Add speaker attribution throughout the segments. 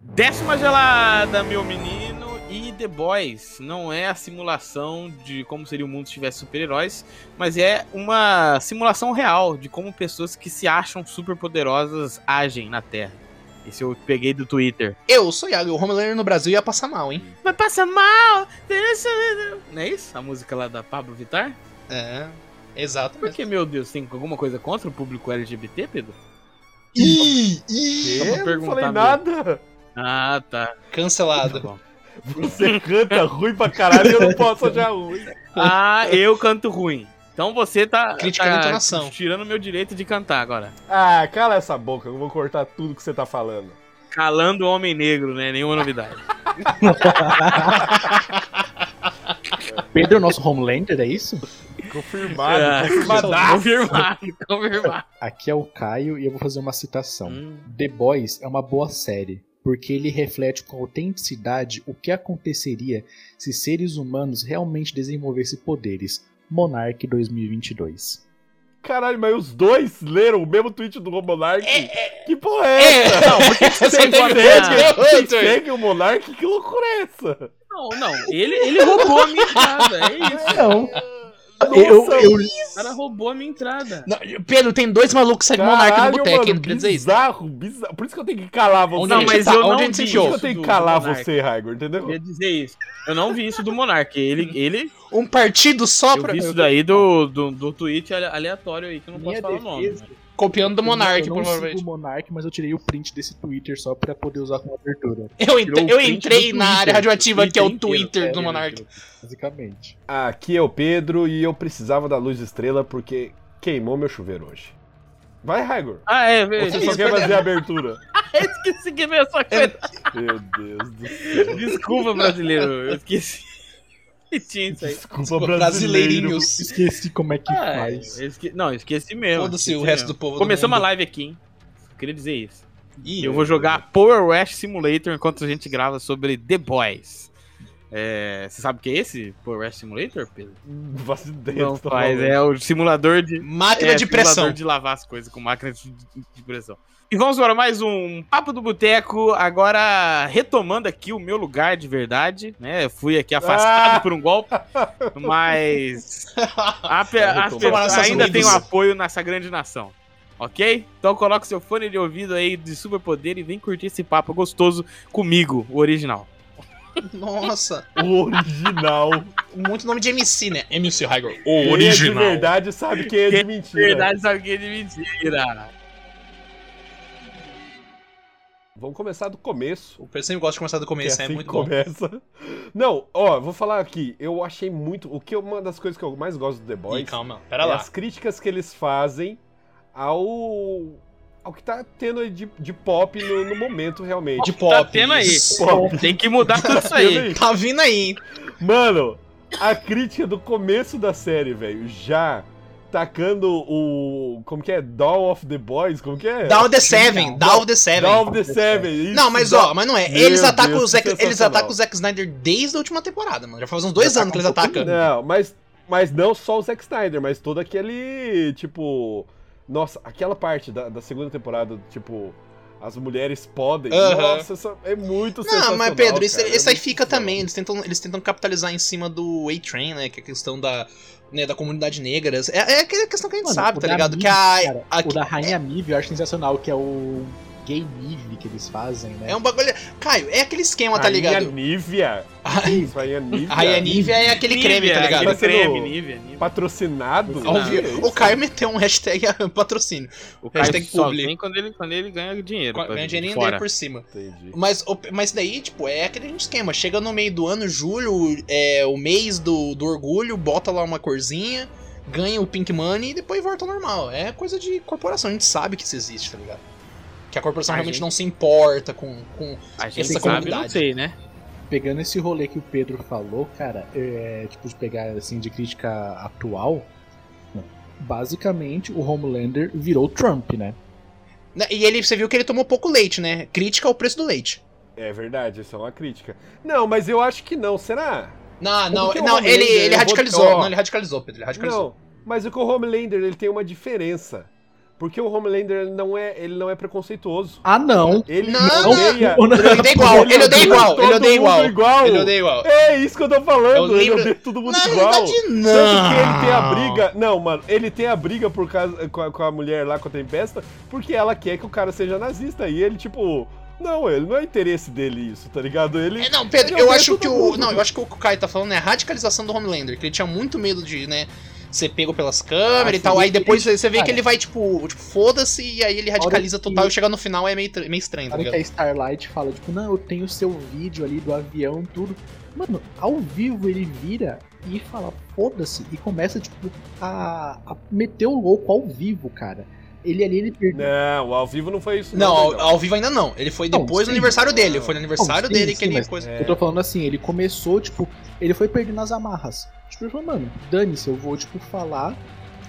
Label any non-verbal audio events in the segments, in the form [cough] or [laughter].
Speaker 1: Décima gelada, meu menino. E The Boys não é a simulação de como seria o mundo se tivesse super-heróis, mas é uma simulação real de como pessoas que se acham superpoderosas agem na Terra. Esse eu peguei do Twitter.
Speaker 2: Eu sou Iago, o Homelander no Brasil ia passar mal, hein?
Speaker 1: Vai passar mal! Não é isso? A música lá da Pablo Vittar?
Speaker 2: É, exato.
Speaker 1: Por que, meu Deus, tem alguma coisa contra o público LGBT, Pedro?
Speaker 2: Ih, ih,
Speaker 1: Eu vou
Speaker 3: Eu não
Speaker 1: perguntar
Speaker 3: falei
Speaker 1: mesmo.
Speaker 3: nada.
Speaker 1: Ah, tá. Tá
Speaker 2: cancelado.
Speaker 1: bom.
Speaker 3: Você canta ruim pra caralho e eu não posso achar ruim.
Speaker 1: Ah, eu canto ruim. Então você tá.
Speaker 2: Criticando
Speaker 1: tá
Speaker 2: a entonação.
Speaker 1: Tirando meu direito de cantar agora.
Speaker 3: Ah, cala essa boca, eu vou cortar tudo que você tá falando.
Speaker 1: Calando o homem negro, né? Nenhuma novidade.
Speaker 4: Pedro é o nosso Homelander, é isso?
Speaker 3: Confirmado,
Speaker 1: Ah,
Speaker 3: confirmadaço.
Speaker 1: confirmado, confirmado.
Speaker 4: Aqui é o Caio e eu vou fazer uma citação.
Speaker 1: Hum,
Speaker 4: The Boys é uma boa série, porque ele reflete com autenticidade o que aconteceria se seres humanos realmente desenvolvessem poderes. Monarch 2022.
Speaker 3: Caralho, mas os dois leram o mesmo tweet do Monark? Que porra é
Speaker 1: É,
Speaker 3: essa?
Speaker 1: não,
Speaker 2: [laughs]
Speaker 1: por que você
Speaker 3: Tem
Speaker 1: tem
Speaker 3: que
Speaker 1: que
Speaker 3: Quem
Speaker 2: Twitter.
Speaker 3: segue o Monark, que loucura é essa?
Speaker 1: Não, não, ele, ele roubou a minha entrada. É isso,
Speaker 4: Não,
Speaker 3: Nossa,
Speaker 4: eu, eu,
Speaker 1: o cara roubou a minha entrada.
Speaker 2: Não, Pedro, tem dois malucos É que seguem Monark no
Speaker 3: caralho,
Speaker 2: boteco,
Speaker 3: mano,
Speaker 2: hein? Não queria dizer isso.
Speaker 3: bizarro, bizarro. Por isso que eu tenho que calar você.
Speaker 2: Onde a
Speaker 1: Não,
Speaker 2: gente
Speaker 1: mas
Speaker 2: tá?
Speaker 1: eu
Speaker 2: Onde
Speaker 1: não
Speaker 2: a gente se
Speaker 1: vi
Speaker 3: Por isso que
Speaker 2: enfiou?
Speaker 3: eu tenho
Speaker 1: isso do
Speaker 3: que calar
Speaker 1: Monark.
Speaker 3: você, Raigor, entendeu?
Speaker 1: Eu ia dizer isso. Eu não vi isso do Monark. Ele, ele
Speaker 2: Um partido só
Speaker 1: eu
Speaker 2: pra...
Speaker 1: vi isso daí do, do, do tweet ale- aleatório aí, que eu não posso
Speaker 4: minha
Speaker 1: falar o nome.
Speaker 4: defesa,
Speaker 2: Copiando do Monark,
Speaker 4: eu não sigo o
Speaker 2: provavelmente.
Speaker 4: Monark, mas eu tirei o print desse Twitter só pra poder usar como abertura,
Speaker 2: Eu,
Speaker 1: Tirou
Speaker 2: entre-
Speaker 1: o
Speaker 2: eu
Speaker 1: print
Speaker 2: entrei
Speaker 1: do
Speaker 2: na
Speaker 1: Twitter,
Speaker 2: área radioativa, que é o
Speaker 1: inteiro,
Speaker 2: Twitter
Speaker 1: é,
Speaker 2: do Monark.
Speaker 4: basicamente.
Speaker 3: Aqui é o Pedro e eu precisava da luz estrela porque queimou meu chuveiro hoje. Vai, Raigor.
Speaker 1: Ah, é, velho.
Speaker 3: Você só quer fazer a abertura.
Speaker 1: Eu esqueci que veio essa coisa.
Speaker 3: Meu Deus do
Speaker 2: É.
Speaker 3: céu.
Speaker 1: Desculpa, brasileiro. Eu esqueci. [laughs] Tinha isso aí.
Speaker 3: Desculpa, brasileirinho.
Speaker 2: Brasileirinhos.
Speaker 4: Esqueci como é que
Speaker 1: Ah,
Speaker 4: faz.
Speaker 1: eu esque- Não, eu esqueci mesmo.
Speaker 2: Foda-se
Speaker 1: esqueci
Speaker 2: o resto
Speaker 1: mesmo.
Speaker 2: do povo
Speaker 1: Começamos
Speaker 2: do
Speaker 1: a
Speaker 2: mundo.
Speaker 1: live aqui, hein? Eu queria dizer isso.
Speaker 2: Ih,
Speaker 1: E eu vou jogar Power Wash Simulator enquanto a gente grava sobre The Boys. É, Você sabe o que é esse? Power Wash Simulator, Pedro?
Speaker 3: Não faço ideia do
Speaker 1: Não
Speaker 3: que você tá
Speaker 1: faz,
Speaker 3: falando.
Speaker 1: é o simulador de
Speaker 2: Máquina
Speaker 1: é,
Speaker 2: de
Speaker 1: simulador
Speaker 2: pressão.
Speaker 1: de lavar as coisas com máquina de, de pressão. E vamos para mais um Papo do Boteco. Agora, retomando aqui o meu lugar de verdade, né? Eu fui aqui afastado
Speaker 3: Ah!
Speaker 1: por um [laughs] golpe, mas a pe-
Speaker 3: Vai
Speaker 1: as
Speaker 3: retomar.
Speaker 1: pessoas
Speaker 2: Estados
Speaker 1: ainda
Speaker 2: Unidos.
Speaker 1: tem um apoio nessa grande nação. Ok? Então coloca seu fone de ouvido aí de superpoder e vem curtir esse papo gostoso comigo, o original.
Speaker 2: Nossa,
Speaker 3: O original.
Speaker 2: muito nome de MC, né? MC Hygor.
Speaker 3: Quem
Speaker 2: O
Speaker 3: é de verdade sabe quem é de mentira.
Speaker 1: Verdade, sabe que é de mentira.
Speaker 3: Vamos começar do começo.
Speaker 2: O Pedro sempre gosta de começar do
Speaker 3: Que é
Speaker 2: começo,
Speaker 3: assim
Speaker 2: né? é muito
Speaker 3: que
Speaker 2: bom.
Speaker 3: começa. Não, ó, vou falar aqui. Eu achei muito. O que eu- uma das coisas que eu mais gosto do The
Speaker 2: Ih,
Speaker 3: Boys
Speaker 2: calma,
Speaker 3: é
Speaker 2: pera lá.
Speaker 3: as críticas que eles fazem ao. ao que tá tendo aí de, de pop no, no momento, realmente.
Speaker 2: De pop.
Speaker 1: Tá tendo aí.
Speaker 3: pop.
Speaker 1: Tem que mudar tudo isso aí.
Speaker 2: Tá vindo aí, hein?
Speaker 3: Mano, a crítica do começo da série, velho, já tacando o. Como que é? Dawn of the Boys? Como que é?
Speaker 2: Down the Seven, Down the Seven.
Speaker 3: Dawn of the Seven. isso,
Speaker 2: Não, mas
Speaker 3: Dawn-
Speaker 2: ó, mas não é.
Speaker 3: Meu
Speaker 2: Eles atacam,
Speaker 3: Deus,
Speaker 2: o Zack, eles
Speaker 3: sensacional.
Speaker 2: atacam o Zack Snyder desde a última temporada, mano. Já faz uns dois
Speaker 4: Já
Speaker 2: anos que eles
Speaker 4: atacam
Speaker 2: atacam.
Speaker 3: Não, mas, mas não só o Zack Snyder, mas todo aquele, tipo... Nossa, aquela parte da, da segunda temporada, tipo... As mulheres podem.
Speaker 2: Aham.
Speaker 3: Nossa, isso é muito
Speaker 2: Não,
Speaker 3: sensacional,
Speaker 2: mas Pedro, isso,
Speaker 3: cara, é
Speaker 2: isso aí
Speaker 3: muito
Speaker 2: fica
Speaker 3: sensacional.
Speaker 2: também. Eles tentam, eles tentam capitalizar em cima do A-Train, né? Que é a questão da, né, da comunidade negra. É, é aquela questão que a gente
Speaker 4: Mano,
Speaker 2: sabe,
Speaker 4: o
Speaker 2: tá
Speaker 4: da
Speaker 2: ligado?
Speaker 4: Mive,
Speaker 2: Que a.
Speaker 4: cara,
Speaker 2: a-
Speaker 4: O da Rainha Mive eu acho sensacional, que é o Gay Mive que eles fazem, né?
Speaker 2: é um bagulho. Caio, é aquele esquema, tá
Speaker 3: Rainha
Speaker 2: ligado?
Speaker 3: Nívia. Isso, Rainha Nívia.
Speaker 2: A Rainha Nívia é aquele creme, tá ligado?
Speaker 1: Aquele
Speaker 3: Tá sendo-
Speaker 1: creme, Nivea, Nivea.
Speaker 3: Patrocinado.
Speaker 1: Ao
Speaker 3: Que
Speaker 1: vivo.
Speaker 3: isso?
Speaker 2: O Caio meteu um hashtag [laughs] patrocínio.
Speaker 1: O
Speaker 2: Hashtag
Speaker 1: Caio só
Speaker 2: publi.
Speaker 1: vem quando ele, quando ele ganha dinheiro. pra
Speaker 2: Ganha
Speaker 1: vir
Speaker 2: dinheirinho
Speaker 1: fora.
Speaker 2: dele por cima.
Speaker 3: Entendi.
Speaker 2: Mas, o- mas daí, tipo, é aquele esquema. Chega no meio do ano, julho, é o mês do, do orgulho, bota lá uma corzinha, ganha o Pink Money e depois volta ao normal. É coisa de corporação, a gente sabe que isso existe, tá ligado? Que a corporação
Speaker 1: A
Speaker 2: realmente
Speaker 1: gente-
Speaker 2: não se importa com. com...
Speaker 1: A gente
Speaker 2: essa
Speaker 1: sabe,
Speaker 2: comunidade.
Speaker 1: não sei, né?
Speaker 4: Pegando esse rolê que o Pedro falou, cara, é, tipo, de pegar assim de crítica atual, basicamente o Homelander virou Trump, né?
Speaker 2: Né, E ele, você viu que ele tomou pouco leite, né? Crítica ao preço do leite.
Speaker 3: É verdade, isso é uma crítica. Não, mas eu acho que não. Será?
Speaker 2: Não,
Speaker 3: Como
Speaker 2: não,
Speaker 3: que é o
Speaker 2: não,
Speaker 3: nome
Speaker 2: ele,
Speaker 3: dele?
Speaker 2: ele
Speaker 3: Eu vou-
Speaker 2: radicalizou.
Speaker 3: ó.
Speaker 2: Não, ele radicalizou, Pedro, ele radicalizou.
Speaker 3: Não, mas o que o Homelander ele tem uma diferença. Porque o Homelander ele não é, ele não é preconceituoso.
Speaker 4: Ah, não.
Speaker 3: Ele
Speaker 2: Não,
Speaker 3: odeia.
Speaker 4: não, não.
Speaker 2: Ele odeia igual, ele odeia igual, ele
Speaker 3: todo
Speaker 2: odeia igual.
Speaker 3: mundo igual.
Speaker 2: Ele odeia igual.
Speaker 3: É isso que eu tô
Speaker 2: É o
Speaker 3: falando. Ele
Speaker 2: livro-
Speaker 3: odeia todo mundo
Speaker 2: Na
Speaker 3: igual.
Speaker 2: realidade, não. tá
Speaker 3: Tanto que ele tem a briga. Não, mano, ele tem a briga por causa, com, a, com a mulher lá com a Tempesta, porque ela quer que o cara seja nazista. E ele, tipo. Não, ele não é interesse dele isso, tá ligado? Ele.
Speaker 2: É, não, Pedro,
Speaker 3: Ele
Speaker 2: eu
Speaker 3: odeia
Speaker 2: acho
Speaker 3: todo
Speaker 2: que o.
Speaker 3: mundo.
Speaker 2: Não, eu acho que o que o Caio tá falando é a radicalização do Homelander, que ele tinha muito medo de, né, ser pego pelas câmeras e
Speaker 4: Ah,
Speaker 2: tal.
Speaker 4: sim,
Speaker 2: Aí depois
Speaker 4: ele-
Speaker 2: você vê que
Speaker 4: cara.
Speaker 2: ele vai, tipo, tipo, foda-se, e aí ele radicaliza
Speaker 4: que-
Speaker 2: total e chega no final é meio, tr- meio estranho,
Speaker 4: Na
Speaker 2: tá
Speaker 4: hora que
Speaker 2: ligado?
Speaker 4: a Starlight fala, tipo, não, eu tenho o seu vídeo ali do avião, tudo. Mano, ao vivo ele vira e fala, foda-se, e começa, tipo, a, a meter o louco ao vivo, cara. Ele ali, ele perdeu.
Speaker 3: Não, ao vivo não foi isso.
Speaker 2: Não, ao,
Speaker 3: doidão.
Speaker 2: ao vivo ainda não. Ele foi
Speaker 4: Não,
Speaker 2: depois do
Speaker 4: sim. é.
Speaker 2: aniversário dele. Foi no aniversário
Speaker 4: sim,
Speaker 2: dele
Speaker 4: sim,
Speaker 2: que ele
Speaker 4: mas-
Speaker 2: coisa.
Speaker 3: É.
Speaker 4: Eu tô falando assim, ele começou, tipo, ele foi perdendo as amarras. Tipo, ele falou, mano, dane-se, eu vou, tipo, falar.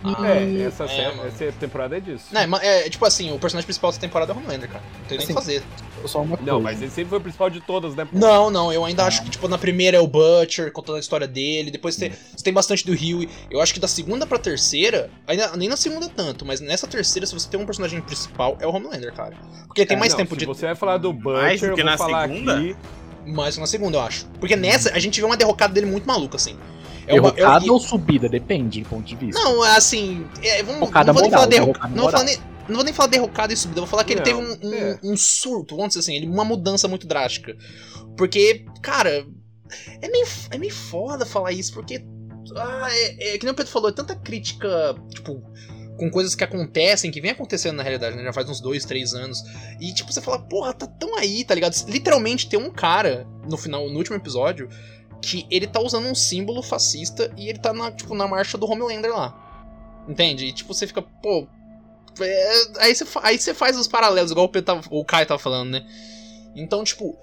Speaker 2: Ah,
Speaker 3: É, essa,
Speaker 2: É,
Speaker 3: série-
Speaker 2: mano.
Speaker 3: essa temporada é disso.
Speaker 2: Não, é, ma- é, tipo assim, o personagem principal dessa temporada é o Homelander, cara. Não tem nem o que
Speaker 4: Assim,
Speaker 2: fazer.
Speaker 4: Só uma coisa.
Speaker 3: Não, mas ele sempre foi o principal de todas, né? pô?
Speaker 2: Não, não, eu ainda acho que, tipo, na primeira é o Butcher, contando a história dele, depois tem, você tem bastante do Huey. Eu acho que da segunda pra terceira, ainda, nem na segunda tanto, mas nessa terceira, se você tem um personagem principal, é o Homelander, cara. Porque ele tem
Speaker 3: É,
Speaker 2: mais
Speaker 3: não,
Speaker 2: tempo
Speaker 3: se
Speaker 2: de.
Speaker 3: Você vai falar do Butcher,
Speaker 1: Mais do que
Speaker 3: eu vou
Speaker 1: na
Speaker 3: falar
Speaker 1: segunda?
Speaker 3: aqui.
Speaker 2: Mais que na segunda, eu acho. Porque nessa, a gente vê uma derrocada dele muito maluca, assim. É uma- é
Speaker 4: Derrocada
Speaker 2: o-
Speaker 4: ou subida, depende do ponto de vista.
Speaker 2: Não, assim. é, vamos,
Speaker 4: Derrocada
Speaker 2: não vou nem
Speaker 4: moral,
Speaker 2: falar derrocada.
Speaker 4: derrocada
Speaker 2: Não vou, falar
Speaker 4: moral.
Speaker 2: nem, não vou nem falar derrocada e subida. Eu vou falar que ele
Speaker 3: Não,
Speaker 2: teve um, um-
Speaker 3: é.
Speaker 2: um surto, vamos dizer assim, ele, uma mudança muito drástica. Porque, cara, é meio, é meio foda falar isso, porque. Ah, é, é que nem o Pedro falou, é tanta crítica, tipo, com coisas que acontecem, que vem acontecendo na realidade, né? Já faz uns dois, três anos. E, tipo, você fala, porra, tá tão aí, tá ligado? Literalmente tem um cara no final, no último episódio, que ele tá usando um símbolo fascista e ele tá na, tipo, na marcha do Homelander lá. Entende? E tipo, você fica, pô. é, aí, você, fa- aí você faz os paralelos, igual o, Pedro tava- o Kai tava falando, né? Então, tipo.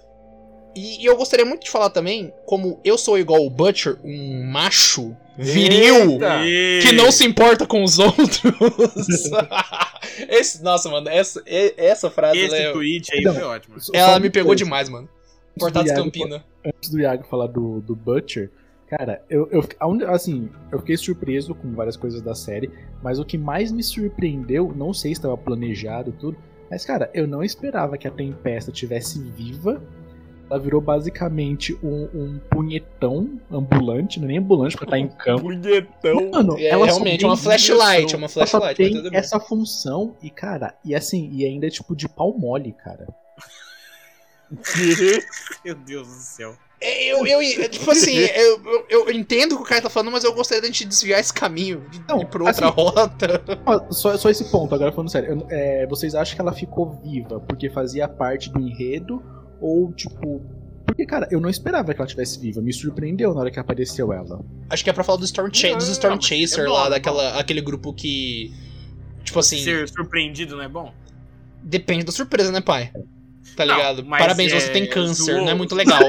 Speaker 2: E, e eu gostaria muito de falar também, como eu sou igual o Butcher, um macho viril
Speaker 3: Eita!
Speaker 2: que não se importa com os [laughs] outros. Esse- nossa, mano, essa, e- essa frase ela,
Speaker 1: Esse
Speaker 2: é-
Speaker 1: tweet aí
Speaker 4: Não.
Speaker 1: foi ótimo.
Speaker 4: Só- só
Speaker 2: ela
Speaker 4: uma
Speaker 2: me pegou
Speaker 4: coisa.
Speaker 2: demais, mano. Cortados
Speaker 4: Viado,
Speaker 2: Campina.
Speaker 4: antes do Iago falar do, do Butcher, cara, eu, eu fi- a un- assim, eu fiquei surpreso com várias coisas da série, mas o que mais me surpreendeu, não sei se estava planejado tudo, mas cara, eu não esperava que a Tempesta tivesse viva. Ela virou basicamente um, um punhetão ambulante, não é nem ambulante, porque tá em
Speaker 1: um
Speaker 2: [laughs]
Speaker 4: campo.
Speaker 3: Punhetão.
Speaker 4: Mano,
Speaker 2: É
Speaker 4: ela só
Speaker 2: realmente
Speaker 4: tem-
Speaker 2: uma flashlight,
Speaker 3: direção.
Speaker 2: uma
Speaker 4: ela só
Speaker 2: flashlight, mas
Speaker 4: tem
Speaker 2: tudo bem.
Speaker 4: essa função e, cara, e assim, e ainda é tipo de pau mole, cara.
Speaker 1: Meu Deus do céu.
Speaker 2: É, Eu, eu, é, tipo [laughs] assim, eu, eu- eu entendo o que o cara tá falando, mas eu gostaria da gente desviar esse caminho de
Speaker 4: Não, assim,
Speaker 2: ir pra outra rota.
Speaker 4: Ó, Ah, Só, só esse ponto, agora falando sério. Eu- é, vocês acham que ela ficou viva porque fazia [laughs] parte do enredo? Ou, tipo. Porque, cara, eu não esperava que ela estivesse viva. Me surpreendeu na hora que apareceu ela.
Speaker 2: Acho que é pra falar do Storm Cha-
Speaker 3: Não,
Speaker 2: dos Storm
Speaker 1: mas é
Speaker 2: Chaser
Speaker 1: bom,
Speaker 2: lá,
Speaker 1: é
Speaker 2: daquela, aquele grupo que. Tipo assim,
Speaker 1: Ser surpreendido não é bom?
Speaker 2: depende da surpresa, né, pai? Tá
Speaker 1: Não,
Speaker 2: ligado?
Speaker 1: mas
Speaker 2: Parabéns,
Speaker 1: é-
Speaker 2: você tem câncer,
Speaker 1: zoou.
Speaker 2: não é muito [laughs] legal.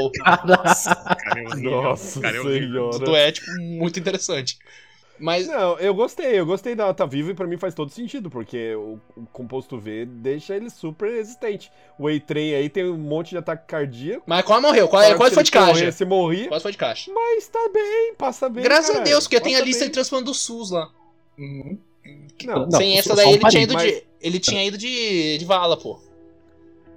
Speaker 1: Nossa, [laughs] cara, é horrível.
Speaker 3: Nossa
Speaker 1: cara, é horrível.
Speaker 2: Tudo
Speaker 3: senhora.
Speaker 2: é, tipo, muito interessante. Mas.
Speaker 3: Não, eu gostei, eu gostei dela tá viva e pra mim faz todo sentido, porque o, o composto V deixa ele super resistente. O A-Train aí tem um monte de ataque cardíaco.
Speaker 2: Mas quase morreu,
Speaker 3: Fala
Speaker 2: quase,
Speaker 3: que
Speaker 2: quase
Speaker 3: se
Speaker 2: foi de
Speaker 3: ele
Speaker 2: caixa.
Speaker 3: morrer, Se morrer,
Speaker 2: Quase foi de caixa.
Speaker 3: mas tá bem, passa bem.
Speaker 2: Graças a
Speaker 3: caralho,
Speaker 2: Deus, porque tem a
Speaker 3: passa
Speaker 2: lista de
Speaker 3: bem.
Speaker 2: transplante do SUS lá.
Speaker 3: Não,
Speaker 4: Não,
Speaker 2: Sem
Speaker 4: só-
Speaker 2: essa
Speaker 4: só um
Speaker 2: daí ele tinha ido
Speaker 3: parênteses,
Speaker 2: de. Ele tinha ido de, de vala, pô.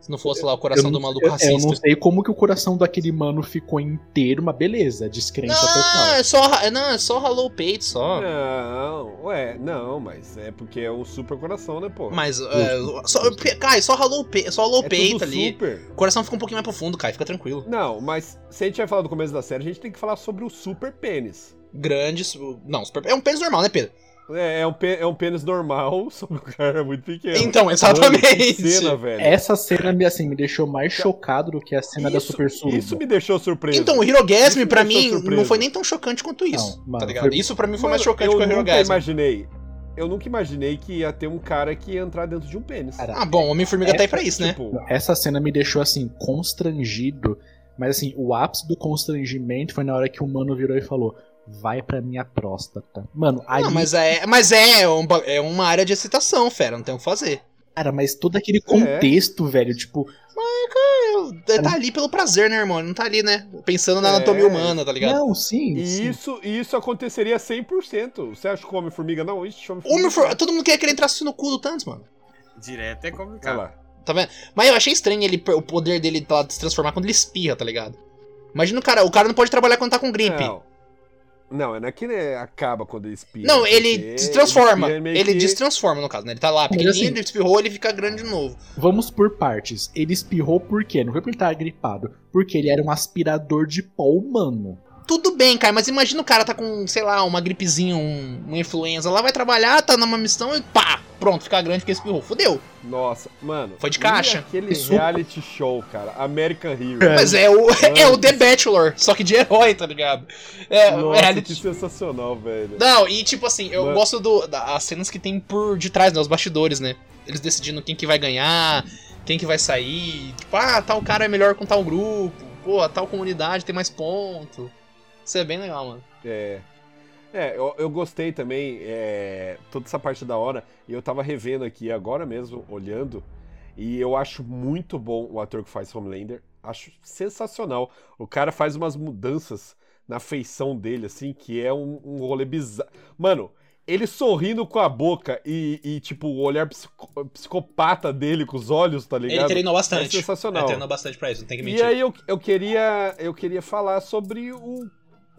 Speaker 2: Se não fosse lá o coração
Speaker 4: eu,
Speaker 2: do
Speaker 4: não-
Speaker 2: maluco
Speaker 4: eu-
Speaker 2: racista.
Speaker 4: eu não sei como que o coração daquele mano ficou inteiro, mas beleza, descrença
Speaker 2: não,
Speaker 4: total.
Speaker 2: é só, ra- não, é só ralou o peito só.
Speaker 3: Não, ué, não, mas é porque é um super coração, né, pô?
Speaker 2: Mas. é, só, Kai, só ralou o peito, só ralou o
Speaker 3: é
Speaker 2: peito
Speaker 3: tudo
Speaker 2: ali.
Speaker 3: super.
Speaker 2: O coração fica um pouquinho mais profundo, Kai, fica tranquilo.
Speaker 3: Não, mas se a gente vai falar do começo da série, a gente tem que falar sobre o super pênis.
Speaker 2: Grande. su- Não, super- é um pênis normal, né, Pedro?
Speaker 3: É, é um, pê- é um pênis normal, [laughs] só que o cara é muito pequeno.
Speaker 2: Então,
Speaker 3: Mano, que
Speaker 2: exatamente.
Speaker 3: cena, velho.
Speaker 4: Essa cena me, assim, me deixou mais chocado do que a cena da Super Surdo.
Speaker 3: Isso me deixou surpreso.
Speaker 2: Então, o Hirogasm
Speaker 3: Isso é
Speaker 2: pra
Speaker 3: me deixou
Speaker 2: mim
Speaker 3: surpreso.
Speaker 2: não foi nem tão chocante quanto isso.
Speaker 4: Não, mano,
Speaker 2: tá ligado?
Speaker 4: foi-
Speaker 2: Isso pra mim foi
Speaker 3: Mano,
Speaker 2: mais chocante
Speaker 3: eu
Speaker 2: que o
Speaker 3: nunca
Speaker 2: Hirogasm.
Speaker 3: imaginei. Eu nunca imaginei que ia ter um cara que ia entrar dentro de um pênis.
Speaker 4: Cara,
Speaker 2: Ah, bom, Homem-Formiga tá aí pra isso, né?
Speaker 3: Tipo,
Speaker 4: Essa cena me deixou assim, constrangido. Mas assim, o ápice do constrangimento foi na hora que o mano virou e falou: Vai pra minha próstata. Mano, aí.
Speaker 2: Não, mas é, mas é, um ba- é uma área de excitação, fera, não tem o que fazer.
Speaker 4: Cara, mas todo aquele contexto, velho, tipo,
Speaker 2: Eu- tá ali pelo prazer, né, irmão? Ele não tá ali, né? Pensando na anatomia
Speaker 3: É.
Speaker 2: humana, tá ligado?
Speaker 4: Não, sim.
Speaker 3: E
Speaker 4: sim.
Speaker 3: isso, e isso aconteceria 100%. Você acha que o Homem-Formiga não? Ixi, Homem-Formiga.
Speaker 2: Homem for... Todo mundo queria que ele entrasse no cu do Thanos, mano.
Speaker 1: Direto é
Speaker 3: Olha
Speaker 1: complicado.
Speaker 3: lá.
Speaker 2: Tá vendo? Mas eu achei estranho ele, o poder dele tá lá, de se transformar quando ele espirra, tá ligado? Imagina o cara, o cara não pode trabalhar quando tá com gripe.
Speaker 3: Não. Não, não é que ele acaba quando ele espirra.
Speaker 2: Não, ele
Speaker 3: porque
Speaker 2: se transforma.
Speaker 3: espirra é meio
Speaker 2: Ele,
Speaker 3: que-
Speaker 2: destransforma, no caso, né? Ele tá lá pequenininho,
Speaker 4: assim-
Speaker 2: ele espirrou, ele fica grande de novo.
Speaker 4: Vamos por partes. Ele espirrou por quê? Não foi porque ele tava gripado. Porque ele era um aspirador de pó humano.
Speaker 2: Tudo bem, cara, mas imagina o cara tá com, sei lá, uma gripezinha, um- uma influenza lá, vai trabalhar, tá numa missão e pá, pronto, fica grande porque espirrou. Fodeu.
Speaker 3: Nossa, mano.
Speaker 2: Foi de
Speaker 3: e
Speaker 2: caixa.
Speaker 3: Aquele
Speaker 4: Isso.
Speaker 3: reality show, cara. American Hero.
Speaker 4: É.
Speaker 2: Mas é o, [laughs] é o The Bachelor, só que de herói, tá ligado? É,
Speaker 3: Nossa,
Speaker 2: reality
Speaker 3: que sensacional, velho.
Speaker 2: Não, e tipo assim, eu
Speaker 3: Mano.
Speaker 2: gosto do, da- as cenas que tem por de trás, né? Os bastidores, né? Eles decidindo quem que vai ganhar, quem que vai sair. Tipo, ah, tal cara é melhor com tal grupo. Pô, tal comunidade tem mais ponto. Isso é bem legal, mano.
Speaker 3: É. É, eu, eu gostei também, é, toda essa parte da hora, e eu tava revendo aqui agora mesmo, olhando, e eu acho muito bom o ator que faz Homelander, acho sensacional. O cara faz umas mudanças na feição dele, assim, que é um, um rolê bizarro. Mano, ele sorrindo com a boca e, e, tipo, o olhar psico- psicopata dele com os olhos, tá
Speaker 2: Ele
Speaker 3: ligado?
Speaker 2: treinou
Speaker 3: É
Speaker 2: bastante.
Speaker 3: sensacional.
Speaker 2: treinou bastante pra isso, não tem que
Speaker 3: E
Speaker 2: mentir.
Speaker 3: aí eu, eu queria eu queria falar sobre o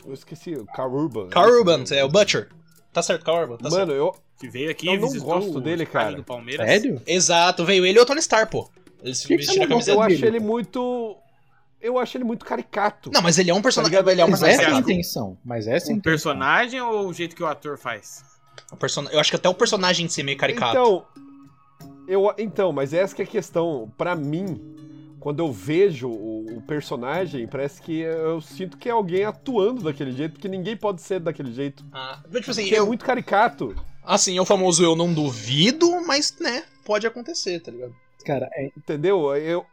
Speaker 3: eu esqueci, o Caruban.
Speaker 2: Carl Urban, é o Butcher. Tá certo, Carl Urban, tá certo.
Speaker 3: Mano, eu
Speaker 1: Que veio aqui
Speaker 3: Eu
Speaker 1: e
Speaker 3: não
Speaker 1: visitou
Speaker 3: gosto
Speaker 1: o
Speaker 3: dele,
Speaker 1: estádio
Speaker 3: cara.
Speaker 1: do Palmeiras.
Speaker 4: Sério?
Speaker 2: Exato, veio ele e o Tony Stark, pô. Eles
Speaker 4: Que que
Speaker 2: vestiram a
Speaker 4: você não
Speaker 2: camiseta.
Speaker 3: eu
Speaker 4: dele,
Speaker 3: acho ele muito eu acho ele muito caricato.
Speaker 2: Não, mas ele é um personagem.
Speaker 3: Tá ligado?
Speaker 2: ele é um
Speaker 4: Mas
Speaker 1: Então, Mas você
Speaker 2: personagem. errado.
Speaker 4: essa é a
Speaker 1: acha-
Speaker 4: intenção. Mas essa é a
Speaker 1: Um
Speaker 4: intenção.
Speaker 1: personagem ou o jeito que o ator faz?
Speaker 2: O person- Eu acho que até o personagem em si é meio caricato.
Speaker 3: Então, eu, então, mas essa que é a questão. Pra mim, quando eu vejo o, o personagem, parece que eu sinto que é alguém atuando daquele jeito, porque ninguém pode ser daquele jeito.
Speaker 2: Ah, tipo assim,
Speaker 3: Porque é
Speaker 2: eu,
Speaker 3: muito caricato.
Speaker 2: Assim, o famoso eu não duvido, mas, né, pode acontecer, tá ligado?
Speaker 4: Cara, é,
Speaker 3: Entendeu? Eu,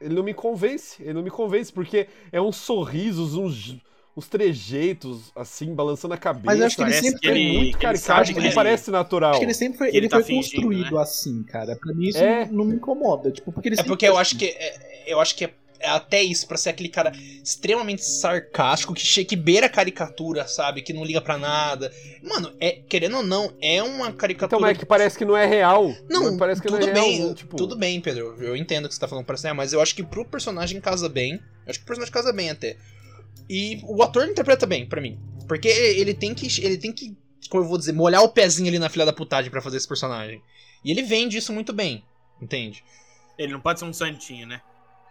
Speaker 3: ele não me convence, ele não me convence, porque é uns sorrisos, uns, uns trejeitos, assim, balançando a cabeça.
Speaker 4: Mas eu acho que ele
Speaker 1: Parece
Speaker 4: sempre
Speaker 1: que
Speaker 4: foi
Speaker 1: ele,
Speaker 3: é muito
Speaker 1: ele
Speaker 3: caricato,
Speaker 1: sabe
Speaker 4: que
Speaker 3: não
Speaker 4: ele-
Speaker 3: parece natural.
Speaker 4: acho que ele sempre foi,
Speaker 1: Ele
Speaker 4: ele
Speaker 1: tá
Speaker 4: foi
Speaker 1: fingindo,
Speaker 4: construído assim, cara. Pra mim isso
Speaker 3: É.
Speaker 4: não me incomoda. Tipo, porque ele
Speaker 2: É
Speaker 4: sempre
Speaker 2: porque eu acho que é, eu acho que é, é até isso pra ser aquele cara extremamente sarcástico que, che- que beira a caricatura, sabe, que não liga pra nada. Mano, é querendo ou não, é uma caricatura.
Speaker 3: Então, mas é que parece que não é real.
Speaker 2: Não,
Speaker 3: Mas parece que
Speaker 2: tudo
Speaker 3: não é
Speaker 2: bem,
Speaker 3: real. não, tipo,
Speaker 2: tudo bem, Pedro. Eu entendo o que você tá falando pra assim, mas eu acho que pro personagem casa bem. Eu acho que o personagem casa bem até. E o ator interpreta bem, pra mim. Porque ele tem que. Ele tem que. Como eu vou dizer, molhar o pezinho ali na filha da putagem pra fazer esse personagem. E ele vende isso muito bem, entende?
Speaker 1: Ele não pode ser um santinho, né?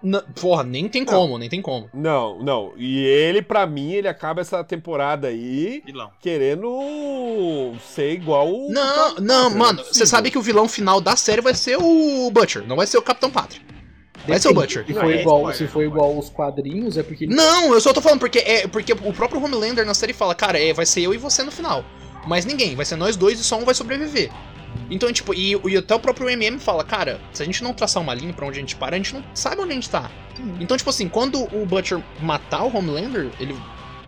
Speaker 2: Na- porra, nem tem
Speaker 3: Não.
Speaker 2: como, nem tem como.
Speaker 3: Não, não. E ele, pra mim, ele acaba essa temporada aí
Speaker 1: Vilão.
Speaker 3: querendo ser igual o.
Speaker 2: Não,
Speaker 3: Capitão
Speaker 2: não,
Speaker 3: Pátria,
Speaker 2: mano,
Speaker 3: é
Speaker 2: você
Speaker 3: possível.
Speaker 2: sabe que o vilão final da série vai ser o Butcher, não vai ser o Capitão Pátria. Vai ser o
Speaker 4: Depende.
Speaker 2: Butcher.
Speaker 4: Se
Speaker 1: Não,
Speaker 4: for
Speaker 1: é
Speaker 4: igual,
Speaker 1: spoiler,
Speaker 4: se for
Speaker 1: spoiler.
Speaker 4: igual aos quadrinhos, é porque ele
Speaker 2: Não, eu só tô falando porque é porque o próprio Homelander na série fala, cara, é, vai ser eu e você no final. Mas ninguém, vai ser nós dois e só um vai sobreviver. Então, tipo, e, e até o próprio MM fala, cara, se a gente não traçar uma linha pra onde a gente para, a gente não sabe onde a gente tá. Então, tipo assim, quando o Butcher matar o Homelander, ele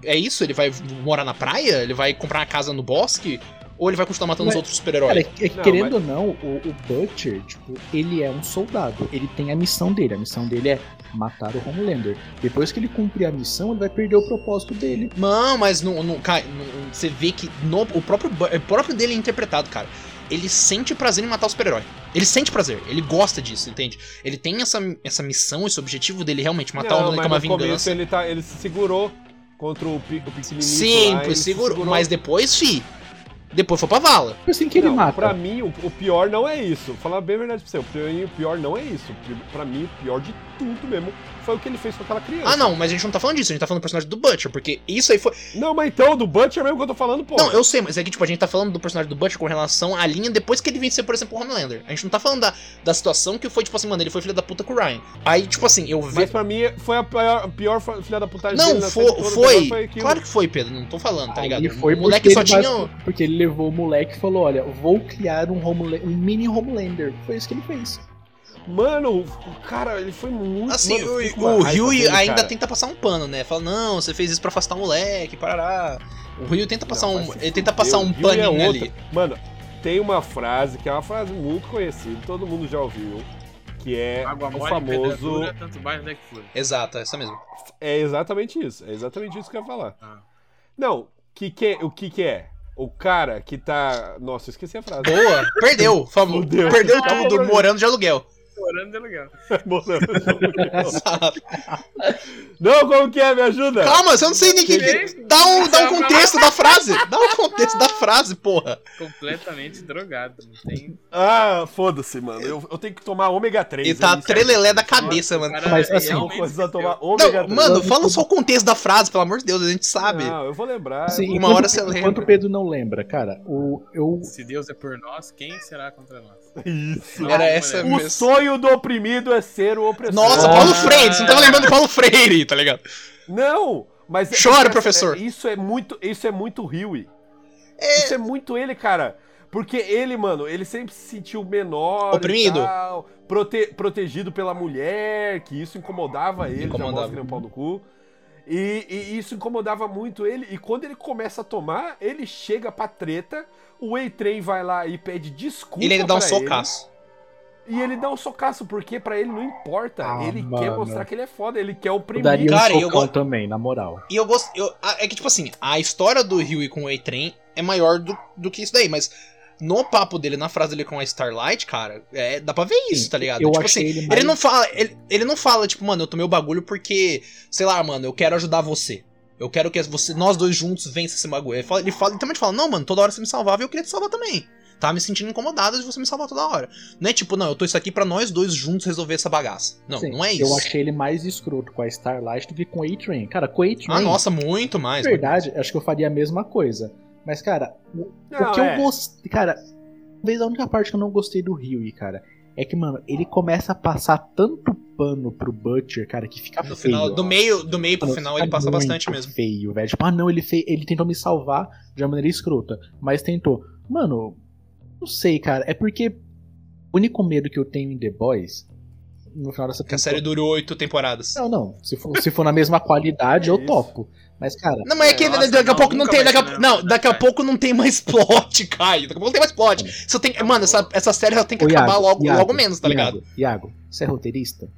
Speaker 2: é isso, ele vai morar na praia, ele vai comprar uma casa no bosque ou ele vai continuar matando os
Speaker 4: Mas-
Speaker 2: outros
Speaker 4: Cara,
Speaker 2: super-heróis?
Speaker 4: é que- é que
Speaker 3: Não,
Speaker 4: querendo ou não, o, o Butcher, tipo, ele é um soldado. Ele tem a missão dele. A missão dele é matar o Homelander. Depois que ele cumprir a missão, ele vai perder o propósito dele.
Speaker 2: Não, mas não, não, cara, não- você vê que no- o, próprio, Bu- o próprio dele é interpretado, cara. Ele sente prazer em matar o super-herói. Ele sente prazer, ele gosta disso, entende? Ele tem essa, essa missão, esse objetivo dele realmente matar o
Speaker 3: não,
Speaker 2: homem
Speaker 3: mas
Speaker 2: com uma
Speaker 3: no começo
Speaker 2: vingança.
Speaker 3: ele, tá, ele se segurou contra o, pi, o pequenininho.
Speaker 2: Sim,
Speaker 3: lá,
Speaker 2: foi
Speaker 3: ele se
Speaker 2: seguro. Mas depois, fi. Depois foi pra vala.
Speaker 4: Tipo Assim que ele
Speaker 3: não,
Speaker 4: mata.
Speaker 3: Pra mim, o, o pior não é isso. Falar bem a verdade pra você, o pior, o pior não é isso. Pra mim, o pior de tudo mesmo foi o que ele fez com aquela criança.
Speaker 2: Ah, não, mas a gente não tá falando disso, a gente tá falando do personagem do Butcher, porque isso aí foi.
Speaker 3: Não, mas então, do Butcher mesmo que eu tô falando, pô.
Speaker 2: Não, eu sei, mas é que, tipo, a gente tá falando do personagem do Butcher com relação à linha depois que ele venceu, por exemplo, o Homelander. A gente não tá falando da, da situação que foi, tipo assim, mano, ele foi filho da puta com o Ryan. Aí, tipo assim, eu vi.
Speaker 3: Mas é pra mim foi a pior, a pior filha da putagem
Speaker 2: Não,
Speaker 3: dele na
Speaker 2: fo-
Speaker 3: série toda, o
Speaker 2: foi.
Speaker 3: pior foi aquilo.
Speaker 2: claro que foi, Pedro. Não tô falando, tá
Speaker 4: Aí
Speaker 2: ligado?
Speaker 4: foi
Speaker 2: o moleque
Speaker 4: porque
Speaker 2: só
Speaker 4: ele
Speaker 2: tinha.
Speaker 4: bas- Porque ele levou o moleque e falou: Olha, vou criar um, Homela- um mini Homelander. Foi isso que ele fez.
Speaker 3: Mano, o cara, ele foi muito.
Speaker 2: Assim,
Speaker 3: mano, eu fiquei com
Speaker 2: o,
Speaker 3: uma
Speaker 2: o
Speaker 3: raiva
Speaker 2: Rui
Speaker 3: dele,
Speaker 2: ainda
Speaker 3: cara.
Speaker 2: tenta passar um pano, né? Fala, não, você fez isso pra afastar o moleque, parará. O Rui tenta passar
Speaker 3: Não, vai
Speaker 2: um.
Speaker 3: se
Speaker 2: Ele tenta
Speaker 3: fuder,
Speaker 2: passar
Speaker 3: o
Speaker 2: um
Speaker 3: Rui é
Speaker 2: paninho
Speaker 3: outra.
Speaker 2: ali.
Speaker 3: Mano, tem uma frase que é uma frase muito conhecida, todo mundo já ouviu. que é
Speaker 1: Água
Speaker 3: o
Speaker 1: mole, pedra
Speaker 3: famoso.
Speaker 1: dura, tanto baixo onde é que foi.
Speaker 2: Exato, essa mesmo.
Speaker 3: É exatamente isso. É exatamente isso que eu ia falar.
Speaker 1: Ah.
Speaker 3: Não, que que é- o que, que é? O cara que tá. Nossa, eu esqueci a frase.
Speaker 2: Boa, perdeu, famoso.
Speaker 3: Fudeu.
Speaker 2: Perdeu tudo, morando de aluguel.
Speaker 1: Morando é legal.
Speaker 2: Exato.
Speaker 3: [laughs] Não, como que é? Me ajuda!
Speaker 2: Calma, você não sei nem que. que- Dá um, dá um contexto da frase. Dá um contexto da frase, porra.
Speaker 1: Completamente drogado. Não tem...
Speaker 3: Ah, foda-se, mano. Eu, eu tenho que tomar ômega 3.
Speaker 2: Ele É. tá
Speaker 3: é isso aí.
Speaker 2: trelelé da cabeça, mano.
Speaker 1: Cara,
Speaker 4: Mas, assim,
Speaker 3: Eu vou
Speaker 1: realmente
Speaker 3: precisar tomar ômega
Speaker 2: Não,
Speaker 3: 3.
Speaker 2: mano, fala só o contexto da frase, pelo amor de Deus, a gente sabe.
Speaker 3: Não, eu vou lembrar.
Speaker 4: Assim,
Speaker 2: Ah, Uma
Speaker 4: enquanto-
Speaker 2: hora você lembra.
Speaker 4: Enquanto o Pedro não lembra, cara, o, eu.
Speaker 1: Se Deus é por nós, quem será contra nós?
Speaker 3: Isso.
Speaker 1: Não,
Speaker 2: Era
Speaker 1: moleque.
Speaker 2: essa-
Speaker 3: O sonho do oprimido é ser o opressor.
Speaker 2: Nossa,
Speaker 4: Ah.
Speaker 2: Paulo Freire, você não tava lembrando do Paulo Freire, tá ligado?
Speaker 3: Não, mas é-
Speaker 2: Chora,
Speaker 3: essa-
Speaker 2: professor.
Speaker 3: é- Isso é muito, isso é muito Huey. Isso é muito ele, cara. Porque ele, mano, ele sempre se sentiu menor, e
Speaker 2: Oprimido.
Speaker 3: tal, prote- protegido pela mulher, que isso incomodava ele,
Speaker 2: Incomodava.
Speaker 3: já mostra que ele é um pau no cu. E, e isso incomodava muito ele. E quando ele começa a tomar, ele chega pra treta, o Eitrem vai lá e pede desculpa.
Speaker 2: Ele ainda dá um
Speaker 3: pra
Speaker 2: socaço.
Speaker 3: E ele dá um socaço, porque pra ele não importa.
Speaker 4: Ah,
Speaker 3: ele quer
Speaker 4: mano.
Speaker 3: mostrar que ele é foda, ele quer
Speaker 4: Eu
Speaker 3: oprimir.
Speaker 4: daria um
Speaker 2: Cara, eu
Speaker 4: socão
Speaker 2: gosto-
Speaker 4: também, na moral.
Speaker 2: E eu gosto. eu- a- é que, tipo assim, a história do Huey com o E-Train é maior do, do que isso daí, mas no papo dele, na frase dele com a Starlight, cara, é, dá pra ver isso,
Speaker 4: Sim,
Speaker 2: tá ligado?
Speaker 4: Eu
Speaker 2: tipo
Speaker 4: achei
Speaker 2: assim,
Speaker 4: ele mais...
Speaker 2: ele não fala. Ele, ele não fala, tipo, mano, eu tomei o bagulho porque, sei lá, mano, eu quero ajudar você. Eu quero que você, nós dois juntos vença esse bagulho. Ele, fala, ele, fala, ele também fala, não, mano, toda hora você me salvava e eu queria te salvar também. Tá me sentindo incomodado de você me salvar toda hora. Não é tipo, não, eu tô isso aqui pra nós dois juntos resolver essa bagaça. Não,
Speaker 4: Sim,
Speaker 2: não é
Speaker 4: Eu
Speaker 2: isso.
Speaker 4: achei ele mais escroto com a Starlight do que com a A-Train. Cara, com a A-Train,
Speaker 2: Ah, nossa, muito
Speaker 4: na
Speaker 2: mais. mano.
Speaker 4: verdade, acho que eu faria a mesma coisa. Mas, cara, o,
Speaker 3: Não,
Speaker 4: o que
Speaker 3: é.
Speaker 4: eu gostei... Cara, talvez a única parte que eu não gostei do Huey, cara, é que, mano, ele começa a passar tanto pano pro Butcher, cara, que fica
Speaker 2: No
Speaker 4: feio.
Speaker 2: final, do meio, do meio pro
Speaker 4: Mano,
Speaker 2: final
Speaker 4: fica
Speaker 2: ele passa
Speaker 4: é muito
Speaker 2: bastante mesmo.
Speaker 4: feio, velho. Tipo, ah, não, ele, fez, ele tentou me salvar de uma maneira escrota, mas tentou. Mano, não sei, cara. É porque o único medo que eu tenho em The Boys, no final dessa
Speaker 2: Que é a série durou oito temporadas.
Speaker 4: Não, não. Se for, se for
Speaker 2: [laughs]
Speaker 4: na mesma qualidade, eu
Speaker 3: isso.
Speaker 4: topo. Mas, cara,
Speaker 2: É Não, mas é que
Speaker 1: Nossa,
Speaker 2: daqui a
Speaker 1: não,
Speaker 2: pouco não
Speaker 1: nunca
Speaker 2: tem.
Speaker 1: vai
Speaker 2: Daqui a,
Speaker 1: ser, né?
Speaker 2: não, daqui a pouco não tem mais [laughs] plot, Caio. Daqui a pouco não tem mais plot.
Speaker 1: Hum.
Speaker 2: Só tem, mano, essa, essa série ela tem que
Speaker 4: Ô,
Speaker 2: acabar
Speaker 4: Iago,
Speaker 2: logo,
Speaker 4: Iago,
Speaker 2: logo menos, tá
Speaker 4: Iago,
Speaker 2: ligado?
Speaker 4: Iago, você é roteirista?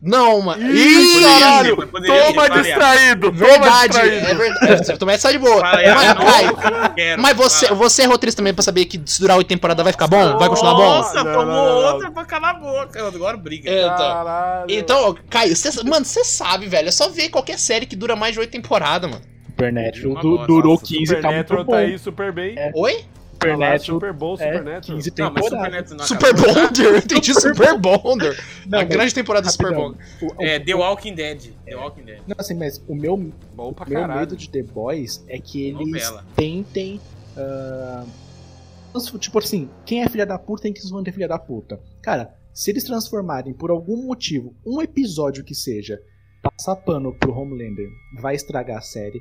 Speaker 2: Não, mano.
Speaker 3: Ih,
Speaker 2: Ih,
Speaker 3: caralho!
Speaker 1: mas poderia
Speaker 3: Toma
Speaker 1: variar.
Speaker 3: distraído! Toma
Speaker 2: Verdade,
Speaker 3: distraído!
Speaker 2: é verdade. Você também sai de boa.
Speaker 1: Fala aí,
Speaker 2: Mas,
Speaker 1: não,
Speaker 2: Caio,
Speaker 1: não quero,
Speaker 2: mas você,
Speaker 1: fala.
Speaker 2: você é roteirista também pra saber que se durar oito temporadas vai ficar bom? Vai continuar bom?
Speaker 1: Nossa,
Speaker 3: Não,
Speaker 1: tomou
Speaker 3: não, não, não.
Speaker 1: outra pra calar a boca. Agora briga.
Speaker 2: É, então.
Speaker 3: Caralho!
Speaker 2: Então, Caio, cê- mano, você sabe, velho. É só ver qualquer série que dura mais de oito temporadas, mano.
Speaker 4: Supernatural
Speaker 1: Uma
Speaker 4: du-
Speaker 1: bosta,
Speaker 4: durou
Speaker 1: nossa,
Speaker 4: 15 e tá muito
Speaker 3: Supernatural
Speaker 4: bom.
Speaker 3: tá aí super bem.
Speaker 2: Oi?
Speaker 3: Tá lá,
Speaker 4: Supernatural
Speaker 3: Super Bowl,
Speaker 4: é
Speaker 3: Supernatural.
Speaker 4: 15
Speaker 1: Não, mas Super
Speaker 4: temporadas.
Speaker 1: Neto não
Speaker 2: Super
Speaker 1: acabou, tá?
Speaker 2: Bonder, eu entendi Super Bonder.
Speaker 4: Não,
Speaker 2: a
Speaker 4: mas-
Speaker 2: grande temporada do Super
Speaker 4: rapidão.
Speaker 2: Bonder.
Speaker 4: O- o-
Speaker 1: É, The Walking Dead. The Walking Dead.
Speaker 4: Não, assim, mas o meu,
Speaker 3: Bom pra
Speaker 4: meu
Speaker 3: caralho.
Speaker 4: medo de The Boys é que eles
Speaker 1: Novela.
Speaker 4: tentem. ah, trans- tipo assim, quem é filha da puta tem que se manter filha da puta. Cara, se eles transformarem por algum motivo um episódio que seja passar pano pro Homelander, vai estragar a série.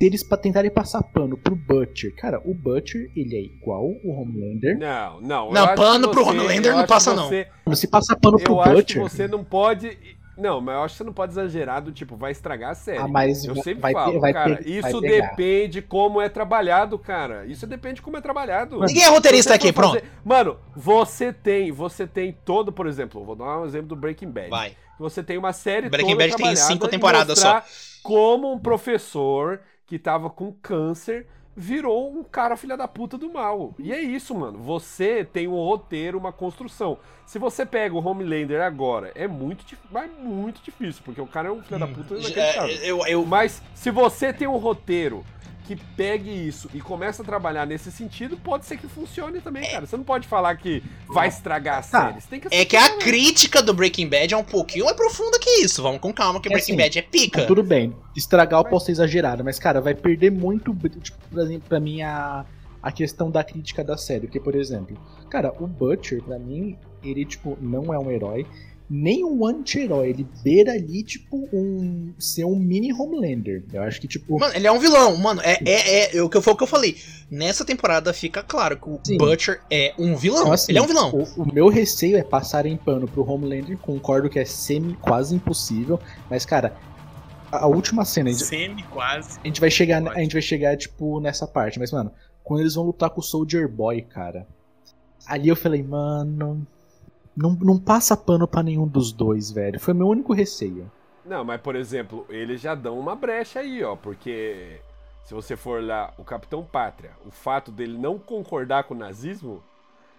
Speaker 4: Se eles pa- tentarem passar pano pro Butcher, cara, o Butcher ele é igual o Homelander.
Speaker 3: Não, não.
Speaker 2: Não,
Speaker 3: eu acho
Speaker 2: pano
Speaker 3: que
Speaker 2: pro
Speaker 3: você-
Speaker 2: Homelander
Speaker 3: eu
Speaker 2: não
Speaker 3: acho
Speaker 2: passa,
Speaker 3: que
Speaker 2: não.
Speaker 3: você-
Speaker 4: Se passar pano pro
Speaker 3: Eu acho que
Speaker 4: Butcher.
Speaker 3: você não pode... Não, mas eu acho que você não pode exagerar do tipo, vai estragar a série.
Speaker 4: Ah, mas
Speaker 3: eu
Speaker 4: vai-
Speaker 3: sempre
Speaker 4: vai
Speaker 3: falo,
Speaker 4: pe- vai
Speaker 3: cara,
Speaker 4: pe-
Speaker 3: isso
Speaker 4: vai pegar.
Speaker 3: depende como é trabalhado, cara. Isso depende de como é trabalhado.
Speaker 2: Ninguém é roteirista aqui,
Speaker 3: Você for
Speaker 2: pronto.
Speaker 3: fazer- Mano, você tem, você tem todo, por exemplo, vou dar um exemplo do Breaking Bad.
Speaker 2: Vai.
Speaker 3: Você tem uma série
Speaker 2: Breaking
Speaker 3: toda
Speaker 2: Bad tem
Speaker 3: trabalhada
Speaker 2: cinco
Speaker 3: em
Speaker 2: temporadas
Speaker 3: mostrar Como um professor que tava com câncer virou um cara filha da puta do mal. E é isso, mano. Você tem um roteiro, uma construção. Se você pega o Homelander agora, é muito difícil, mas muito difícil, porque o cara é um filha da puta inacreditável.
Speaker 2: É, Eu, eu,
Speaker 3: Mas se você tem um roteiro que pegue isso e começa a trabalhar nesse sentido, pode ser que funcione também, cara. Você não pode falar que vai estragar a
Speaker 4: Tá.
Speaker 3: série. Você tem que
Speaker 2: é que a crítica do Breaking Bad é um pouquinho mais profunda que isso. Vamos com calma, que
Speaker 4: É
Speaker 2: Breaking
Speaker 4: assim,
Speaker 2: Bad é pica.
Speaker 4: Não, tudo bem. Estragar eu posso ser exagerado, mas, cara, vai perder muito, tipo, por exemplo, pra mim, a, a questão da crítica da série. Porque, por exemplo, cara, o Butcher, pra mim, ele, tipo, não é um herói, nem um anti-herói. Ele beira ali, tipo, um. ser um mini Homelander. Eu acho que, tipo.
Speaker 2: Mano, ele é um vilão, mano. É, é, é, é o que foi o que eu falei. Nessa temporada fica claro que o
Speaker 4: Sim.
Speaker 2: Butcher é um vilão.
Speaker 4: Então, assim,
Speaker 2: ele é um vilão.
Speaker 4: O, o meu receio é passarem pano pro Homelander, concordo que é semi quase impossível, mas cara, a, a última cena, a gente-
Speaker 1: Semi quase.
Speaker 4: A gente vai chegar,
Speaker 1: Pode.
Speaker 4: a gente vai chegar tipo nessa parte, mas mano, quando eles vão lutar com o Soldier Boy, cara. Ali eu falei, mano, Não, não passa pano pra nenhum dos dois, velho. Foi meu único receio.
Speaker 3: Não, mas por exemplo, eles já dão uma brecha aí, ó, porque se você for lá, o Capitão Pátria, o fato dele não concordar com o nazismo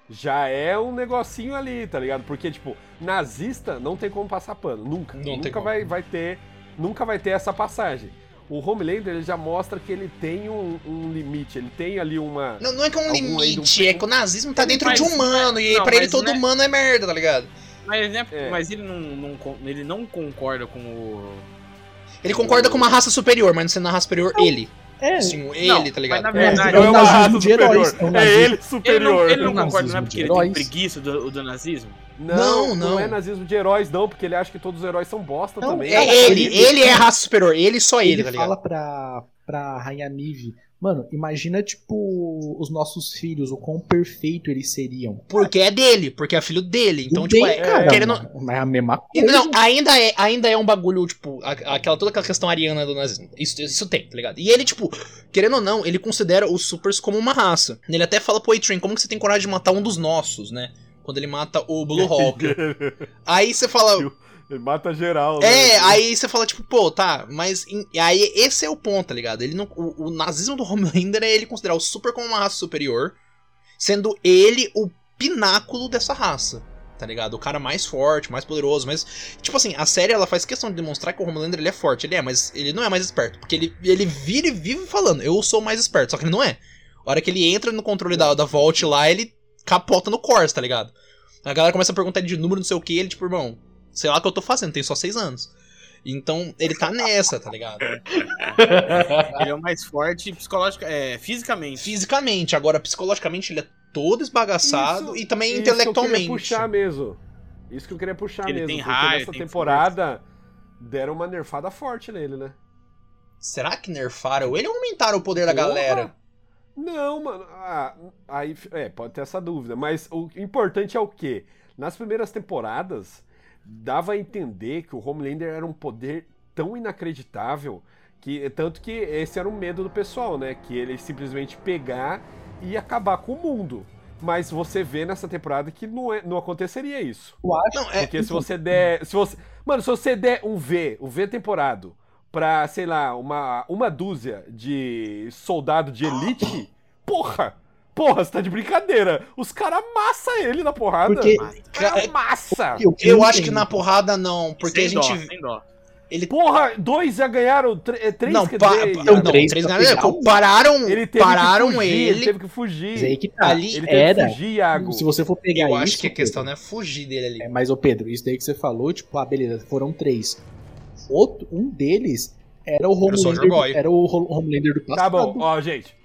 Speaker 3: já é um negocinho ali, tá ligado? Porque tipo, nazista não tem como passar pano, nunca.
Speaker 2: Não tem
Speaker 3: nunca
Speaker 2: como.
Speaker 3: vai, vai ter, nunca vai ter essa passagem. O Homelander ele já mostra que ele tem um, um limite, ele tem ali uma
Speaker 2: Não, não é que é um
Speaker 3: Algum aí do
Speaker 2: limite,
Speaker 3: fim.
Speaker 2: é que o nazismo tá
Speaker 1: Ele
Speaker 2: dentro de
Speaker 1: faz-
Speaker 2: humano, e
Speaker 1: Não,
Speaker 2: pra ele
Speaker 1: mas
Speaker 2: todo
Speaker 1: não é-
Speaker 2: humano é merda, tá ligado?
Speaker 1: Mas, né,
Speaker 3: É.
Speaker 1: mas ele, não, não con- ele não concorda com o.
Speaker 2: Ele concorda com uma raça superior, mas não sendo a raça superior, ele.
Speaker 4: É,
Speaker 2: Assim, ele,
Speaker 1: Não,
Speaker 2: tá
Speaker 1: mas na
Speaker 2: ligado?
Speaker 1: verdade,
Speaker 4: É um
Speaker 3: uma
Speaker 4: nazismo
Speaker 3: raça
Speaker 4: de heróis, é um
Speaker 3: É
Speaker 4: nazismo-
Speaker 3: ele
Speaker 1: ele não,
Speaker 3: superior.
Speaker 1: ele não
Speaker 4: É um
Speaker 1: concorda, não é
Speaker 4: nazismo
Speaker 1: porque
Speaker 4: de
Speaker 1: ele tem
Speaker 4: heróis.
Speaker 1: preguiça do, do nazismo?
Speaker 3: Não,
Speaker 2: Não,
Speaker 3: não,
Speaker 2: não.
Speaker 3: é nazismo de heróis, não, porque ele acha que todos os heróis são bosta
Speaker 4: Não,
Speaker 3: também.
Speaker 2: É ele, ele é a raça superior, ele só ele,
Speaker 4: ele
Speaker 2: tá ligado?
Speaker 4: fala pra, pra Rainha Nive, mano, imagina, tipo, os nossos filhos, o quão perfeito eles seriam.
Speaker 2: Porque é dele, porque é filho dele. Então,
Speaker 4: Não
Speaker 2: tipo,
Speaker 4: tem,
Speaker 2: é,
Speaker 4: cara,
Speaker 2: querendo-
Speaker 4: mas é a mesma
Speaker 2: E
Speaker 4: coisa.
Speaker 2: Não, ainda é, ainda é um bagulho, tipo, a- aquela, toda aquela questão ariana do nazismo. Isso, isso tem, tá ligado? E ele, tipo, querendo ou não, ele considera os supers como uma raça. Ele até fala pro A-Train, como que você tem coragem de matar um dos nossos, né? Quando ele mata o Blue Hawk. aí você fala.
Speaker 3: Ele mata
Speaker 2: É,
Speaker 3: geral. né?
Speaker 2: aí você fala, tipo, pô, tá, mas. em- e aí esse é o ponto, tá ligado? Ele não, o, o nazismo do Homelander é ele considerar o super como uma raça superior, sendo ele o pináculo dessa raça, tá ligado? O cara mais forte, mais poderoso, mas. Tipo assim, a série ela faz questão de demonstrar que o Homelander ele é forte, ele é, mas ele não é mais esperto. Porque ele, ele vira e vive falando, eu sou mais esperto, só que ele não é. A hora que ele entra no controle da, da Vault lá, ele capota no Corsa, tá ligado? A galera começa a perguntar ele de número, não sei o que, ele, tipo, irmão, sei lá o que eu tô fazendo, tenho só seis anos. Então, ele tá nessa, tá ligado?
Speaker 1: Ele é o mais forte psicológica, é, fisicamente.
Speaker 2: Fisicamente, agora psicologicamente ele é todo esbagaçado
Speaker 3: Isso- é
Speaker 2: e também
Speaker 3: isso
Speaker 2: intelectualmente.
Speaker 3: Que eu queria puxar mesmo. Isso que eu queria puxar
Speaker 1: Ele
Speaker 3: mesmo.
Speaker 1: tem
Speaker 3: porque
Speaker 1: raio,
Speaker 3: nessa
Speaker 1: tem
Speaker 3: temporada deram uma nerfada forte nele, né?
Speaker 2: Será que nerfaram ele ou aumentaram o poder da
Speaker 3: Porra!
Speaker 2: galera?
Speaker 3: Não, mano. Ah, aí, é, pode ter essa dúvida. Mas o importante é o quê? Nas primeiras temporadas, dava a entender que o Homelander era um poder tão inacreditável que. Tanto que esse era o medo do pessoal, né? Que ele simplesmente pegar e acabar com o mundo. Mas você vê nessa temporada que não, é- não aconteceria isso.
Speaker 4: Eu acho
Speaker 2: Não, é.
Speaker 3: Porque se você der. Se você, mano, se você der um V, um V temporado, pra, sei lá, uma, uma dúzia de soldado de elite, porra! Porra, você tá de brincadeira! Os caras amassam ele na porrada!
Speaker 4: Porque-
Speaker 3: Os
Speaker 2: é
Speaker 3: caras amassam!
Speaker 4: que o
Speaker 2: ah, Eu acho que
Speaker 4: Clinton-
Speaker 2: na porrada não, porque
Speaker 1: sem
Speaker 2: a gente.
Speaker 1: Dó, sem dó.
Speaker 3: Porra, dois já ganharam, tre- é, três
Speaker 2: Não,
Speaker 3: quer
Speaker 2: pa-
Speaker 3: dizer,
Speaker 2: pa-
Speaker 3: já-
Speaker 2: não,
Speaker 4: Três
Speaker 2: três
Speaker 4: pra
Speaker 2: galera,
Speaker 4: pegar um.
Speaker 2: pararam,
Speaker 3: Ele teve que
Speaker 2: pararam
Speaker 3: fugir,
Speaker 2: ele.
Speaker 3: teve que fugir.
Speaker 4: Mas aí que tá.
Speaker 2: Ali
Speaker 3: Ele teve
Speaker 4: Era.
Speaker 3: que fugir, Iago.
Speaker 4: Se você for pegar
Speaker 2: Eu acho
Speaker 4: isso,
Speaker 2: que a
Speaker 4: Pedro,
Speaker 2: questão não é fugir dele ali.
Speaker 4: É, mas, ô Pedro, isso daí que você falou, tipo, ah, beleza, foram três. Outro, um deles era o
Speaker 2: o Soldier
Speaker 4: Homelander.
Speaker 2: Boy.
Speaker 4: do- Era o Ho- Homelander do
Speaker 3: Tá
Speaker 4: passado.
Speaker 3: bom, ó, gente.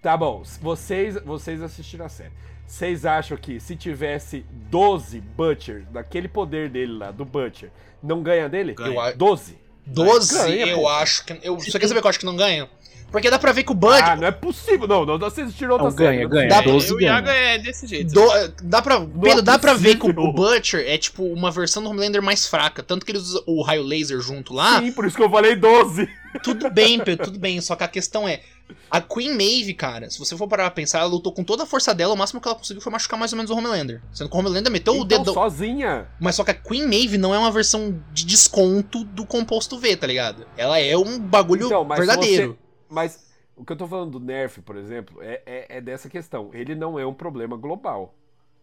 Speaker 3: Tá bom. Vocês, vocês assistiram a série. Vocês acham que se tivesse 12 Butcher, daquele poder dele lá, do Butcher, não ganha dele?
Speaker 1: Ganha.
Speaker 2: Eu a-
Speaker 3: 12?
Speaker 2: 12,
Speaker 3: Ganha,
Speaker 2: eu
Speaker 3: pô.
Speaker 2: acho que. Eu, você quer saber que eu acho que não ganha? Porque dá pra ver que o Bud.
Speaker 3: Ah, não é possível. Não, não vocês assistiram outra
Speaker 4: Não, ganha,
Speaker 3: série.
Speaker 4: ganha.
Speaker 1: É,
Speaker 2: Dá-
Speaker 4: doze
Speaker 1: o Iago
Speaker 4: ganha.
Speaker 1: é desse jeito.
Speaker 2: Do- eh, dá pra, Pedro, dá pra ver que o
Speaker 3: possível.
Speaker 2: Butcher é tipo uma versão do Homelander mais fraca. Tanto que ele usa o raio laser junto lá.
Speaker 3: Sim, por isso que eu falei 12.
Speaker 2: Tudo bem, Pedro, tudo bem. Só que a questão é: a Queen Maeve, cara, se você for parar pra pensar, ela lutou com toda a força dela. O máximo que ela conseguiu foi machucar mais ou menos o Homelander. Sendo que o Homelander meteu o
Speaker 3: Então,
Speaker 2: dedão.
Speaker 3: sozinha.
Speaker 2: Mas só que a Queen Maeve não é uma versão de desconto do composto V, tá ligado? Ela é um bagulho
Speaker 3: Então, mas se
Speaker 2: verdadeiro.
Speaker 3: Mas o que eu tô falando do Nerf, por exemplo, é, é- é dessa questão. Ele não é um problema global.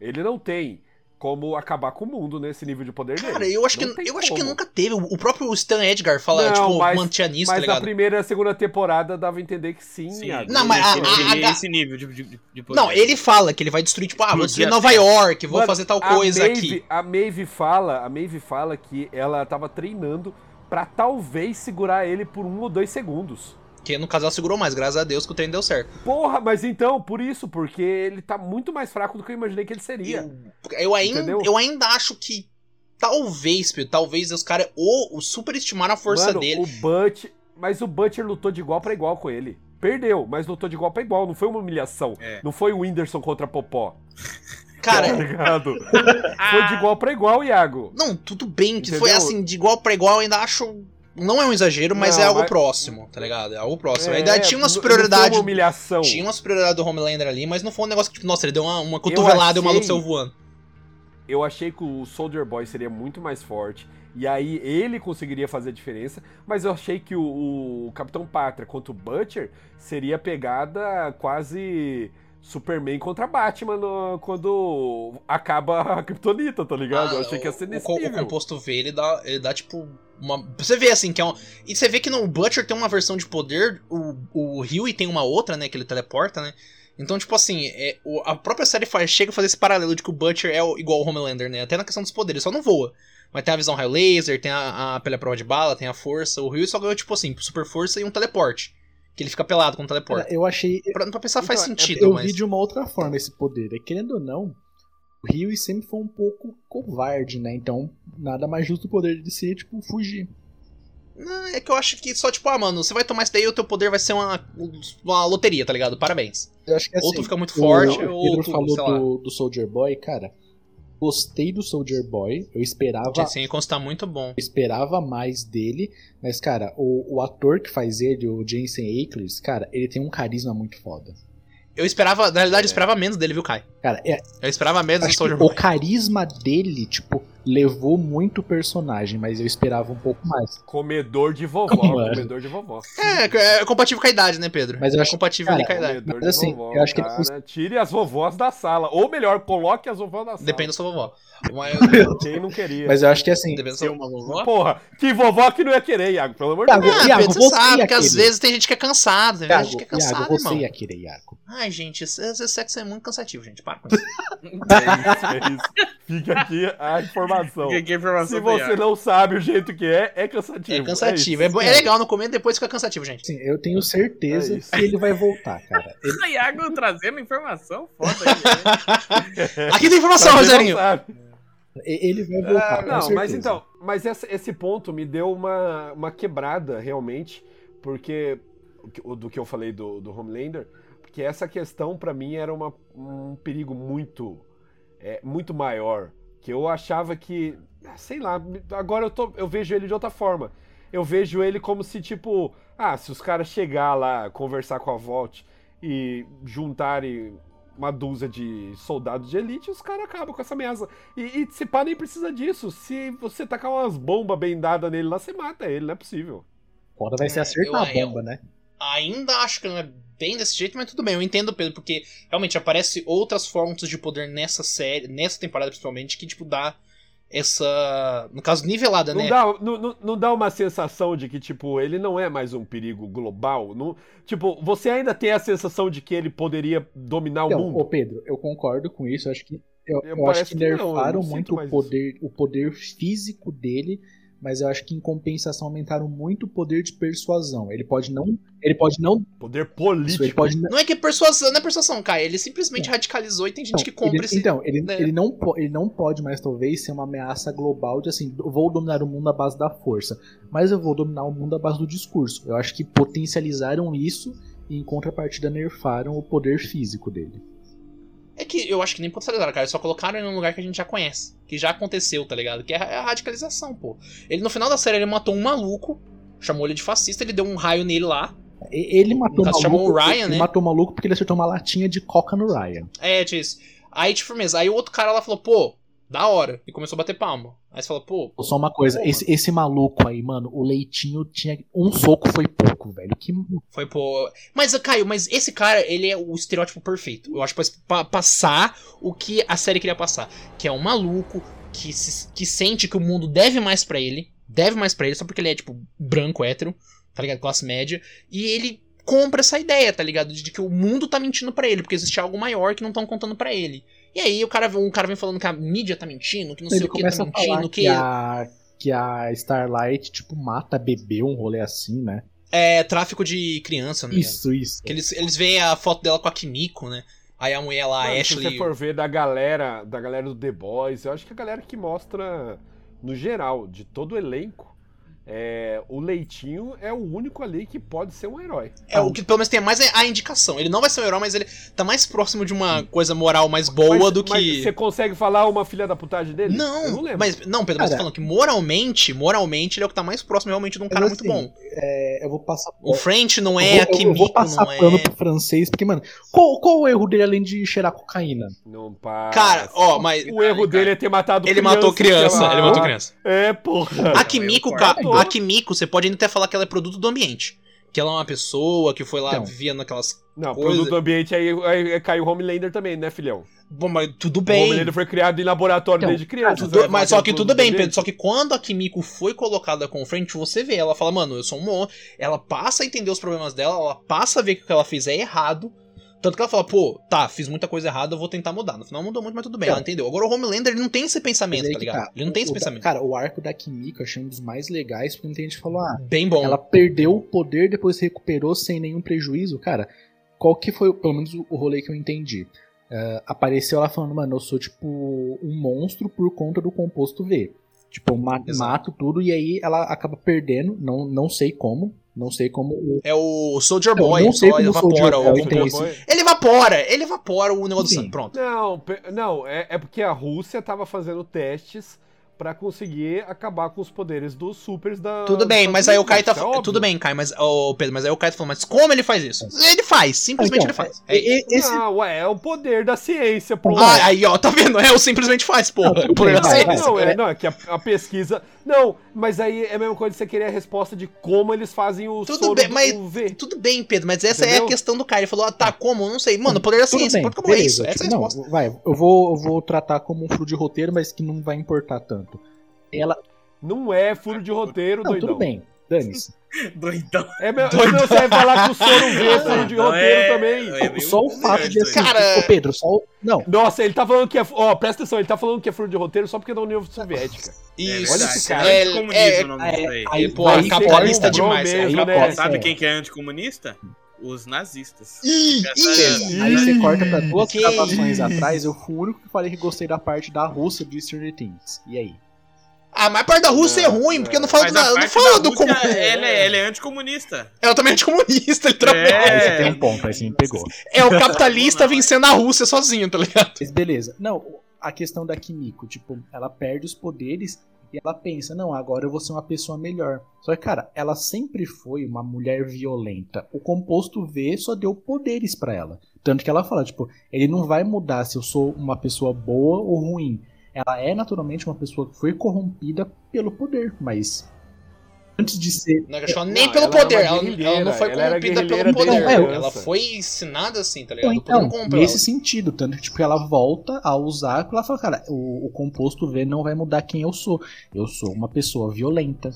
Speaker 3: Ele não tem como acabar com o mundo nesse nível de poder dele.
Speaker 2: Cara, eu acho
Speaker 3: Não
Speaker 2: que,
Speaker 3: tem
Speaker 2: eu acho que
Speaker 3: como.
Speaker 2: nunca teve. O o próprio Stan Edgar fala,
Speaker 3: Não,
Speaker 2: tipo,
Speaker 3: mas-
Speaker 2: mantinha nisso, tá
Speaker 3: Mas na
Speaker 2: ligado?
Speaker 3: primeira e segunda temporada dava a entender que sim.
Speaker 1: Sim,
Speaker 3: Iago.
Speaker 2: Não, mas a-
Speaker 1: esse,
Speaker 2: a- a-
Speaker 1: esse nível de, de, de poder.
Speaker 2: Não, ele fala que ele vai destruir, tipo, ah, vou destruir
Speaker 1: Explodir
Speaker 2: Nova
Speaker 1: a
Speaker 2: York, vou
Speaker 3: Mano,
Speaker 2: fazer tal
Speaker 3: a
Speaker 2: coisa
Speaker 3: Maeve-
Speaker 2: aqui.
Speaker 3: A Maeve fala, a Maeve fala que ela tava treinando pra talvez segurar ele por um ou dois segundos.
Speaker 2: Que no caso ela segurou mais, graças a Deus que o treino deu certo.
Speaker 3: Porra, mas então, por isso, porque ele tá muito mais fraco do que eu imaginei que ele seria.
Speaker 2: Eu, eu, ainda,
Speaker 3: Entendeu?
Speaker 2: eu ainda acho que talvez, Pedro, talvez os caras ou, ou superestimaram a força
Speaker 3: Mano,
Speaker 2: dele.
Speaker 3: O Butch, mas o Butcher lutou de igual pra igual com ele. Perdeu, mas lutou de igual pra igual, não foi uma humilhação.
Speaker 1: É.
Speaker 3: Não foi o Whindersson contra Popó.
Speaker 2: Cara, [laughs]
Speaker 3: Tá ligado?
Speaker 1: Ah,
Speaker 2: Ah.
Speaker 3: foi de igual pra igual, Iago.
Speaker 2: não, tudo bem que
Speaker 3: Entendeu?
Speaker 2: foi assim, de igual pra igual, eu ainda acho. Não é um exagero, mas
Speaker 3: Não,
Speaker 2: é algo
Speaker 3: mas-
Speaker 2: próximo, tá ligado? É algo próximo.
Speaker 3: É,
Speaker 2: ainda tinha
Speaker 3: não-
Speaker 2: uma
Speaker 3: não
Speaker 2: superioridade.
Speaker 3: foi uma humilhação.
Speaker 2: Tinha uma superioridade do Homelander ali, mas não foi um negócio que, tipo, nossa, ele deu uma, uma cotovelada e o maluco
Speaker 3: achei-
Speaker 2: saiu voando.
Speaker 3: eu achei que o Soldier Boy seria muito mais forte. E aí ele conseguiria fazer a diferença. Mas eu achei que o, o Capitão Pátria contra o Butcher seria pegada quase Superman contra Batman no- quando acaba [laughs] a Kryptonita, tá ligado? eu achei que ia ser
Speaker 2: Ah, o,
Speaker 3: nesse
Speaker 2: co- o
Speaker 3: nível.
Speaker 2: composto V, ele dá, ele dá tipo. Uma... Você vê assim que é um. E você vê que no Butcher tem uma versão de poder, o, o Huey tem uma outra, né? Que ele teleporta, né? Então, tipo assim, é, o- a própria série faz, chega a fazer esse paralelo de que o Butcher é o- igual o Homelander, né? Até na questão dos poderes, só não voa. Mas tem a visão raio laser, tem a, a pele à prova de bala, tem a força. O Huey só ganhou, tipo assim, super força e um teleporte. Que ele fica pelado com o teleporte.
Speaker 4: Cara, eu achei.
Speaker 2: Pra, pra pensar faz
Speaker 3: Então, é-
Speaker 2: sentido,
Speaker 4: Eu
Speaker 2: mas.
Speaker 4: vi de uma outra forma esse poder. É, Querendo ou não, o Rio sempre foi um pouco covarde, né? Então, nada mais justo o poder de ser, tipo, fugir.
Speaker 2: Não, é que eu acho que só, tipo, ah, mano, você vai tomar isso daí e o teu poder vai ser uma, uma loteria, tá ligado? Parabéns.
Speaker 4: Eu acho que é
Speaker 2: ou
Speaker 4: assim,
Speaker 2: tu fica muito
Speaker 4: o-
Speaker 2: forte,
Speaker 4: o
Speaker 2: ou
Speaker 4: Pedro
Speaker 2: tu,
Speaker 4: falou
Speaker 2: sei lá.
Speaker 4: do, do Soldier Boy, cara. Gostei do Soldier Boy. Eu esperava, eu
Speaker 2: Jason Ackles tá muito bom.
Speaker 4: esperava mais dele. Mas, cara, o, o ator que faz ele, o Jensen Ackles, cara, ele tem um carisma muito foda.
Speaker 2: Eu esperava, na realidade, eu esperava menos dele, viu, Kai?
Speaker 4: Cara, é,
Speaker 2: Eu esperava menos do
Speaker 4: acho que
Speaker 2: Soldier
Speaker 4: o
Speaker 2: Boy.
Speaker 4: carisma dele, tipo, levou muito o personagem, mas eu esperava um pouco mais.
Speaker 3: Comedor de vovó,
Speaker 4: Mano.
Speaker 3: comedor
Speaker 2: [laughs]
Speaker 3: de vovó.
Speaker 2: É, é compatível com a idade, né, Pedro?
Speaker 4: Mas eu acho-
Speaker 2: compatível
Speaker 4: cara,
Speaker 2: ali com a idade.
Speaker 3: Comedor
Speaker 4: Mas assim,
Speaker 3: de vovó,
Speaker 4: eu acho que ele
Speaker 3: cara. Tire as vovós da sala. Ou melhor, coloque as vovós da sala.
Speaker 2: Depende da sua
Speaker 4: [laughs]
Speaker 2: vovó. Mas,
Speaker 3: Quem não queria.
Speaker 4: Mas eu acho que assim.
Speaker 2: depende da
Speaker 1: Ser
Speaker 2: sua...
Speaker 1: uma vovó?
Speaker 3: Porra, que vovó que não ia querer, Iago, pelo amor de
Speaker 4: Iago,
Speaker 3: Deus.
Speaker 2: Ah,
Speaker 4: Iago,
Speaker 2: Pedro, você
Speaker 4: você
Speaker 2: sabe
Speaker 4: e
Speaker 2: que às
Speaker 4: aquele?
Speaker 2: vezes tem gente que é cansada, tem
Speaker 4: Iago,
Speaker 2: gente que é
Speaker 4: Iago,
Speaker 2: cansada,
Speaker 4: você
Speaker 2: irmão.
Speaker 4: ia querer, Iago.
Speaker 2: Ai, gente, esse, esse sexo é muito cansativo, gente. Para com isso.
Speaker 3: [laughs] É isso, é isso. Fica aqui a informação.
Speaker 1: Que- que informação
Speaker 3: Se
Speaker 1: do
Speaker 3: você
Speaker 1: Iago.
Speaker 3: não sabe o jeito que é, é cansativo.
Speaker 2: É cansativo. É,
Speaker 3: isso.
Speaker 2: bo- é legal no começo, depois fica cansativo, gente.
Speaker 4: Assim, eu tenho certeza
Speaker 3: É isso.
Speaker 4: que ele vai voltar, cara. Ele-
Speaker 1: O Iago trazendo informação foda aí, né?
Speaker 2: Aqui tem
Speaker 3: Pra
Speaker 2: informação,
Speaker 3: quem não
Speaker 2: Rogerinho.
Speaker 3: sabe.
Speaker 4: Ele vai
Speaker 3: Ah,
Speaker 4: voltar, com
Speaker 3: não, mas
Speaker 4: certeza.
Speaker 3: então, mas essa- esse ponto me deu uma, uma quebrada realmente, porque o que- o do que eu falei do, do Homelander, porque essa questão pra mim era uma- um perigo muito é, muito maior, que eu achava que, ah, sei lá, me- agora eu tô- eu vejo ele de outra forma. Eu vejo ele como se tipo, ah, se os caras chegar lá, conversar com a Volt e juntarem uma dúzia de soldados de elite, os caras acabam com essa ameaça. E, e se pá, nem precisa disso. Se você tacar umas bombas bendadas nele lá, você mata ele, não é possível.
Speaker 4: Foda
Speaker 3: é,
Speaker 4: vai ser acertar a
Speaker 2: Eu- eu-
Speaker 4: bomba, né?
Speaker 2: ainda acho que não é bem desse jeito, mas tudo bem, eu entendo, Pedro, porque realmente aparece outras fontes de poder nessa série, nessa temporada principalmente, que, tipo, dá essa. No caso, nivelada,
Speaker 3: Não
Speaker 2: né?
Speaker 3: dá, não, não- não dá uma sensação de que, tipo, ele não é mais um perigo global. Não, tipo, você ainda tem a sensação de que ele poderia dominar o
Speaker 4: Então,
Speaker 3: mundo.
Speaker 4: ô Pedro, eu concordo com isso. eu acho que eu,
Speaker 3: Eu
Speaker 4: eu
Speaker 3: parece
Speaker 4: acho que
Speaker 3: que não, eu não
Speaker 4: nerfaram
Speaker 3: sinto
Speaker 4: muito o
Speaker 3: mais
Speaker 4: poder, o poder físico dele, mas eu acho que em compensação aumentaram muito o poder de persuasão. Ele pode não, ele pode não,
Speaker 3: Poder
Speaker 4: isso, ele
Speaker 3: político.
Speaker 4: pode
Speaker 2: Não é que é persuasão, não é persuasão, cara. Ele simplesmente radicalizou e tem gente que
Speaker 4: Então,
Speaker 2: compra
Speaker 4: ele,
Speaker 2: esse.
Speaker 4: então, ele,
Speaker 2: né?
Speaker 4: ele, não, po- ele não pode mais, talvez, ser uma ameaça global de assim, eu vou dominar o mundo à base da força. Mas eu vou dominar o mundo à base do discurso. Eu acho que potencializaram isso e, em contrapartida, nerfaram o poder físico dele.
Speaker 2: É que eu acho que nem potencializaram, cara. Só colocaram ele num lugar que a gente já conhece. Que já aconteceu, tá ligado? Que é a é a radicalização, pô. Ele no final da série ele matou um maluco, chamou ele de fascista, ele deu um raio nele lá.
Speaker 4: E- Ele matou
Speaker 2: caso, chamou o Ryan,
Speaker 4: ele
Speaker 2: né?
Speaker 4: matou o maluco porque ele acertou uma latinha de coca no Ryan.
Speaker 2: É, tinha isso. Aí, tipo, firmeza. Aí o outro cara lá falou, pô, da hora. E começou a bater palma. Aí você fala, pô,
Speaker 4: Só uma coisa,
Speaker 2: Pô,
Speaker 4: esse, esse maluco aí, mano, o leitinho tinha. Um soco foi pouco, velho. Que
Speaker 2: Foi pô. Mas, Caio, mas esse cara, ele é o estereótipo perfeito. Eu acho pra, pra passar o que a série queria passar. Que é um maluco que, se- que sente que o mundo deve mais pra ele. Deve mais pra ele, só porque ele é, tipo, branco, hétero, tá ligado? Classe média. E ele compra essa ideia, tá ligado? De que o mundo tá mentindo pra ele, porque existe algo maior que não estão contando pra ele. E aí o cara, um cara vem falando que a mídia tá mentindo, que não sei
Speaker 4: ele
Speaker 2: o que tá
Speaker 4: começa a
Speaker 2: mentindo,
Speaker 4: falar
Speaker 2: que.
Speaker 4: que, a, que a Starlight, tipo, mata bebê, um rolê assim, né?
Speaker 2: É tráfico de criança, né?
Speaker 4: Isso, isso.
Speaker 2: Que eles, eles veem a foto dela com a Kimiko, né? Aí a mulher lá, a
Speaker 3: Mano, Se
Speaker 2: Ashley.
Speaker 3: você for ver da galera, da galera do The Boys, eu acho que a galera que mostra, no geral, de todo o elenco, É, o Leitinho é o único ali que pode ser um herói.
Speaker 2: É, o que pelo menos tem mais é a indicação. Ele não vai ser um herói, mas ele tá mais próximo de uma coisa moral mais boa
Speaker 3: Mas-
Speaker 2: do
Speaker 3: mas
Speaker 2: que.
Speaker 3: você consegue falar uma filha da putagem dele?
Speaker 2: Não,
Speaker 3: Eu não lembro.
Speaker 2: mas não, Pedro, mas
Speaker 4: Cara.
Speaker 2: tô falando que moralmente, moralmente ele é o que tá mais próximo realmente de um cara
Speaker 4: Mas,
Speaker 2: muito
Speaker 4: assim,
Speaker 2: bom.
Speaker 4: É, eu vou passar.
Speaker 2: O French não é, a
Speaker 4: eu, vou- eu, eu
Speaker 2: Kimiko
Speaker 4: vou
Speaker 3: tá
Speaker 4: passar
Speaker 2: não
Speaker 4: pano
Speaker 2: é.
Speaker 4: pro francês, porque, mano, qual, qual o erro dele além de cheirar cocaína?
Speaker 3: Não passa.
Speaker 2: Cara, ó, mas
Speaker 3: O erro dele é ter matado
Speaker 2: ele matou criança,
Speaker 3: sei lá.
Speaker 2: ele matou criança.
Speaker 3: É, porra.
Speaker 2: A Kimiko,
Speaker 5: eu
Speaker 2: ca-
Speaker 3: concordo.
Speaker 2: a Kimiko, você pode ainda até falar que ela é produto do ambiente. Que ela é uma pessoa que foi lá,
Speaker 4: Então.
Speaker 2: vivia naquelas.
Speaker 3: Não,
Speaker 2: coisa-
Speaker 3: produto do ambiente aí, aí, aí caiu o Homelander também, né, filhão?
Speaker 2: Bom, mas tudo
Speaker 3: O
Speaker 2: bem.
Speaker 3: Homelander foi criado em laboratório
Speaker 4: Então,
Speaker 3: desde criança.
Speaker 2: Tudo-
Speaker 3: você vai
Speaker 2: mas
Speaker 3: falar
Speaker 2: só que
Speaker 3: é
Speaker 2: tudo
Speaker 3: produto
Speaker 2: bem,
Speaker 3: do
Speaker 2: Pedro.
Speaker 3: ambiente?
Speaker 2: Só que quando a Kimiko foi colocada com o French, você vê, ela fala, mano, eu sou um mon. Ela passa a entender os problemas dela, ela passa a ver que o que ela fez é errado. Tanto que ela fala, pô, tá, fiz muita coisa errada, eu vou tentar mudar. No final mudou muito, mas tudo bem,
Speaker 4: É.
Speaker 2: ela entendeu. Agora o Homelander ele não tem esse pensamento,
Speaker 4: Mas aí
Speaker 2: tá
Speaker 4: que
Speaker 2: ligado?
Speaker 4: tá.
Speaker 2: Ele não tem esse
Speaker 4: O da-
Speaker 2: pensamento.
Speaker 4: Cara, o arco da Kimiko eu achei um dos mais legais, porque muita gente falou, ah,
Speaker 2: Bem bom.
Speaker 4: ela perdeu o poder, depois recuperou sem nenhum prejuízo. Cara, qual que foi, pelo menos, o o rolê que eu entendi? Ah, apareceu ela falando, mano, eu sou tipo um monstro por conta do composto V. Tipo, eu ma-
Speaker 2: Exato.
Speaker 4: mato tudo e aí ela acaba perdendo, não, não sei como, não sei como o
Speaker 2: É o Soldier
Speaker 4: Então,
Speaker 2: Boy,
Speaker 4: não sei
Speaker 2: só
Speaker 4: como o Soldier
Speaker 2: evapora
Speaker 4: Boy
Speaker 2: o
Speaker 3: Isso
Speaker 4: tem
Speaker 2: composto.
Speaker 4: esse-
Speaker 3: depois-
Speaker 2: Ele evapora, ele evapora o negócio
Speaker 4: Sim.
Speaker 2: do sangue, pronto.
Speaker 3: Não, pe- não é, é porque a Rússia tava fazendo testes pra conseguir acabar com os poderes dos supers da.
Speaker 2: Tudo
Speaker 3: dos
Speaker 2: bem,
Speaker 3: Estados
Speaker 2: mas aí o
Speaker 3: Unidos,
Speaker 2: Caio tá.
Speaker 3: isso é óbvio.
Speaker 2: Tudo bem, Caio, mas. Ô, Pedro, mas aí o Caio tá falando, mas como ele faz isso? Ele faz, simplesmente
Speaker 4: Então,
Speaker 2: ele faz.
Speaker 4: é- é- esse-
Speaker 3: Não, ué, é o poder da ciência, pô.
Speaker 2: Ah, aí, ó, tá vendo? É, eu simplesmente faz, porra.
Speaker 4: Não, tudo
Speaker 2: O problema
Speaker 4: bem,
Speaker 2: é
Speaker 4: vai,
Speaker 2: esse.
Speaker 4: vai.
Speaker 3: não, é,
Speaker 4: é-
Speaker 3: não, é que a, a pesquisa. Não, mas aí é a mesma coisa de você querer a resposta de como eles fazem o
Speaker 2: Tudo
Speaker 3: soro
Speaker 2: bem,
Speaker 3: do
Speaker 2: mas-
Speaker 3: V.
Speaker 2: Tudo bem, Pedro, mas essa é
Speaker 3: Entendeu?
Speaker 2: a questão do cara. Ele falou, ah, tá, como? Não sei. Mano, o poder da
Speaker 4: Tudo
Speaker 2: ciência,
Speaker 4: bem,
Speaker 2: pronto, acabou. É
Speaker 4: beleza,
Speaker 2: isso, essa é a
Speaker 4: tipo,
Speaker 2: resposta.
Speaker 4: Não, vai, eu vou, eu vou tratar como um furo de roteiro, mas que não vai importar tanto. Ela.
Speaker 3: Não é furo de roteiro,
Speaker 4: Não,
Speaker 3: doidão.
Speaker 4: tudo bem, dane-se.
Speaker 1: né?
Speaker 2: [laughs]
Speaker 5: Doidão.
Speaker 3: É meu,
Speaker 2: Doidão.
Speaker 3: Não, você vai falar que o soro V
Speaker 2: Ah,
Speaker 3: é furo de
Speaker 5: Não,
Speaker 3: roteiro
Speaker 5: é-
Speaker 3: também.
Speaker 5: é meio
Speaker 4: Só o fato
Speaker 5: doido
Speaker 4: de
Speaker 5: isso
Speaker 4: assim.
Speaker 5: aí.
Speaker 2: Cara-
Speaker 4: Ô, Pedro, só o. Não,
Speaker 3: Nossa, ele tá falando que é. Ó, presta atenção, ele tá falando que é furo de roteiro só porque é da União Soviética.
Speaker 2: Isso,
Speaker 3: É, olha esse
Speaker 2: cara.
Speaker 3: cara.
Speaker 2: É,
Speaker 1: Anticomunismo
Speaker 2: é,
Speaker 1: o nome
Speaker 4: é-
Speaker 1: disso aí.
Speaker 4: aí,
Speaker 2: pô,
Speaker 4: aí
Speaker 2: capitalista
Speaker 4: ferrou,
Speaker 2: demais.
Speaker 3: mesmo,
Speaker 2: aí
Speaker 3: né?
Speaker 2: capitalista.
Speaker 1: Sabe
Speaker 4: é.
Speaker 1: quem que é anticomunista? Os nazistas.
Speaker 2: Ih,
Speaker 1: Essa-
Speaker 2: ih,
Speaker 4: Aí você corta pra duas
Speaker 2: Que
Speaker 4: gravações atrás, eu fui o único que falei que gostei da parte da Rússia de Stranger Things. E aí?
Speaker 2: Ah, mas a parte da Rússia é
Speaker 3: Não,
Speaker 2: ruim,
Speaker 3: não.
Speaker 2: porque eu não falo,
Speaker 1: Mas a
Speaker 2: da, eu não
Speaker 1: parte
Speaker 2: falo
Speaker 1: da
Speaker 2: do
Speaker 1: Rússia,
Speaker 2: comunismo.
Speaker 1: Ela é, ela é anticomunista.
Speaker 2: Ela também é anticomunista, literalmente.
Speaker 4: Aí
Speaker 1: É.
Speaker 4: você tem um ponto, aí você me pegou.
Speaker 2: É o capitalista vencendo a Rússia sozinho, tá ligado?
Speaker 4: Mas beleza. Não, a questão da Kimiko, tipo, ela perde os poderes e ela pensa, não, agora eu vou ser uma pessoa melhor. Só que, cara, ela sempre foi uma mulher violenta. O composto V só deu poderes pra ela. Tanto que ela fala, tipo, ele não vai mudar se eu sou uma pessoa boa ou ruim. Ela é naturalmente uma pessoa que foi corrompida pelo poder, mas antes de ser
Speaker 2: Não, eu acho que ela
Speaker 3: Não, é
Speaker 2: nem pelo
Speaker 3: ela era
Speaker 2: poder,
Speaker 3: uma
Speaker 2: ela, ela não
Speaker 3: guerrilheira,
Speaker 2: foi
Speaker 3: ela era
Speaker 2: corrompida
Speaker 3: guerrilheira
Speaker 2: pelo poder.
Speaker 4: desde
Speaker 2: Ela,
Speaker 3: criança.
Speaker 2: foi ensinada assim, tá ligado?
Speaker 4: Então,
Speaker 2: O poder
Speaker 4: então,
Speaker 2: compra ela.
Speaker 4: nesse sentido, tanto que tipo, ela volta a usar, porque ela fala, cara, o, o composto V não vai mudar quem eu sou. Eu sou uma pessoa violenta.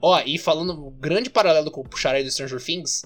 Speaker 2: Ó, e falando, o grande paralelo com o puxar aí do Stranger Things,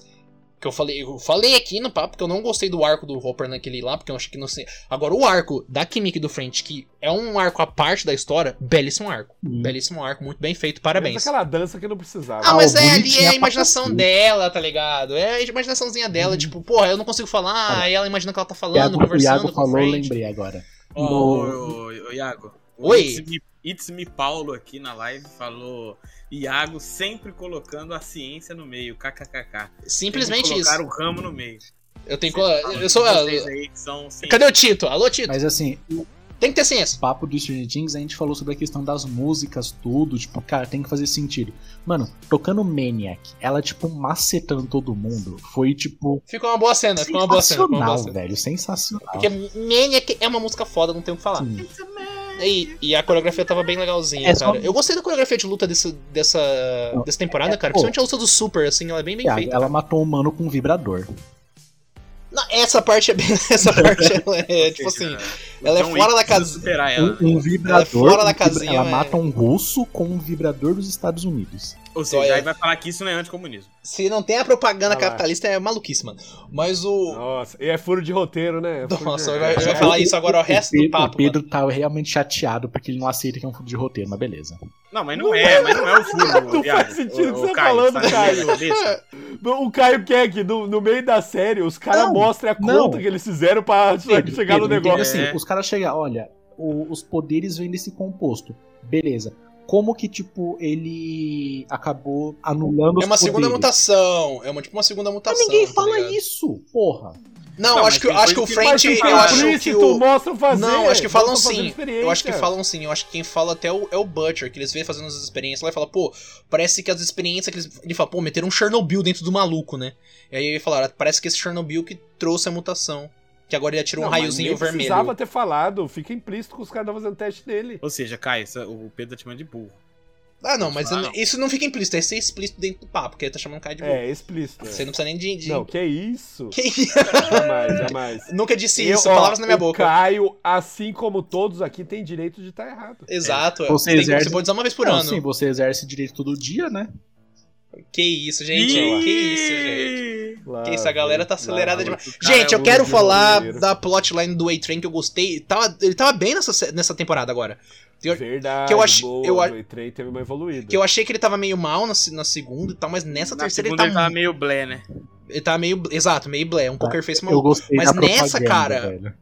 Speaker 2: que eu falei, eu falei aqui no papo, que eu não gostei do arco do Hopper naquele lá, porque eu acho que não sei. Agora, o arco da Kimiki e do French, que é um arco à parte da história, belíssimo arco.
Speaker 4: Hum.
Speaker 2: Belíssimo arco, muito Tá bem feito,
Speaker 3: Menos
Speaker 2: parabéns.
Speaker 3: É aquela dança que não precisava.
Speaker 2: Ah, mas
Speaker 4: Ah, o
Speaker 2: é ali,
Speaker 4: bonitinho
Speaker 2: é a
Speaker 4: pra
Speaker 2: imaginação
Speaker 4: cacete.
Speaker 2: dela, tá ligado? É a imaginaçãozinha
Speaker 4: Uhum.
Speaker 2: dela, tipo, porra, eu não consigo falar,
Speaker 4: Cara,
Speaker 2: aí ela imagina que ela tá falando,
Speaker 4: Iago, o
Speaker 2: conversando
Speaker 4: Iago
Speaker 2: com
Speaker 4: falou,
Speaker 2: o
Speaker 4: eu
Speaker 2: French.
Speaker 4: lembrei agora.
Speaker 1: Ô,
Speaker 4: No-
Speaker 1: ô, ô, ô, Iago. O
Speaker 2: Oi.
Speaker 1: It's me, It's me Paulo aqui na live falou Iago sempre colocando a ciência no meio, kkkk.
Speaker 2: Simplesmente
Speaker 1: Sempre
Speaker 2: isso.
Speaker 1: colocar o ramo no meio.
Speaker 2: Eu tenho que.
Speaker 1: Vocês falam,
Speaker 2: Eu sou. ah,
Speaker 1: vocês aí que são cientistas.
Speaker 2: Cadê o Tito? Alô, Tito?
Speaker 4: Mas assim, o
Speaker 2: Tem que ter ciência.
Speaker 4: papo do Stranger Things, a gente falou sobre a questão das músicas, tudo, tipo, cara, tem que fazer sentido. Mano, tocando Maniac, ela, tipo, macetando todo mundo, foi, tipo,
Speaker 2: Ficou uma boa cena, ficou É, uma boa cena. Ficou uma boa
Speaker 4: sensacional,
Speaker 2: cena.
Speaker 4: velho, sensacional.
Speaker 2: Porque Maniac é uma música foda, não tem o que falar.
Speaker 4: Sim.
Speaker 2: E, e a coreografia tava bem legalzinha,
Speaker 4: É só-
Speaker 2: cara. Eu gostei da coreografia de luta desse, dessa,
Speaker 4: Não,
Speaker 2: dessa temporada,
Speaker 4: é-
Speaker 2: cara.
Speaker 4: pô.
Speaker 2: Principalmente a luta do Super, assim, ela é bem bem
Speaker 4: Iago,
Speaker 2: feita.
Speaker 4: ela matou um mano com um vibrador.
Speaker 2: Não, essa parte é bem. [laughs]
Speaker 4: [laughs]
Speaker 2: Essa parte ela é, tipo assim.
Speaker 1: né?
Speaker 2: ela é fora da casa-
Speaker 1: Então Superar ela.
Speaker 4: Um, um
Speaker 2: Ela é
Speaker 4: vibrador.
Speaker 2: fora da
Speaker 4: um vibra-
Speaker 2: casinha,
Speaker 4: ela
Speaker 2: é.
Speaker 4: mata um russo com um vibrador dos Estados Unidos.
Speaker 1: Ou
Speaker 2: Olha.
Speaker 1: seja, aí vai falar que isso não é anticomunismo.
Speaker 2: Se não tem a propaganda
Speaker 3: Vai Ah lá.
Speaker 2: capitalista, é maluquice, mano. Mas o.
Speaker 3: Nossa, e é furo de roteiro, né? É furo de
Speaker 2: Nossa, eu
Speaker 3: roteiro.
Speaker 2: vai, eu vai falar isso agora o resto
Speaker 4: Pedro,
Speaker 2: do papo.
Speaker 4: O Pedro tá realmente chateado porque ele não aceita que é um furo de roteiro, mas beleza.
Speaker 1: Não, mas não, é, mas [laughs] não é o furo.
Speaker 3: Não faz sentido o que você tá falando, Caio. O Caio Keck, no, no meio da série, os caras
Speaker 4: Não,
Speaker 3: mostram a conta
Speaker 4: não.
Speaker 3: que eles fizeram pra
Speaker 4: Pedro,
Speaker 3: chegar no
Speaker 2: É.
Speaker 4: Pedro, entende
Speaker 3: negócio.
Speaker 1: negócio.
Speaker 4: Assim, Os caras chegam, olha, o- os poderes vêm desse composto. Beleza. como que, tipo, ele acabou anulando
Speaker 2: É uma
Speaker 4: os
Speaker 2: segunda
Speaker 4: poderes.
Speaker 2: mutação. É uma, tipo uma segunda
Speaker 4: Mas
Speaker 2: mutação.
Speaker 4: ninguém
Speaker 2: tá
Speaker 4: fala
Speaker 2: ligado?
Speaker 4: isso, porra.
Speaker 2: Não,
Speaker 1: Não,
Speaker 2: acho
Speaker 1: mas
Speaker 2: que,
Speaker 1: tem
Speaker 2: acho que o
Speaker 1: coisa que mais
Speaker 2: Frente.
Speaker 1: tem
Speaker 2: Eu acho que
Speaker 3: Explícito,
Speaker 2: o.
Speaker 3: mostra fazer.
Speaker 2: Não, acho que falam
Speaker 3: mostra fazer
Speaker 2: sim.
Speaker 3: experiência.
Speaker 2: Eu acho que falam sim. Eu acho que quem fala até o- é o Butcher, que eles vêm fazendo as experiências lá e fala, pô, parece que as experiências que eles. Ele fala, pô, meteram um Chernobyl dentro do maluco, né? E aí ele falaram, parece que esse Chernobyl que trouxe a mutação. Que agora ele atirou
Speaker 3: Não,
Speaker 2: um
Speaker 3: mas
Speaker 2: raiozinho
Speaker 3: nem
Speaker 2: vermelho.
Speaker 3: precisava ter falado, fica implícito que os caras estavam fazendo teste nele.
Speaker 1: Ou seja, Kai, essa- o Pedro tá te chamando de burro.
Speaker 2: Ah, não, mas
Speaker 1: Ah, não.
Speaker 2: isso não fica implícito, é ser explícito dentro do papo, porque ele tá chamando o cara de burro.
Speaker 3: É, explícito. é.
Speaker 2: Você não tá precisa nem de. de... [laughs]
Speaker 3: Não, que isso?
Speaker 2: Que-
Speaker 3: Jamais, jamais.
Speaker 2: Nunca disse
Speaker 3: Eu,
Speaker 2: isso,
Speaker 3: ó,
Speaker 2: palavras na minha
Speaker 3: o
Speaker 2: boca.
Speaker 3: Caio, assim como todos aqui, tem direito de estar errado.
Speaker 2: Exato, é.
Speaker 4: Você
Speaker 2: Tem-
Speaker 4: exerce-
Speaker 2: você pode usar uma vez por
Speaker 4: Não,
Speaker 2: ano.
Speaker 4: Sim, você exerce direito todo dia, né?
Speaker 2: Que isso, gente. Que isso, gente.
Speaker 3: Lá
Speaker 2: Que isso, a galera tá
Speaker 3: vem,
Speaker 2: acelerada
Speaker 3: lá
Speaker 2: demais.
Speaker 3: vem.
Speaker 2: Gente, eu
Speaker 3: é
Speaker 2: quero
Speaker 3: um
Speaker 2: falar
Speaker 3: dinheiro.
Speaker 2: da plotline do A-Train que eu gostei. Tava- ele tava bem nessa, se- nessa temporada agora. Eu-
Speaker 3: Verdade,
Speaker 2: que eu ach-
Speaker 3: boa,
Speaker 2: eu ach-
Speaker 3: o E-Train teve uma evoluída.
Speaker 2: Que eu achei que ele tava meio mal na, se- na segunda e tal, mas nessa
Speaker 1: Na
Speaker 2: terceira ele
Speaker 1: segunda
Speaker 2: tá,
Speaker 1: ele tava meio blé, né?
Speaker 2: ele tá meio. Exato, meio blé. Um poker face
Speaker 4: Eu
Speaker 2: maluco.
Speaker 4: gostei
Speaker 2: Mas
Speaker 4: da
Speaker 2: nessa,
Speaker 4: propaganda,
Speaker 2: cara,
Speaker 4: velho.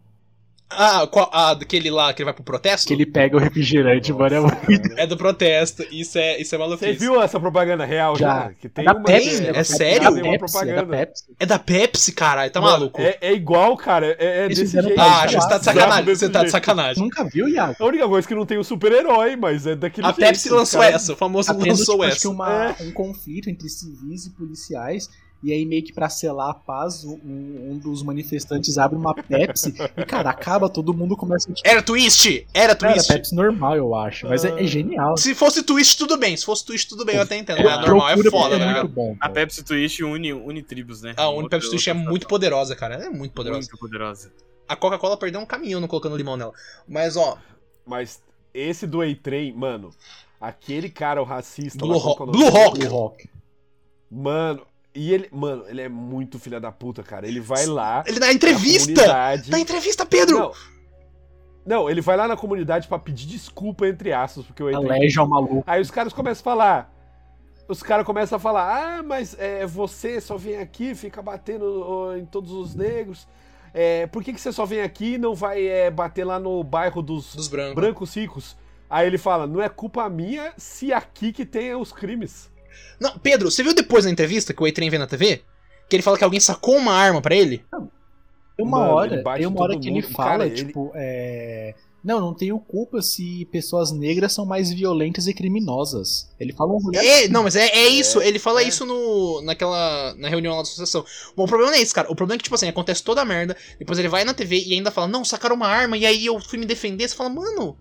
Speaker 2: Ah, qual, ah, daquele lá que ele vai pro protesto?
Speaker 4: Que ele pega o refrigerante, mano, é
Speaker 3: Nossa,
Speaker 4: muito
Speaker 3: cara.
Speaker 2: É do protesto. Isso é, isso é
Speaker 3: Você
Speaker 2: maluquice.
Speaker 3: viu essa propaganda real já?
Speaker 4: Já.
Speaker 3: Que tem
Speaker 4: da
Speaker 3: uma
Speaker 4: Pepsi,
Speaker 2: É
Speaker 4: né?
Speaker 2: sério?
Speaker 4: Da
Speaker 3: tem uma
Speaker 4: Pepsi, é da
Speaker 3: propaganda.
Speaker 4: Pepsi.
Speaker 2: É da Pepsi, caralho, tá
Speaker 3: Mano,
Speaker 2: maluco?
Speaker 3: É, é igual, cara. É, é
Speaker 4: Eles
Speaker 3: desse
Speaker 4: fizeram
Speaker 3: jeito.
Speaker 4: pra
Speaker 2: Ah,
Speaker 3: cara.
Speaker 2: acho que você tá de
Speaker 3: Exato
Speaker 2: sacanagem.
Speaker 3: desse
Speaker 2: Você tá de
Speaker 3: jeito.
Speaker 2: sacanagem.
Speaker 4: Nunca viu, Iago?
Speaker 3: A única coisa é que não tem o super-herói, mas é daquele
Speaker 2: A
Speaker 3: jeito,
Speaker 2: Pepsi lançou
Speaker 3: cara.
Speaker 2: essa, o famoso
Speaker 4: Tá tendo,
Speaker 2: lançou
Speaker 4: tipo, acho que
Speaker 2: essa.
Speaker 4: uma- um conflito entre civis e policiais. E aí, meio que pra selar a paz, um, um dos manifestantes abre uma Pepsi. e, cara, acaba, todo mundo começa a. Tipo,
Speaker 2: Era twist! Era
Speaker 4: cara,
Speaker 2: twist!
Speaker 4: Pepsi normal, eu acho. Mas
Speaker 3: Ah.
Speaker 4: é, é genial.
Speaker 2: Se fosse twist, tudo bem. Se fosse twist, tudo bem, eu até entendo.
Speaker 1: É,
Speaker 2: Mas normal é
Speaker 4: Procura,
Speaker 2: foda, né?
Speaker 4: porque é
Speaker 2: cara?
Speaker 4: muito bom.
Speaker 1: A
Speaker 4: cara.
Speaker 1: Pepsi Twist une, une tribos, né?
Speaker 2: A
Speaker 1: Outra-
Speaker 2: única Pepsi Twist é
Speaker 1: outra
Speaker 2: muito poderosa, cara. Ela é muito poderosa.
Speaker 1: Muito poderosa.
Speaker 2: A Coca-Cola perdeu um caminhão não colocando limão nela. Mas, ó,
Speaker 3: Mas esse do A-Train, mano, aquele cara, o racista.
Speaker 2: Blue
Speaker 3: lá, qual
Speaker 2: Rock-
Speaker 3: que é o nome
Speaker 2: Blue Rock.
Speaker 3: dele?
Speaker 4: O Rock.
Speaker 3: Mano, e ele. Mano, ele é muito filha da puta, cara. Ele vai lá.
Speaker 2: ele dá
Speaker 3: na
Speaker 2: entrevista!
Speaker 3: É comunidade-
Speaker 2: Dá entrevista, Pedro!
Speaker 3: Não. Não, ele vai lá na comunidade pra pedir desculpa, entre aspas, porque o A-Train
Speaker 4: Aleja o maluco.
Speaker 3: Aí os caras começam a falar. Os caras começam a falar: ah, mas é, você só vem aqui, fica batendo ó, em todos os negros. É, por que, que você só vem aqui e não vai é, bater lá no bairro dos
Speaker 2: Dos brancos.
Speaker 3: brancos ricos? Aí ele fala: não é culpa minha se aqui que tem os crimes.
Speaker 2: Não, Pedro, você viu depois na entrevista que o E-Trem vê na TV? Que ele fala que alguém sacou uma arma pra ele?
Speaker 4: Tem uma
Speaker 3: Mano, ele
Speaker 4: hora,
Speaker 3: bate
Speaker 4: tem
Speaker 3: em
Speaker 4: uma
Speaker 3: todo
Speaker 4: hora que ele
Speaker 3: mundo.
Speaker 4: fala,
Speaker 3: Cara, ele-
Speaker 4: tipo, é. Não, não tenho culpa se pessoas negras são mais violentas e criminosas. Ele fala um rolê.
Speaker 2: É, não, mas é, é isso. ele fala
Speaker 3: é.
Speaker 2: isso no, naquela, na reunião lá da associação. Bom, o problema não é esse, cara. O problema é que, tipo assim, acontece toda a merda. Depois ele vai na TV e ainda fala, não, sacaram uma arma. E aí eu fui me defender. Você fala, mano,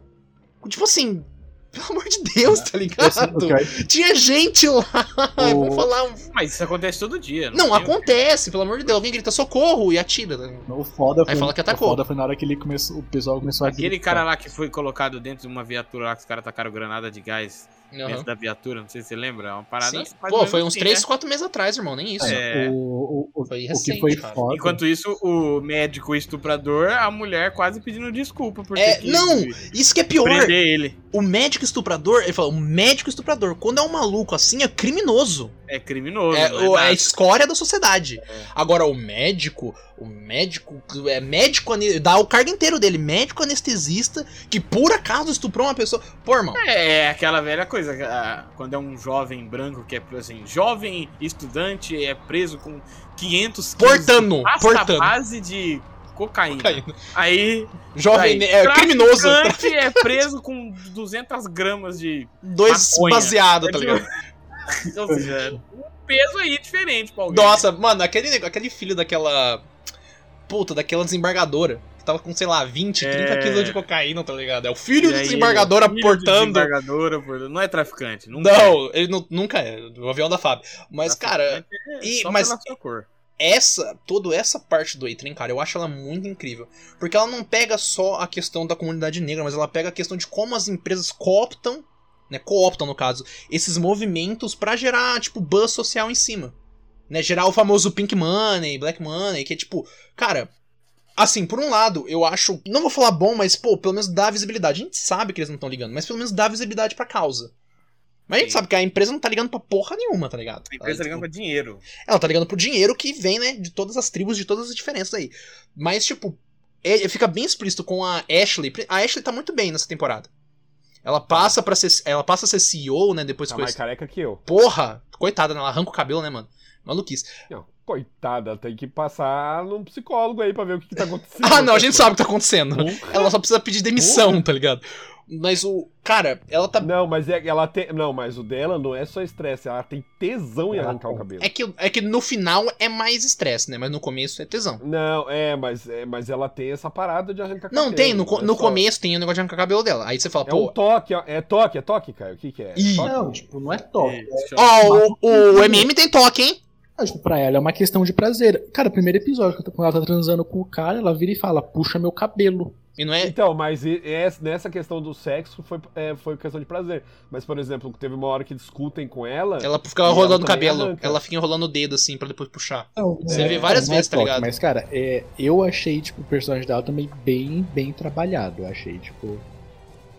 Speaker 2: tipo assim, pelo amor de Deus, tá
Speaker 4: Eu sei- o é
Speaker 2: ligado?
Speaker 4: que eu-
Speaker 2: Tinha gente lá. [laughs] Vamos
Speaker 4: O-
Speaker 2: falar. um-
Speaker 1: Mas isso acontece todo dia.
Speaker 2: Não,
Speaker 1: tem-
Speaker 2: acontece, pelo amor de Deus. Alguém grita socorro e atira. tá
Speaker 4: O foda
Speaker 2: Aí fala que atacou.
Speaker 4: O foda foi na hora que ele começou, o pessoal começou a
Speaker 1: Aquele
Speaker 4: gritar.
Speaker 1: cara lá que foi colocado dentro de uma viatura lá que os caras tacaram granada de gás
Speaker 2: Aham.
Speaker 1: dentro da viatura, não sei se você lembra. É uma parada.
Speaker 2: Sim.
Speaker 1: mais ou
Speaker 2: Pô,
Speaker 1: menos
Speaker 2: foi uns
Speaker 1: assim,
Speaker 2: 3,
Speaker 1: né?
Speaker 2: 4 meses atrás, irmão. Nem isso.
Speaker 1: É.
Speaker 4: O, o, o,
Speaker 2: Foi
Speaker 4: o
Speaker 2: recente,
Speaker 4: que foi
Speaker 2: cara.
Speaker 4: foda.
Speaker 1: Enquanto isso, o médico estuprador, a mulher quase pedindo desculpa por
Speaker 2: É,
Speaker 1: ter que
Speaker 2: não! Isso que é pior.
Speaker 1: prender ele.
Speaker 2: O médico estuprador, ele fala, o médico estuprador, quando é um maluco assim, é criminoso.
Speaker 1: É criminoso.
Speaker 2: É,
Speaker 1: não é
Speaker 2: o- é a
Speaker 1: nada. É.
Speaker 2: escória da sociedade. Agora, o médico, o médico, é médico, ane- dá o cargo inteiro dele, médico anestesista, que por acaso estuprou uma pessoa. Pô, irmão,
Speaker 1: É aquela velha coisa, a- quando é um jovem branco que é assim, jovem estudante é preso com 500 quilos de
Speaker 2: portando,
Speaker 1: pasta à
Speaker 2: portando.
Speaker 1: base de cocaína.
Speaker 2: Cocaína.
Speaker 1: Aí,
Speaker 2: Tá Jovem,
Speaker 1: aí,
Speaker 2: né, é, criminoso,
Speaker 1: Tá traficante é preso com 200 gramas de...
Speaker 2: dois
Speaker 1: maconha.
Speaker 2: baseados, tá
Speaker 1: É
Speaker 2: ligado?
Speaker 1: de- Ou seja, um peso aí diferente pra alguém.
Speaker 2: Nossa, mano, aquele, nego- aquele filho daquela. Puta, daquela desembargadora. Que tava com, sei lá, 20, 30
Speaker 1: É.
Speaker 2: quilos de cocaína, tá ligado? É o
Speaker 1: E
Speaker 2: filho da
Speaker 1: aí,
Speaker 2: desembargadora
Speaker 1: filho de
Speaker 2: portando.
Speaker 1: desembargadora portando. Não é traficante. Nunca é.
Speaker 2: Não, ele nu- nunca é. O avião da Fábio. Mas, cara,
Speaker 1: Traficante é
Speaker 2: e-
Speaker 1: só
Speaker 2: mas-
Speaker 1: pela sua cor.
Speaker 2: essa, toda essa parte do Eitren, cara, eu acho ela muito incrível. Porque ela não pega só a questão da comunidade negra, mas ela pega a questão de como as empresas cooptam, né, cooptam no caso, esses movimentos pra gerar, tipo, buzz social em cima. Né, gerar o famoso pink money, black money, que é tipo, cara, assim, por um lado, eu acho, não vou falar bom, mas pô, pelo menos dá visibilidade. A gente sabe que eles não estão ligando, mas pelo menos dá visibilidade pra causa. Mas a gente
Speaker 1: Sim.
Speaker 2: sabe que a empresa não tá ligando pra porra nenhuma, tá ligado?
Speaker 1: A empresa
Speaker 2: Ela,
Speaker 1: ligando
Speaker 2: tipo,
Speaker 1: pra dinheiro.
Speaker 2: ela tá ligando pro dinheiro que vem, né? De todas as tribos, de todas as diferenças aí. Mas, tipo, é- fica bem explícito com a Ashley. A Ashley tá muito bem nessa temporada. Ela passa para ser, ela passa a ser CEO, né, depois
Speaker 3: Tá
Speaker 2: com
Speaker 3: mais
Speaker 2: esse...
Speaker 3: careca que eu.
Speaker 2: Porra, coitada, né, ela arranca o cabelo, né, mano? Maluquice.
Speaker 3: Não, coitada, tem que passar num psicólogo aí pra ver o
Speaker 2: [laughs]
Speaker 3: que, que tá acontecendo.
Speaker 2: Ah, não, a gente sabe o que tá acontecendo.
Speaker 3: Porra.
Speaker 2: Ela só precisa pedir demissão, tá ligado? Mas o. Cara, ela tá.
Speaker 3: Não, mas é- ela tem. Não, mas o dela não é só estresse, ela tem tesão em
Speaker 4: Ela
Speaker 3: arrancar o
Speaker 4: tem.
Speaker 3: cabelo.
Speaker 2: É que, é que no final é mais estresse, né? Mas no começo é tesão.
Speaker 3: Não, é mas, é, mas ela tem essa parada de arrancar cabelo.
Speaker 2: Não, tem. No, co-
Speaker 3: é
Speaker 2: no
Speaker 3: só-
Speaker 2: começo tem o negócio de arrancar o cabelo dela. Aí você fala,
Speaker 3: É um
Speaker 2: pô.
Speaker 3: toque, ó, é toque, é toque, cara. O que que é?
Speaker 2: Ih.
Speaker 3: Toque?
Speaker 4: Não, tipo, não é top.
Speaker 2: Ó, o, o MM tem toque, hein?
Speaker 4: Ah, tipo, pra ela é uma questão de prazer. Cara, primeiro episódio, quando ela tá transando com o cara, ela vira e fala, puxa meu cabelo.
Speaker 2: E não é.
Speaker 3: Então, mas e- e- nessa questão do sexo foi, é, foi questão de prazer. Mas, por exemplo, teve uma hora que discutem com ela.
Speaker 2: Ela fica
Speaker 3: E ela
Speaker 2: rolando o
Speaker 3: também é
Speaker 2: cabelo.
Speaker 3: arranca.
Speaker 2: Ela fica enrolando o dedo assim pra depois puxar. Você
Speaker 4: É,
Speaker 2: vê várias
Speaker 4: não é
Speaker 2: vezes, tá
Speaker 4: top,
Speaker 2: ligado?
Speaker 4: Mas, cara, é, eu achei, tipo, o personagem dela também bem, bem trabalhado. Eu achei, tipo.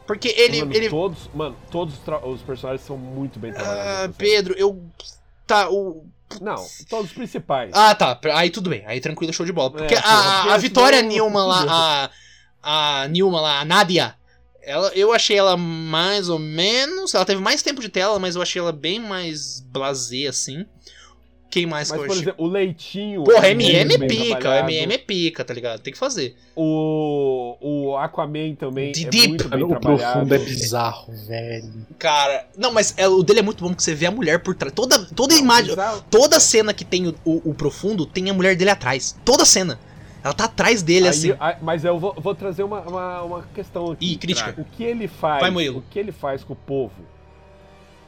Speaker 2: Porque ele.
Speaker 3: mano,
Speaker 2: ele...
Speaker 3: Todos, mano, todos os tra- os personagens são muito bem
Speaker 2: Ah,
Speaker 3: trabalhados. assim.
Speaker 2: Pedro, eu. Tá, o.
Speaker 3: Não, todos os principais.
Speaker 2: Ah, tá. Aí tudo bem. Aí tranquilo, show de bola. Porque
Speaker 3: É,
Speaker 2: a,
Speaker 3: pô, porque
Speaker 2: a, a Vitória
Speaker 3: senão-
Speaker 2: Nilman lá, a. A Nilman lá, a Nadia. Ela, eu achei ela mais ou menos. Ela teve mais tempo de tela, mas eu achei ela bem mais blasé, assim. Quem mais
Speaker 3: mas,
Speaker 2: que eu
Speaker 3: por
Speaker 2: achei?
Speaker 3: exemplo, o Leitinho.
Speaker 2: Porra,
Speaker 3: é muito
Speaker 2: MM
Speaker 3: bem
Speaker 2: pica,
Speaker 3: trabalhado.
Speaker 2: MM pica, tá ligado? Tem que fazer.
Speaker 3: O, o Aquaman também
Speaker 2: The
Speaker 3: é
Speaker 2: Deep.
Speaker 3: muito bem
Speaker 4: Cara, o
Speaker 3: trabalhado.
Speaker 4: profundo é bizarro, velho.
Speaker 2: Cara, não, mas é- o dele é muito bom que você vê a mulher por trás. Toda, toda imagem,
Speaker 3: Bizarro.
Speaker 2: toda cena que tem o, o- o profundo tem a mulher dele atrás. Toda cena. Ela tá atrás dele,
Speaker 3: Aí,
Speaker 2: assim.
Speaker 3: aí- mas eu vou, vou trazer uma, uma, uma questão aqui.
Speaker 2: Ih, crítica.
Speaker 3: O que ele faz?
Speaker 2: Vai, Murilo.
Speaker 3: o que ele faz com o povo?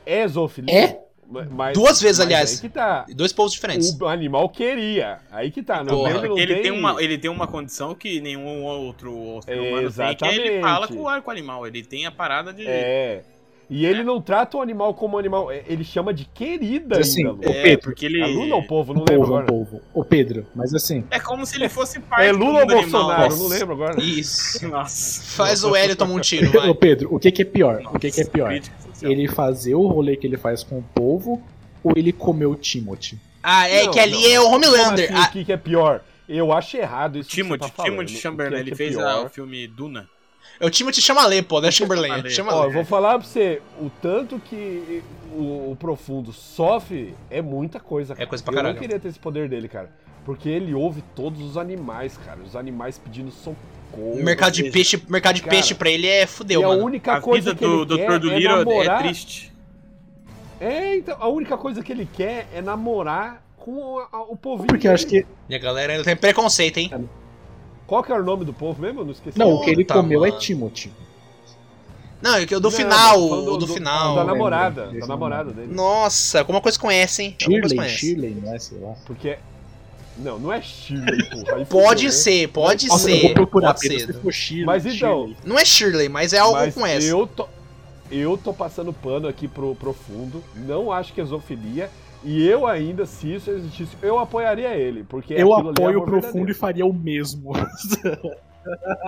Speaker 3: É zoofilia?
Speaker 4: É?
Speaker 3: Ma- Mas,
Speaker 2: Duas vezes,
Speaker 3: mas
Speaker 2: aliás.
Speaker 3: Aí que tá.
Speaker 2: Dois povos diferentes.
Speaker 3: O animal queria. Aí que tá. Não,
Speaker 2: Porra.
Speaker 3: ele não
Speaker 1: Ele tem, uma, ele tem uma condição que nenhum outro ser humano tem, que ele
Speaker 3: Exatamente.
Speaker 1: fala com o, com o animal. Ele tem a parada de.
Speaker 3: É. E ele não trata o animal como animal. é- Ele chama de querida
Speaker 4: Assim,
Speaker 3: ainda, Lu.
Speaker 4: o
Speaker 1: É,
Speaker 4: Pedro.
Speaker 1: porque ele.
Speaker 3: É Lula ou povo? Não
Speaker 4: Um povo,
Speaker 3: lembro
Speaker 4: um
Speaker 3: agora.
Speaker 4: povo. Ô, Pedro, mas assim.
Speaker 1: É como se ele fosse parte
Speaker 3: É Lula ou
Speaker 1: do mundo animal.
Speaker 3: Bolsonaro? Não
Speaker 1: Nossa.
Speaker 3: lembro agora.
Speaker 2: Isso.
Speaker 1: Nossa.
Speaker 2: [laughs] Faz o Hélio tomar um tiro,
Speaker 4: [laughs] Ô,
Speaker 2: vai.
Speaker 4: Pedro, o que que é pior? o que que é
Speaker 1: Nossa,
Speaker 4: pior?
Speaker 1: crítica
Speaker 2: Então.
Speaker 1: social.
Speaker 4: Ele fazer o rolê que ele faz com o povo ou ele comer o Timothy?
Speaker 2: Ah, é
Speaker 3: Não,
Speaker 2: que ali
Speaker 3: não.
Speaker 2: é o
Speaker 3: Como
Speaker 2: Homelander.
Speaker 3: assim,
Speaker 2: Ah,
Speaker 3: O que, que é pior? Eu acho errado isso.
Speaker 1: Timothy,
Speaker 3: que você tá falando.
Speaker 1: Timothy
Speaker 3: O que
Speaker 1: Chamberlain,
Speaker 3: é que
Speaker 1: ele
Speaker 3: é
Speaker 1: fez
Speaker 3: pior?
Speaker 1: ah, o filme Duna.
Speaker 2: é o Timothy Chamalé, pô, né, Chamberlain?
Speaker 1: Chalamet.
Speaker 2: Chalamet.
Speaker 3: Ó, eu vou falar pra você, o tanto que o, o Profundo sofre é muita coisa.
Speaker 2: É coisa pra
Speaker 3: eu
Speaker 2: caralho.
Speaker 3: não queria ter esse poder dele, cara. Porque ele ouve todos os animais, cara. Os animais pedindo socorro.
Speaker 2: mercado de
Speaker 3: Ou seja,
Speaker 2: peixe, mercado de
Speaker 3: Cara,
Speaker 2: peixe pra ele é
Speaker 3: E
Speaker 2: fudeu,
Speaker 3: a
Speaker 2: mano.
Speaker 3: única
Speaker 1: A
Speaker 3: coisa
Speaker 1: vida
Speaker 3: que ele
Speaker 1: do
Speaker 3: quer
Speaker 1: Dr. do
Speaker 3: é
Speaker 1: Liro é,
Speaker 3: namorar.
Speaker 1: triste.
Speaker 3: É, então, a única coisa que ele quer é namorar com a- a- o povinho.
Speaker 4: Porque eu acho que.
Speaker 2: E a galera ainda tem preconceito, hein?
Speaker 3: Qual que era o nome do povo mesmo? Eu não esqueci.
Speaker 4: Não, o que ele
Speaker 2: Puta,
Speaker 4: comeu é
Speaker 2: Tá, mano.
Speaker 4: Timothy.
Speaker 2: Não, é que o do
Speaker 3: Não,
Speaker 2: final,
Speaker 3: falando
Speaker 2: o do,
Speaker 3: Da
Speaker 2: final.
Speaker 4: lembro
Speaker 3: namorada,
Speaker 4: desse
Speaker 3: da namorada dele.
Speaker 2: Nossa, alguma coisa conhece, hein? Alguma É coisa
Speaker 4: Shirley, Shirley, né? Sei lá.
Speaker 3: Porque. é- Não, não é Shirley, porra. Aí
Speaker 2: Pode
Speaker 3: fudeu, né?
Speaker 2: ser, pode
Speaker 4: Nossa, eu
Speaker 2: ser.
Speaker 4: vou procurar
Speaker 2: pode
Speaker 4: Pedro,
Speaker 2: ser.
Speaker 4: se for Shirley.
Speaker 3: Mas então,
Speaker 4: Shirley.
Speaker 2: Não é Shirley, mas é algo
Speaker 3: Mas
Speaker 2: com S.
Speaker 3: Eu tô, eu tô passando pano aqui pro profundo, não acho que é zoofilia. E eu ainda, se isso existisse, eu apoiaria ele, porque
Speaker 4: Eu
Speaker 3: aquilo ali é amor
Speaker 4: apoio o profundo e
Speaker 3: verdadeiro.
Speaker 4: faria o mesmo.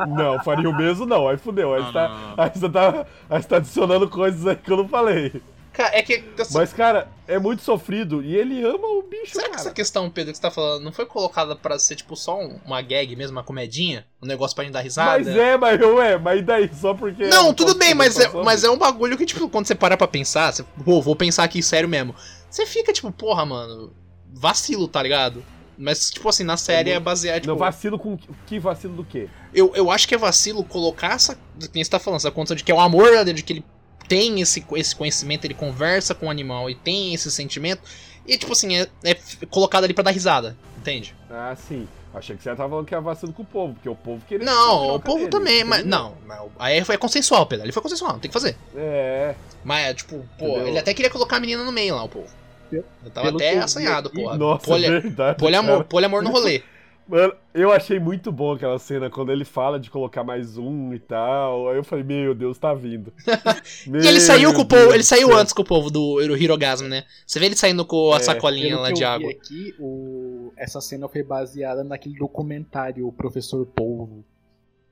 Speaker 3: Não, faria o mesmo não, aí fudeu, aí
Speaker 1: Não,
Speaker 3: você tá,
Speaker 1: não, não.
Speaker 3: aí você tá, aí você tá adicionando coisas aí que eu não falei.
Speaker 2: Cara, é que. assim,
Speaker 3: Mas, cara, é muito sofrido e ele ama o bicho,
Speaker 2: Será que essa
Speaker 3: Tipo, cara.
Speaker 2: questão, Pedro, que você tá falando, não foi colocada pra ser tipo só um- uma gag mesmo, uma comedinha? Um negócio pra gente dar risada?
Speaker 3: Mas é, mas eu é, mas e daí? Só porque... eu
Speaker 2: Não, tudo
Speaker 3: posso
Speaker 2: bem,
Speaker 3: fazer
Speaker 2: mas é,
Speaker 3: só sobre?
Speaker 2: mas é um bagulho que, tipo, quando você parar pra pensar, você, pô, vou pensar aqui sério mesmo. Você fica, tipo, porra, mano, vacilo, tá ligado? Mas, tipo assim, na série
Speaker 3: Eu
Speaker 2: é baseado, tipo,
Speaker 3: Não, vacilo com... Que vacilo do quê?
Speaker 2: eu, eu acho que é vacilo colocar essa, quem você tá falando, essa condição de que é o amor dele, de que ele tem esse, esse conhecimento, ele conversa com o animal e tem esse sentimento, e, tipo assim, é, é f- colocado ali pra dar risada, entende?
Speaker 3: Ah, sim. Achei que você tava falando que era vacilo com o povo, porque o povo queria...
Speaker 2: Não,
Speaker 3: tirar
Speaker 2: o
Speaker 3: cara
Speaker 2: povo
Speaker 3: dele,
Speaker 2: também, mas,
Speaker 3: entendeu?
Speaker 2: não, não, aí foi consensual, Pedro, ele foi consensual, não tem que fazer.
Speaker 3: É,
Speaker 2: Mas, tipo, pô,
Speaker 3: Entendeu?
Speaker 2: ele até queria colocar a menina no meio lá, o povo. Eu tava
Speaker 4: Pelo que
Speaker 2: até
Speaker 4: eu vi
Speaker 2: assanhado,
Speaker 4: aqui,
Speaker 2: porra.
Speaker 3: nossa, é
Speaker 2: Polha,
Speaker 3: verdade.
Speaker 2: poliamor,
Speaker 3: cara.
Speaker 2: poliamor no rolê.
Speaker 3: Mano, eu achei muito bom aquela cena quando ele fala de colocar mais um e tal. Aí eu falei, meu Deus, tá vindo.
Speaker 2: [laughs] E
Speaker 3: [laughs]
Speaker 2: ele saiu com o povo, ele saiu
Speaker 3: antes.
Speaker 2: antes com o povo do Hero- Hirogasmo, né? Você vê ele saindo com a
Speaker 3: É,
Speaker 2: sacolinha
Speaker 4: [laughs] Pelo
Speaker 2: lá
Speaker 4: que
Speaker 2: de
Speaker 4: eu vi
Speaker 2: água.
Speaker 4: aqui, o- essa cena foi baseada naquele documentário O Professor Polvo.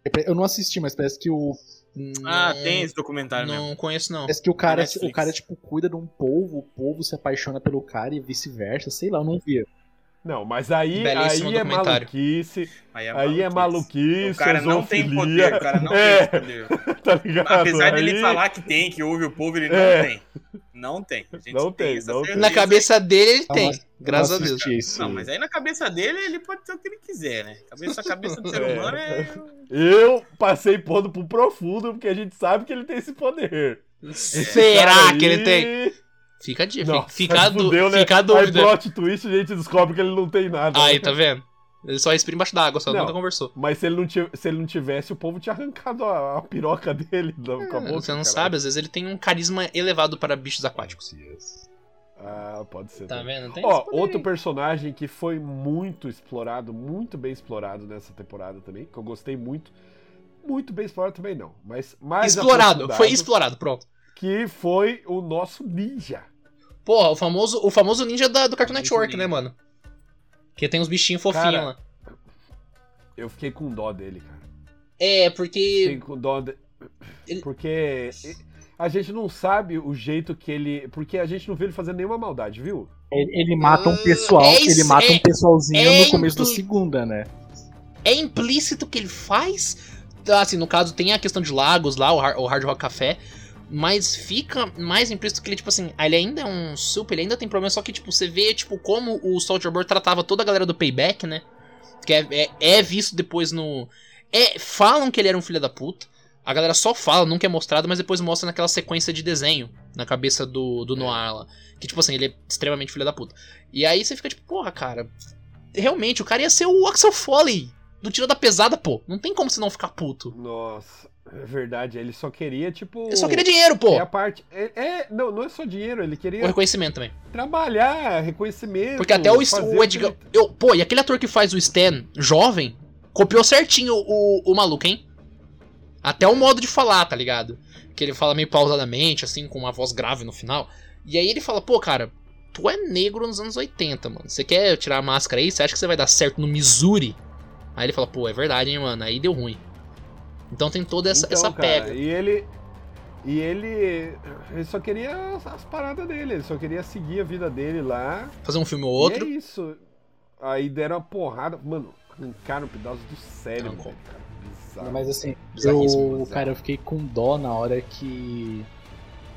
Speaker 4: É Eu não assisti, mas parece que o, hum,
Speaker 1: Ah,
Speaker 2: Não-
Speaker 1: tem esse documentário mesmo.
Speaker 2: Não conheço, não.
Speaker 4: parece que o cara,
Speaker 1: Netflix.
Speaker 4: o cara tipo cuida de um polvo, o polvo se apaixona pelo cara e vice-versa, sei lá, eu não vi.
Speaker 3: Não, mas aí,
Speaker 2: Belíssimo
Speaker 3: aí é
Speaker 2: documentário.
Speaker 3: maluquice,
Speaker 1: Aí
Speaker 3: aí é maluquice,
Speaker 1: O cara não tem
Speaker 3: zoofilia.
Speaker 1: poder, o cara não
Speaker 3: É,
Speaker 1: tem esse poder.
Speaker 3: [laughs] tá ligado?
Speaker 5: Apesar dele
Speaker 3: Aí-
Speaker 5: falar que tem, que ouve o povo, ele não
Speaker 3: É.
Speaker 5: tem. Não tem. A gente
Speaker 3: Não tem,
Speaker 5: essa
Speaker 3: não tem.
Speaker 5: certeza.
Speaker 2: Na cabeça dele ele tem,
Speaker 4: Nossa,
Speaker 2: graças a
Speaker 4: nossa,
Speaker 2: Deus.
Speaker 4: assisti Isso.
Speaker 5: Não, mas aí na cabeça dele, ele pode ter o que ele quiser, né? Cabeça, a cabeça
Speaker 3: [laughs]
Speaker 5: do ser
Speaker 3: É.
Speaker 5: humano é.
Speaker 3: Eu passei pano pro profundo, porque a gente sabe que ele tem esse poder.
Speaker 2: Será
Speaker 3: Cara,
Speaker 2: que ele
Speaker 3: aí-
Speaker 2: tem? Fica a dica,
Speaker 3: Nossa,
Speaker 2: fica, a du-
Speaker 3: [laughs] fudeu, né?
Speaker 2: fica a
Speaker 3: Aí
Speaker 2: dúvida.
Speaker 3: plot twist, a gente descobre que ele não tem nada.
Speaker 2: Aí, tá vendo? Ele só respira embaixo d'água, só
Speaker 3: Não.
Speaker 2: nunca conversou.
Speaker 3: Mas se ele, não ti- se ele não tivesse, o povo tinha arrancado a, a piroca dele da, com a
Speaker 2: Ah,
Speaker 3: boca,
Speaker 2: você não
Speaker 3: caralho.
Speaker 2: sabe, às vezes ele tem um carisma elevado para bichos aquáticos.
Speaker 3: Ah, pode ser.
Speaker 2: Tá
Speaker 3: também.
Speaker 2: vendo? Tem
Speaker 3: Ó,
Speaker 2: esse poder
Speaker 3: outro
Speaker 2: aí.
Speaker 3: personagem que foi muito explorado, muito bem explorado nessa temporada também, que eu gostei muito. Muito bem explorado também não, mas mais
Speaker 2: Explorado, foi
Speaker 3: aprofundado,
Speaker 2: explorado, pronto.
Speaker 3: que foi o nosso ninja.
Speaker 2: Porra, o famoso, o famoso ninja da- do Cartoon
Speaker 1: Famoso
Speaker 2: Network,
Speaker 1: ninja.
Speaker 2: né, mano? Que tem uns bichinhos fofinhos
Speaker 3: Cara,
Speaker 2: lá.
Speaker 3: Eu fiquei com dó dele, cara.
Speaker 2: É,
Speaker 3: Fiquei
Speaker 2: porque.
Speaker 3: com dó de...
Speaker 2: Ele-
Speaker 3: Porque a gente não sabe o jeito que ele, porque a gente não viu ele fazer nenhuma maldade, viu?
Speaker 4: Ele, ele mata um pessoal,
Speaker 2: É isso,
Speaker 4: ele mata
Speaker 2: é-
Speaker 4: um pessoalzinho
Speaker 2: é
Speaker 4: no começo da
Speaker 2: impli-
Speaker 4: segunda, né?
Speaker 2: É implícito que ele faz. Tá, Assim, no caso, tem a questão de lagos lá, o Har- o Hard Rock Café. Mas fica mais implícito que ele, tipo assim, ah, ele ainda é um super, ele ainda tem problema, só que, tipo, você vê, tipo, como o Soldier Boy tratava toda a galera do Payback, né? Que é, é- é visto depois no... É, falam que ele era um filho da puta, a galera só fala, nunca é mostrado, mas depois mostra naquela sequência de desenho, na cabeça do,
Speaker 3: É.
Speaker 2: do Noir lá. Que, tipo assim, ele é extremamente filho da puta. E aí você fica, tipo, porra, cara, realmente, o cara ia ser o Axel Foley do Tira da Pesada, pô. Não tem como você não ficar puto.
Speaker 3: Nossa, é verdade, ele só queria tipo
Speaker 2: Eu só queria dinheiro, pô.
Speaker 3: É a parte. É, é- não, não é só dinheiro, ele
Speaker 2: O
Speaker 3: queria
Speaker 2: reconhecimento também.
Speaker 3: trabalhar, reconhecimento.
Speaker 2: Porque até o,
Speaker 3: fazer
Speaker 2: o Edgar.
Speaker 3: direito.
Speaker 2: Eu, pô, e aquele ator que faz o Stan, jovem, copiou certinho o, o maluco, hein? Até o modo de falar, tá ligado? Que ele fala meio pausadamente, assim, com uma voz grave no final. E aí ele fala, pô, cara, tu é negro nos anos 80, mano. Você quer tirar a máscara aí? Você acha que você vai dar certo no Missouri? Aí ele fala, pô, é verdade, hein, mano. Aí deu ruim. Então tem toda essa,
Speaker 3: Então,
Speaker 2: essa
Speaker 3: cara,
Speaker 2: pega.
Speaker 3: E ele. E ele. Ele só queria as, as paradas dele, ele só queria seguir a vida dele lá.
Speaker 2: Fazer um filme ou
Speaker 3: E
Speaker 2: outro.
Speaker 3: é isso. Aí deram uma porrada. Mano, arrancaram um pedaço do cérebro.
Speaker 2: Arrancou.
Speaker 3: cara. Bizarro.
Speaker 4: Mas assim,
Speaker 2: Tá. Bizarríssimo,
Speaker 4: eu, cara, eu fiquei com dó na hora que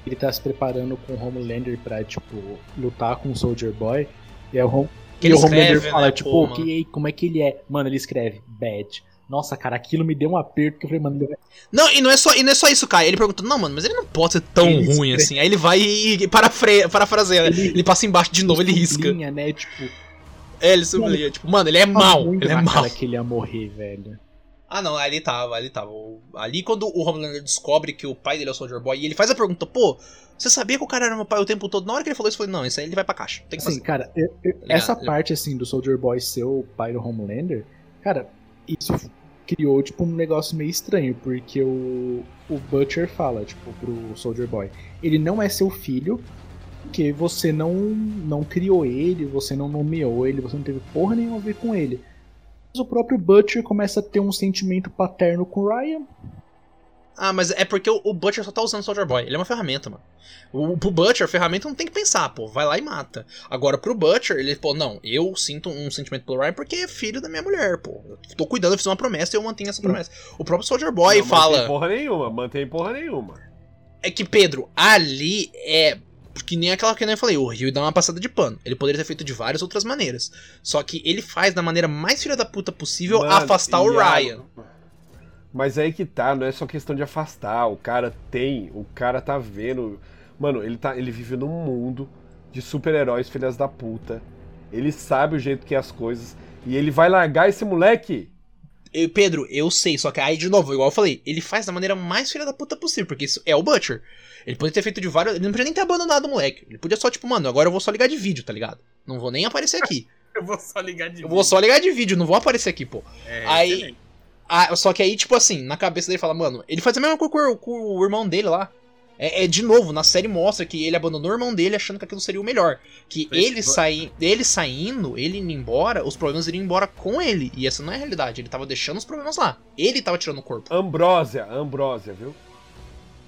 Speaker 4: ele tá se preparando com o Homelander pra, tipo, lutar com o Soldier Boy. E aí o, Hom
Speaker 2: Que
Speaker 4: e
Speaker 2: ele
Speaker 4: o Homelander
Speaker 2: escreve,
Speaker 4: fala,
Speaker 2: né,
Speaker 4: tipo,
Speaker 2: pô,
Speaker 4: "Pô, que, como é que ele é? Mano, ele escreve bad. Nossa, cara, aquilo me deu um aperto que eu falei, mano, ele vai-
Speaker 2: Não, e não é só, e não é só isso, cara. Ele pergunta, não, mano, mas ele não pode ser tão
Speaker 4: Ele
Speaker 2: ruim
Speaker 4: escreve-
Speaker 2: assim. Aí ele vai e parafre- parafraseia. É, Ele, ele passa embaixo de novo, ele risca.
Speaker 4: sublinha, né? Tipo,
Speaker 2: É, ele sublinha. Tipo, mano, ele é mau.
Speaker 4: muito
Speaker 2: Ele é
Speaker 4: na
Speaker 2: mau.
Speaker 4: cara que ele ia morrer, velho.
Speaker 2: Ah, não, ali tava, ali tava. O- Ali quando o Homelander descobre que o pai dele é o Soldier Boy e ele faz a pergunta, pô, você sabia que o cara era meu pai o tempo todo? Na hora que ele falou isso, eu falei, não, isso aí ele vai pra caixa. Tem que
Speaker 4: Assim,
Speaker 2: fazer.
Speaker 4: cara, eu- eu- essa parte, assim, do Soldier Boy ser o pai do Homelander, cara, isso criou, tipo, um negócio meio estranho, porque o, o Butcher fala, tipo, pro Soldier Boy, ele não é seu filho, porque você não, não criou ele, você não nomeou ele, você não teve porra nenhuma a ver com ele. Mas o próprio Butcher começa a ter um sentimento paterno com o Ryan.
Speaker 2: Ah, mas é porque o, o Butcher só tá usando o Soldier Boy. Ele é uma ferramenta, mano. O, pro Butcher, a ferramenta não tem que pensar, pô. Vai lá e mata. Agora, pro Butcher, ele, pô, não, eu sinto um sentimento pelo Ryan porque é filho da minha mulher, pô. Eu tô cuidando, eu fiz uma promessa e eu mantenho essa promessa. O próprio Soldier Boy
Speaker 3: Hum. Não
Speaker 2: fala.
Speaker 3: Mantém porra nenhuma, mantém porra nenhuma.
Speaker 2: É que, Pedro, ali é. Que nem aquela que eu nem falei, o Rio dá uma passada de pano. Ele poderia ter feito de várias outras maneiras. Só que ele faz da maneira mais filha da puta possível
Speaker 3: Mano,
Speaker 2: afastar o
Speaker 3: e a-
Speaker 2: Ryan.
Speaker 3: Mas aí que tá, não é só questão de afastar. O cara tem, o cara tá vendo. Mano, ele, tá, ele vive num mundo de super-heróis filhas da puta. Ele sabe o jeito que é as coisas. E ele vai largar esse moleque.
Speaker 2: Eu- Pedro, eu sei, só que aí de novo, igual eu falei, ele faz da maneira mais filha da puta possível, porque isso é o Butcher. Ele podia ter feito de vários. Ele não podia nem ter abandonado o moleque. Ele podia só, tipo, mano, agora eu vou só ligar de vídeo, tá ligado? Não vou nem aparecer aqui.
Speaker 5: Eu vou só ligar de
Speaker 2: Eu vou só ligar de vídeo, não vou aparecer aqui, pô.
Speaker 5: É,
Speaker 2: aí-
Speaker 5: excelente.
Speaker 2: Ah, só que aí, tipo assim, na cabeça dele fala, mano, ele faz a mesma coisa com o, com o irmão dele lá. É, é, de novo, na série mostra que ele abandonou o irmão dele achando que aquilo seria o melhor. Que
Speaker 5: Foi
Speaker 2: ele,
Speaker 5: isso.
Speaker 2: sai, ele saindo, ele indo embora, os problemas iriam embora com ele. E essa não é a realidade. Ele tava deixando os problemas lá. Ele tava tirando o corpo.
Speaker 3: Ambrósia, Ambrósia, viu?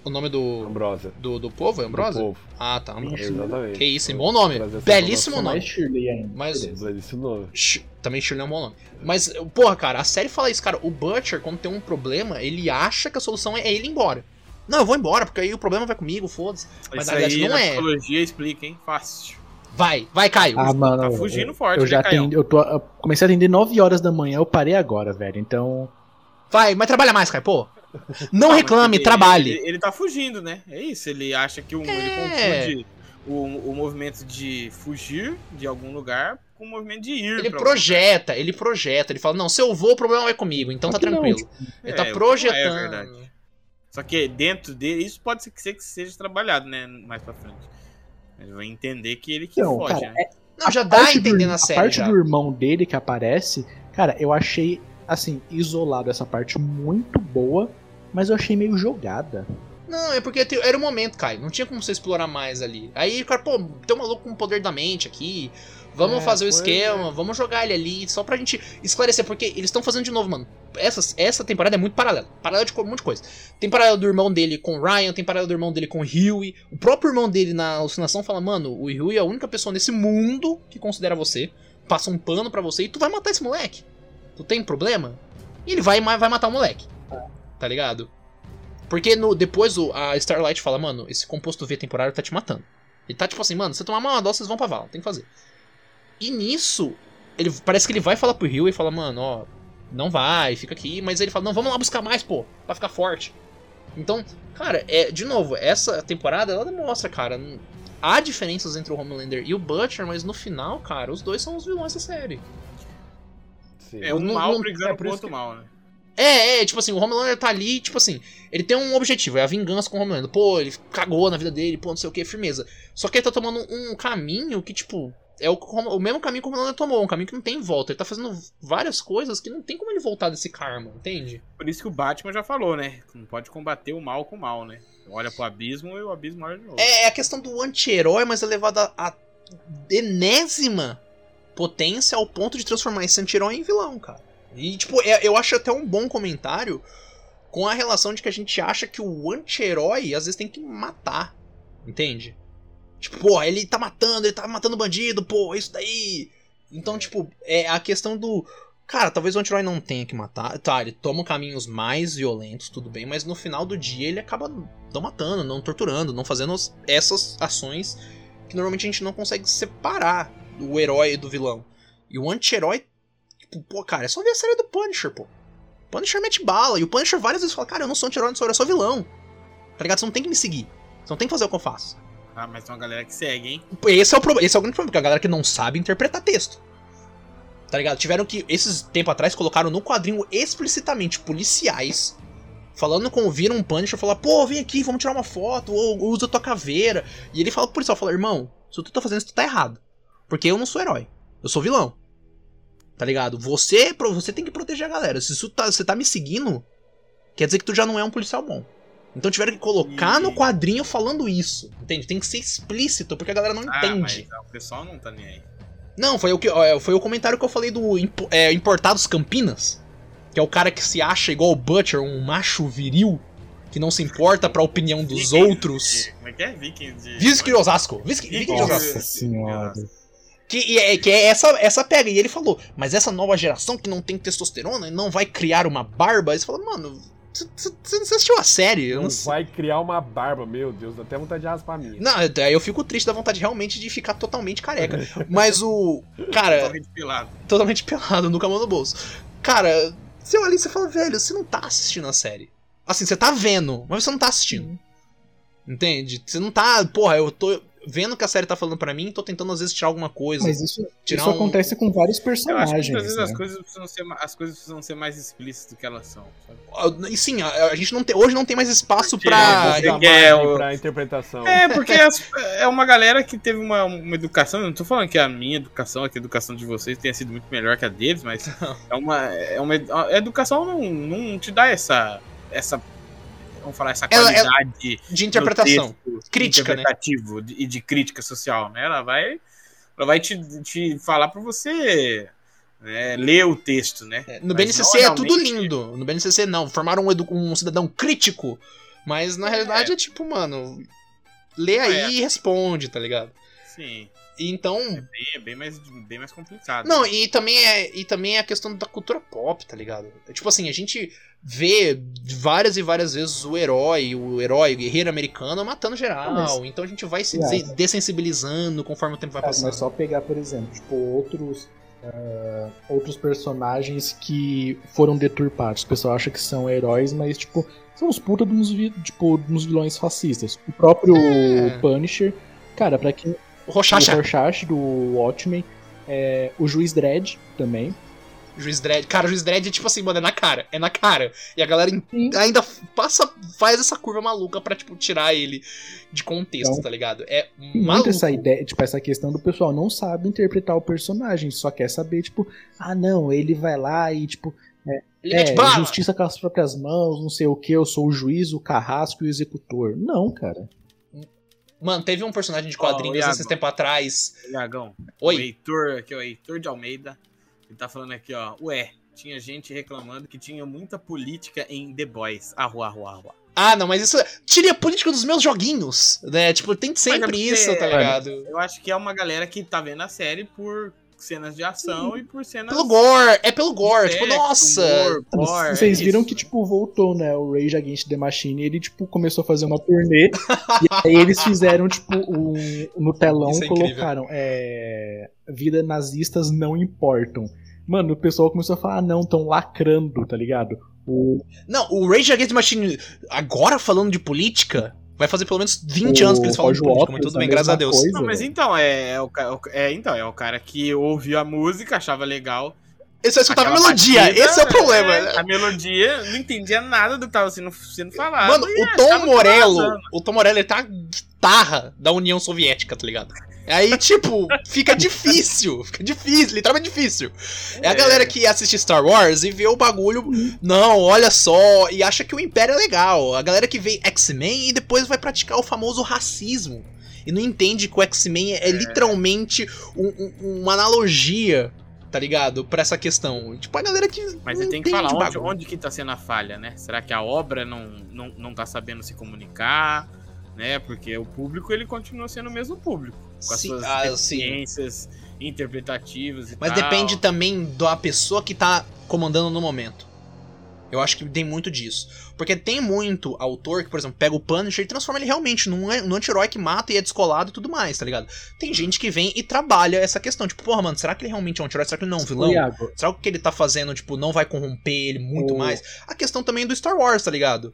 Speaker 2: O nome do,
Speaker 3: Ambrósia.
Speaker 2: do, do povo é Ambrose?
Speaker 3: Do povo.
Speaker 2: Ah, tá. Ambrose.
Speaker 3: Exatamente.
Speaker 2: Que isso, hein? Bom nome.
Speaker 3: Trazer essa
Speaker 2: Belíssimo
Speaker 3: informação.
Speaker 2: nome.
Speaker 4: Mais Shirley ainda.
Speaker 2: Mas-
Speaker 4: beleza.
Speaker 3: Belíssimo nome.
Speaker 2: Sh- Também Shirley é um bom nome. Mas, porra, cara, a série fala isso, cara. O Butcher, quando tem um problema, ele acha que a solução é ele ir embora. Não, eu vou embora, porque aí o problema vai comigo, foda-se. Mas
Speaker 1: Isso
Speaker 2: na verdade
Speaker 1: aí
Speaker 2: não
Speaker 1: na
Speaker 2: é.
Speaker 1: psicologia explica, hein? Fácil.
Speaker 2: Vai, vai, Caio.
Speaker 4: Ah, mano.
Speaker 1: Tá
Speaker 4: eu-
Speaker 1: fugindo
Speaker 4: eu,
Speaker 1: forte,
Speaker 4: eu já
Speaker 1: né, Caião?
Speaker 4: atendi, eu tô, eu comecei a atender 9 horas da manhã, eu parei agora, velho. Então,
Speaker 2: Vai, mas trabalha mais, Caio, pô. Não
Speaker 1: Ah, mas
Speaker 2: reclame,
Speaker 1: ele-
Speaker 2: trabalhe.
Speaker 1: Ele, ele tá fugindo, né? É isso, ele acha que o, ele
Speaker 2: É.
Speaker 1: confunde o, o movimento de fugir de algum lugar com o movimento de ir.
Speaker 2: Ele
Speaker 1: pra algum lugar.
Speaker 2: projeta, ele projeta. Ele fala, não, se eu vou, o problema é comigo, então tá
Speaker 4: Aqui não,
Speaker 2: tranquilo.
Speaker 1: É,
Speaker 2: Ele
Speaker 1: o que
Speaker 2: tá
Speaker 1: não
Speaker 2: projetando.
Speaker 1: É verdade. Só que dentro dele, isso pode ser que se- que seja trabalhado, né? Mais pra frente. Ele vai entender que ele que
Speaker 4: Então,
Speaker 1: foge,
Speaker 4: cara,
Speaker 1: né?
Speaker 2: Não, já dá a
Speaker 4: parte do-
Speaker 2: entender na
Speaker 4: A
Speaker 2: série
Speaker 4: parte
Speaker 2: já.
Speaker 4: do irmão dele que aparece, cara, eu achei, assim, isolado essa parte muito boa, mas eu achei meio jogada.
Speaker 2: Não, é porque te- era o momento, Caio. Não tinha como você explorar mais ali. Aí o cara, pô, tem um maluco com o poder da mente aqui. Vamos
Speaker 3: É,
Speaker 2: fazer o
Speaker 3: pois
Speaker 2: esquema, vamos jogar ele ali, só pra gente esclarecer, porque eles estão fazendo de novo, mano. Essa, essa temporada é muito paralela. Paralela de co- um monte de coisa. Tem paralela do irmão dele com o Ryan, tem paralela do irmão dele com o Huey. O próprio irmão dele na alucinação fala, mano, o Huey é a única pessoa nesse mundo que considera você, passa um pano pra você e tu vai matar esse moleque. Tu tem problema? E ele vai, ma- vai matar o moleque.
Speaker 3: É.
Speaker 2: Tá ligado? Porque no, depois o, a Starlight fala, mano, esse composto V temporário tá te matando. Ele tá tipo assim, mano, se você tomar uma dose, vocês vão pra vala, tem que fazer. E nisso, ele parece que ele vai falar pro Rio e fala, mano, ó, não vai, fica aqui, mas ele fala, não, vamos lá buscar mais, pô, pra ficar forte. Então, cara, é, de novo, essa temporada ela demonstra, cara, n- há diferenças entre o Homelander e o Butcher, mas no final, cara, os dois são os vilões da série.
Speaker 3: Sim.
Speaker 1: É um
Speaker 2: Não-
Speaker 1: mal
Speaker 2: não-
Speaker 1: brigando
Speaker 3: é por
Speaker 1: com
Speaker 3: isso
Speaker 1: outro
Speaker 3: que-
Speaker 1: mal, né?
Speaker 2: É, é, tipo assim, o Homelander tá ali, tipo assim, ele tem um objetivo, é a vingança com o Homelander. Pô, ele cagou na vida dele, pô, não sei o que, firmeza. Só que ele tá tomando um caminho que, tipo, é o, que o Home- o mesmo caminho que o Homelander tomou, um caminho que não tem volta. Ele tá fazendo várias coisas que não tem como ele voltar desse karma, entende?
Speaker 1: Por isso que o Batman já falou, né? Não pode combater o mal com o mal, né? Olha pro abismo e o abismo olha de novo.
Speaker 2: É, é a questão do anti-herói, mas elevada a enésima potência ao ponto de transformar esse anti-herói em vilão, cara. E, tipo, é- eu acho até um bom comentário com a relação de que a gente acha que o anti-herói às vezes tem que matar. Entende? Tipo, pô, ele tá matando, ele tá matando bandido, pô, é isso daí. Então, tipo, é a questão do. Cara, talvez o anti-herói não tenha que matar. Tá, ele toma caminhos mais violentos, tudo bem, mas no final do dia ele acaba não matando, não torturando, não fazendo as- essas ações que normalmente a gente não consegue separar o herói do vilão. E o anti-herói, tipo, pô, cara, é só ver a série do Punisher, pô. O Punisher mete bala, e o Punisher várias vezes fala, cara, eu não sou anti-herói, não sou herói, eu sou vilão. Tá ligado? Você não tem que me seguir. Você não tem que fazer o que eu faço.
Speaker 1: Ah, mas tem uma galera que segue, hein?
Speaker 2: Esse é o, pro... Esse é o grande problema, porque a galera que não sabe interpretar texto. Tá ligado? Tiveram que, esses tempo atrás, colocaram no quadrinho explicitamente policiais falando com viram um Punisher falar, pô, vem aqui, vamos tirar uma foto, ou usa tua caveira. E ele fala pro policial, fala, irmão, se tu tá fazendo isso, tu tá errado. Porque eu não sou herói, eu sou vilão. Tá ligado? Você pro- você tem que proteger a galera. Se isso tá- você tá me seguindo, quer dizer que tu já não é um policial bom. Então tiveram que colocar
Speaker 1: E-
Speaker 2: no quadrinho falando isso. Entende? Tem que ser explícito, porque a galera não
Speaker 1: Ah,
Speaker 2: entende.
Speaker 1: mas ah, o pessoal não tá nem aí.
Speaker 2: Não, foi o, que, é, foi o comentário que eu falei do impo- é, Importados Campinas. Que é o cara que se acha igual o Butcher, um macho viril, que não se importa pra opinião é um dos
Speaker 1: Viking
Speaker 2: outros.
Speaker 1: de- Como é que é? Viking de.
Speaker 2: Visque de Osasco. Visque
Speaker 1: Viking
Speaker 2: Viking de
Speaker 1: de-
Speaker 2: Osasco.
Speaker 4: Nossa senhora.
Speaker 2: Que, e é, que é essa, essa pega. E ele falou, mas essa nova geração que não tem testosterona não vai criar uma barba. Aí você fala, mano, você- você você assistiu a série? Eu
Speaker 3: Não
Speaker 2: não sei.
Speaker 3: vai criar uma barba, meu Deus, dá até vontade de raspar a minha.
Speaker 2: Não, daí eu fico triste da vontade realmente de ficar totalmente careca. Mas o. Cara.
Speaker 1: Totalmente pelado.
Speaker 2: totalmente pelado, nunca a mão no bolso. Cara, você olha e você fala, velho, você não tá assistindo a série. Assim, você tá vendo, mas você não tá assistindo. Entende? Você não tá, porra, eu tô vendo o que a série tá falando pra mim, tô tentando às vezes tirar alguma coisa.
Speaker 4: Mas isso,
Speaker 2: tirar
Speaker 4: isso
Speaker 2: um-
Speaker 4: acontece com vários
Speaker 1: Eu acho que
Speaker 4: personagens.
Speaker 1: muitas vezes as,
Speaker 4: né?
Speaker 1: coisas precisam ser, ma- as coisas precisam ser mais explícitas do que elas são. sabe?
Speaker 2: Ah, E sim, a, a gente não tem, hoje não tem mais espaço pra.
Speaker 1: Ah,
Speaker 3: Não
Speaker 1: ele
Speaker 3: dá
Speaker 1: quer
Speaker 3: margem
Speaker 1: o-
Speaker 3: pra interpretação.
Speaker 1: É, porque as- é uma galera que teve uma, uma educação. Eu não tô falando que a minha educação, a que a educação de vocês tenha sido muito melhor que a deles, mas é uma. É uma edu- a educação não, não te dá essa. essa vamos falar, essa
Speaker 2: Ela-
Speaker 1: qualidade.
Speaker 2: ela- De interpretação.
Speaker 1: no texto
Speaker 2: Crítica, né?
Speaker 1: assim, interpretativo de- e de crítica social, né? Ela vai, ela vai te, te falar pra você né, ler o texto, né?
Speaker 2: É, No
Speaker 1: Mas
Speaker 2: BNCC
Speaker 1: não,
Speaker 2: é tudo
Speaker 1: realmente-
Speaker 2: lindo. No BNCC não, formaram um, edu- um cidadão
Speaker 1: é.
Speaker 2: crítico. é Mas na realidade é tipo, mano, lê aí e responde, tá ligado?
Speaker 1: Sim.
Speaker 2: E então.
Speaker 1: Bem, é bem mais, bem mais complicado.
Speaker 2: Não, e também, é, e também é a questão da cultura pop, tá ligado? É Tipo assim, a gente vê várias e várias vezes o herói, o herói, o guerreiro americano matando geral.
Speaker 4: Ah, mas-
Speaker 2: Então a gente vai se
Speaker 4: Claro.
Speaker 2: desen- dessensibilizando conforme o tempo vai
Speaker 4: Cara, mas
Speaker 2: passando.
Speaker 4: só pegar, por exemplo, tipo, outros, ah, outros personagens que foram deturpados. O pessoal acha que são heróis, mas, tipo, são os puta de uns, vi- tipo, de uns vilões fascistas. O próprio
Speaker 2: É.
Speaker 4: Punisher, cara, pra quem.
Speaker 2: O
Speaker 4: O
Speaker 2: Rochacha,
Speaker 4: Rorschach, do Watchmen. é, o Juiz Dredd também.
Speaker 2: Juiz Dredd. Cara, o Juiz Dredd é tipo assim, mano, é na cara, é na cara. E a galera in-
Speaker 4: Sim.
Speaker 2: ainda f- passa, faz essa curva maluca pra, tipo, tirar ele de contexto,
Speaker 4: Então,
Speaker 2: tá ligado? É
Speaker 4: Tem muito
Speaker 2: maluco.
Speaker 4: essa ideia, tipo, essa questão do pessoal não sabe interpretar o personagem, só quer saber, tipo, ah não, ele vai lá e, tipo,
Speaker 2: Ele
Speaker 4: é,
Speaker 2: mete bala.
Speaker 4: justiça com as próprias mãos, não sei o que, eu sou o juiz, o carrasco e o executor. Não, cara.
Speaker 2: Mano, teve um personagem de
Speaker 1: Ó, o
Speaker 2: quadrinhos
Speaker 1: Iago.
Speaker 2: esses tempo atrás.
Speaker 1: Dragão. O
Speaker 2: Oi.
Speaker 1: Heitor, aqui, ó, Heitor de Almeida. Ele tá falando aqui, ó. Ué, tinha gente reclamando que tinha muita política em The Boys. Arrua, arrua, arrua.
Speaker 2: Ah, não, mas isso. Tire a política dos meus joguinhos. Né? Tipo, tem
Speaker 1: Mas é
Speaker 2: sempre
Speaker 1: porque-
Speaker 2: isso, tá
Speaker 1: Mano,
Speaker 2: ligado?
Speaker 1: Eu acho que é uma galera que tá vendo a série por cenas de ação e por cenas.
Speaker 2: Pelo gore, é pelo gore.
Speaker 1: de
Speaker 2: tipo,
Speaker 1: sexo,
Speaker 2: nossa.
Speaker 1: humor, gore, é
Speaker 4: Vocês viram
Speaker 1: isso,
Speaker 4: que,
Speaker 1: né?
Speaker 4: tipo, voltou, né? O Rage Against the Machine, ele, tipo, começou a fazer uma turnê. [laughs] e aí eles fizeram, tipo, um, no telão
Speaker 2: Isso é incrível.
Speaker 4: colocaram é, Vida nazistas não importam. Mano, o pessoal começou a falar, ah, não, tão lacrando, tá ligado? O,
Speaker 2: Não, o Rage Against the Machine, agora falando de política, vai fazer pelo menos 20
Speaker 4: o
Speaker 2: anos que eles falam de
Speaker 4: Roger
Speaker 2: política, mas
Speaker 4: Waters,
Speaker 2: tudo bem,
Speaker 4: a
Speaker 2: graças a
Speaker 4: mesma
Speaker 2: Deus.
Speaker 4: coisa,
Speaker 1: Não, mas
Speaker 4: velho.
Speaker 1: então, é, é o, ca- é o ca- é, então, é o cara que ouviu a música, achava legal.
Speaker 2: Eu só escutava
Speaker 1: aquela
Speaker 2: é melodia,
Speaker 1: batida, né?
Speaker 2: esse é o problema.
Speaker 1: A melodia, não entendia nada do que tava sendo, sendo falado.
Speaker 2: Mano,
Speaker 1: e
Speaker 2: o
Speaker 1: achava
Speaker 2: Tom
Speaker 1: que
Speaker 2: Morello,
Speaker 1: arrasando.
Speaker 2: o Tom Morello, ele tá guitarra da União Soviética, tá ligado?
Speaker 1: [laughs]
Speaker 2: Aí, tipo, fica difícil, fica difícil, literalmente difícil. É a galera que assiste Star Wars e vê o bagulho, não, olha só, e acha que o Império é legal. A galera que vê X-Men e depois vai praticar o famoso racismo. E não entende que o X-Men é, literalmente um- um- uma analogia, tá ligado? Pra essa questão. Tipo, a galera que.
Speaker 1: Mas
Speaker 2: não
Speaker 1: você tem que
Speaker 2: entende
Speaker 1: falar
Speaker 2: o
Speaker 1: onde,
Speaker 2: bagulho.
Speaker 1: onde que tá sendo a falha, né? Será que a obra não, não, não tá sabendo se comunicar, né? Porque o público, ele continua sendo o mesmo público. Com as
Speaker 2: Sim,
Speaker 1: suas
Speaker 2: ah, sim.
Speaker 1: deficiências interpretativas e
Speaker 2: Mas
Speaker 1: tal.
Speaker 2: depende também da pessoa que tá comandando no momento. Eu acho que tem muito disso. Porque tem muito autor que, por exemplo, pega o Punisher e transforma ele realmente num, num anti-herói que mata e é descolado e tudo mais, tá ligado? Tem gente que vem e trabalha essa questão. Tipo, porra, mano, será que ele realmente é um anti-herói? Será que ele não é um vilão?
Speaker 4: o Iago,
Speaker 2: Será que o que ele tá fazendo, tipo, não vai corromper ele muito
Speaker 4: O-
Speaker 2: mais? A questão também do Star Wars, tá ligado?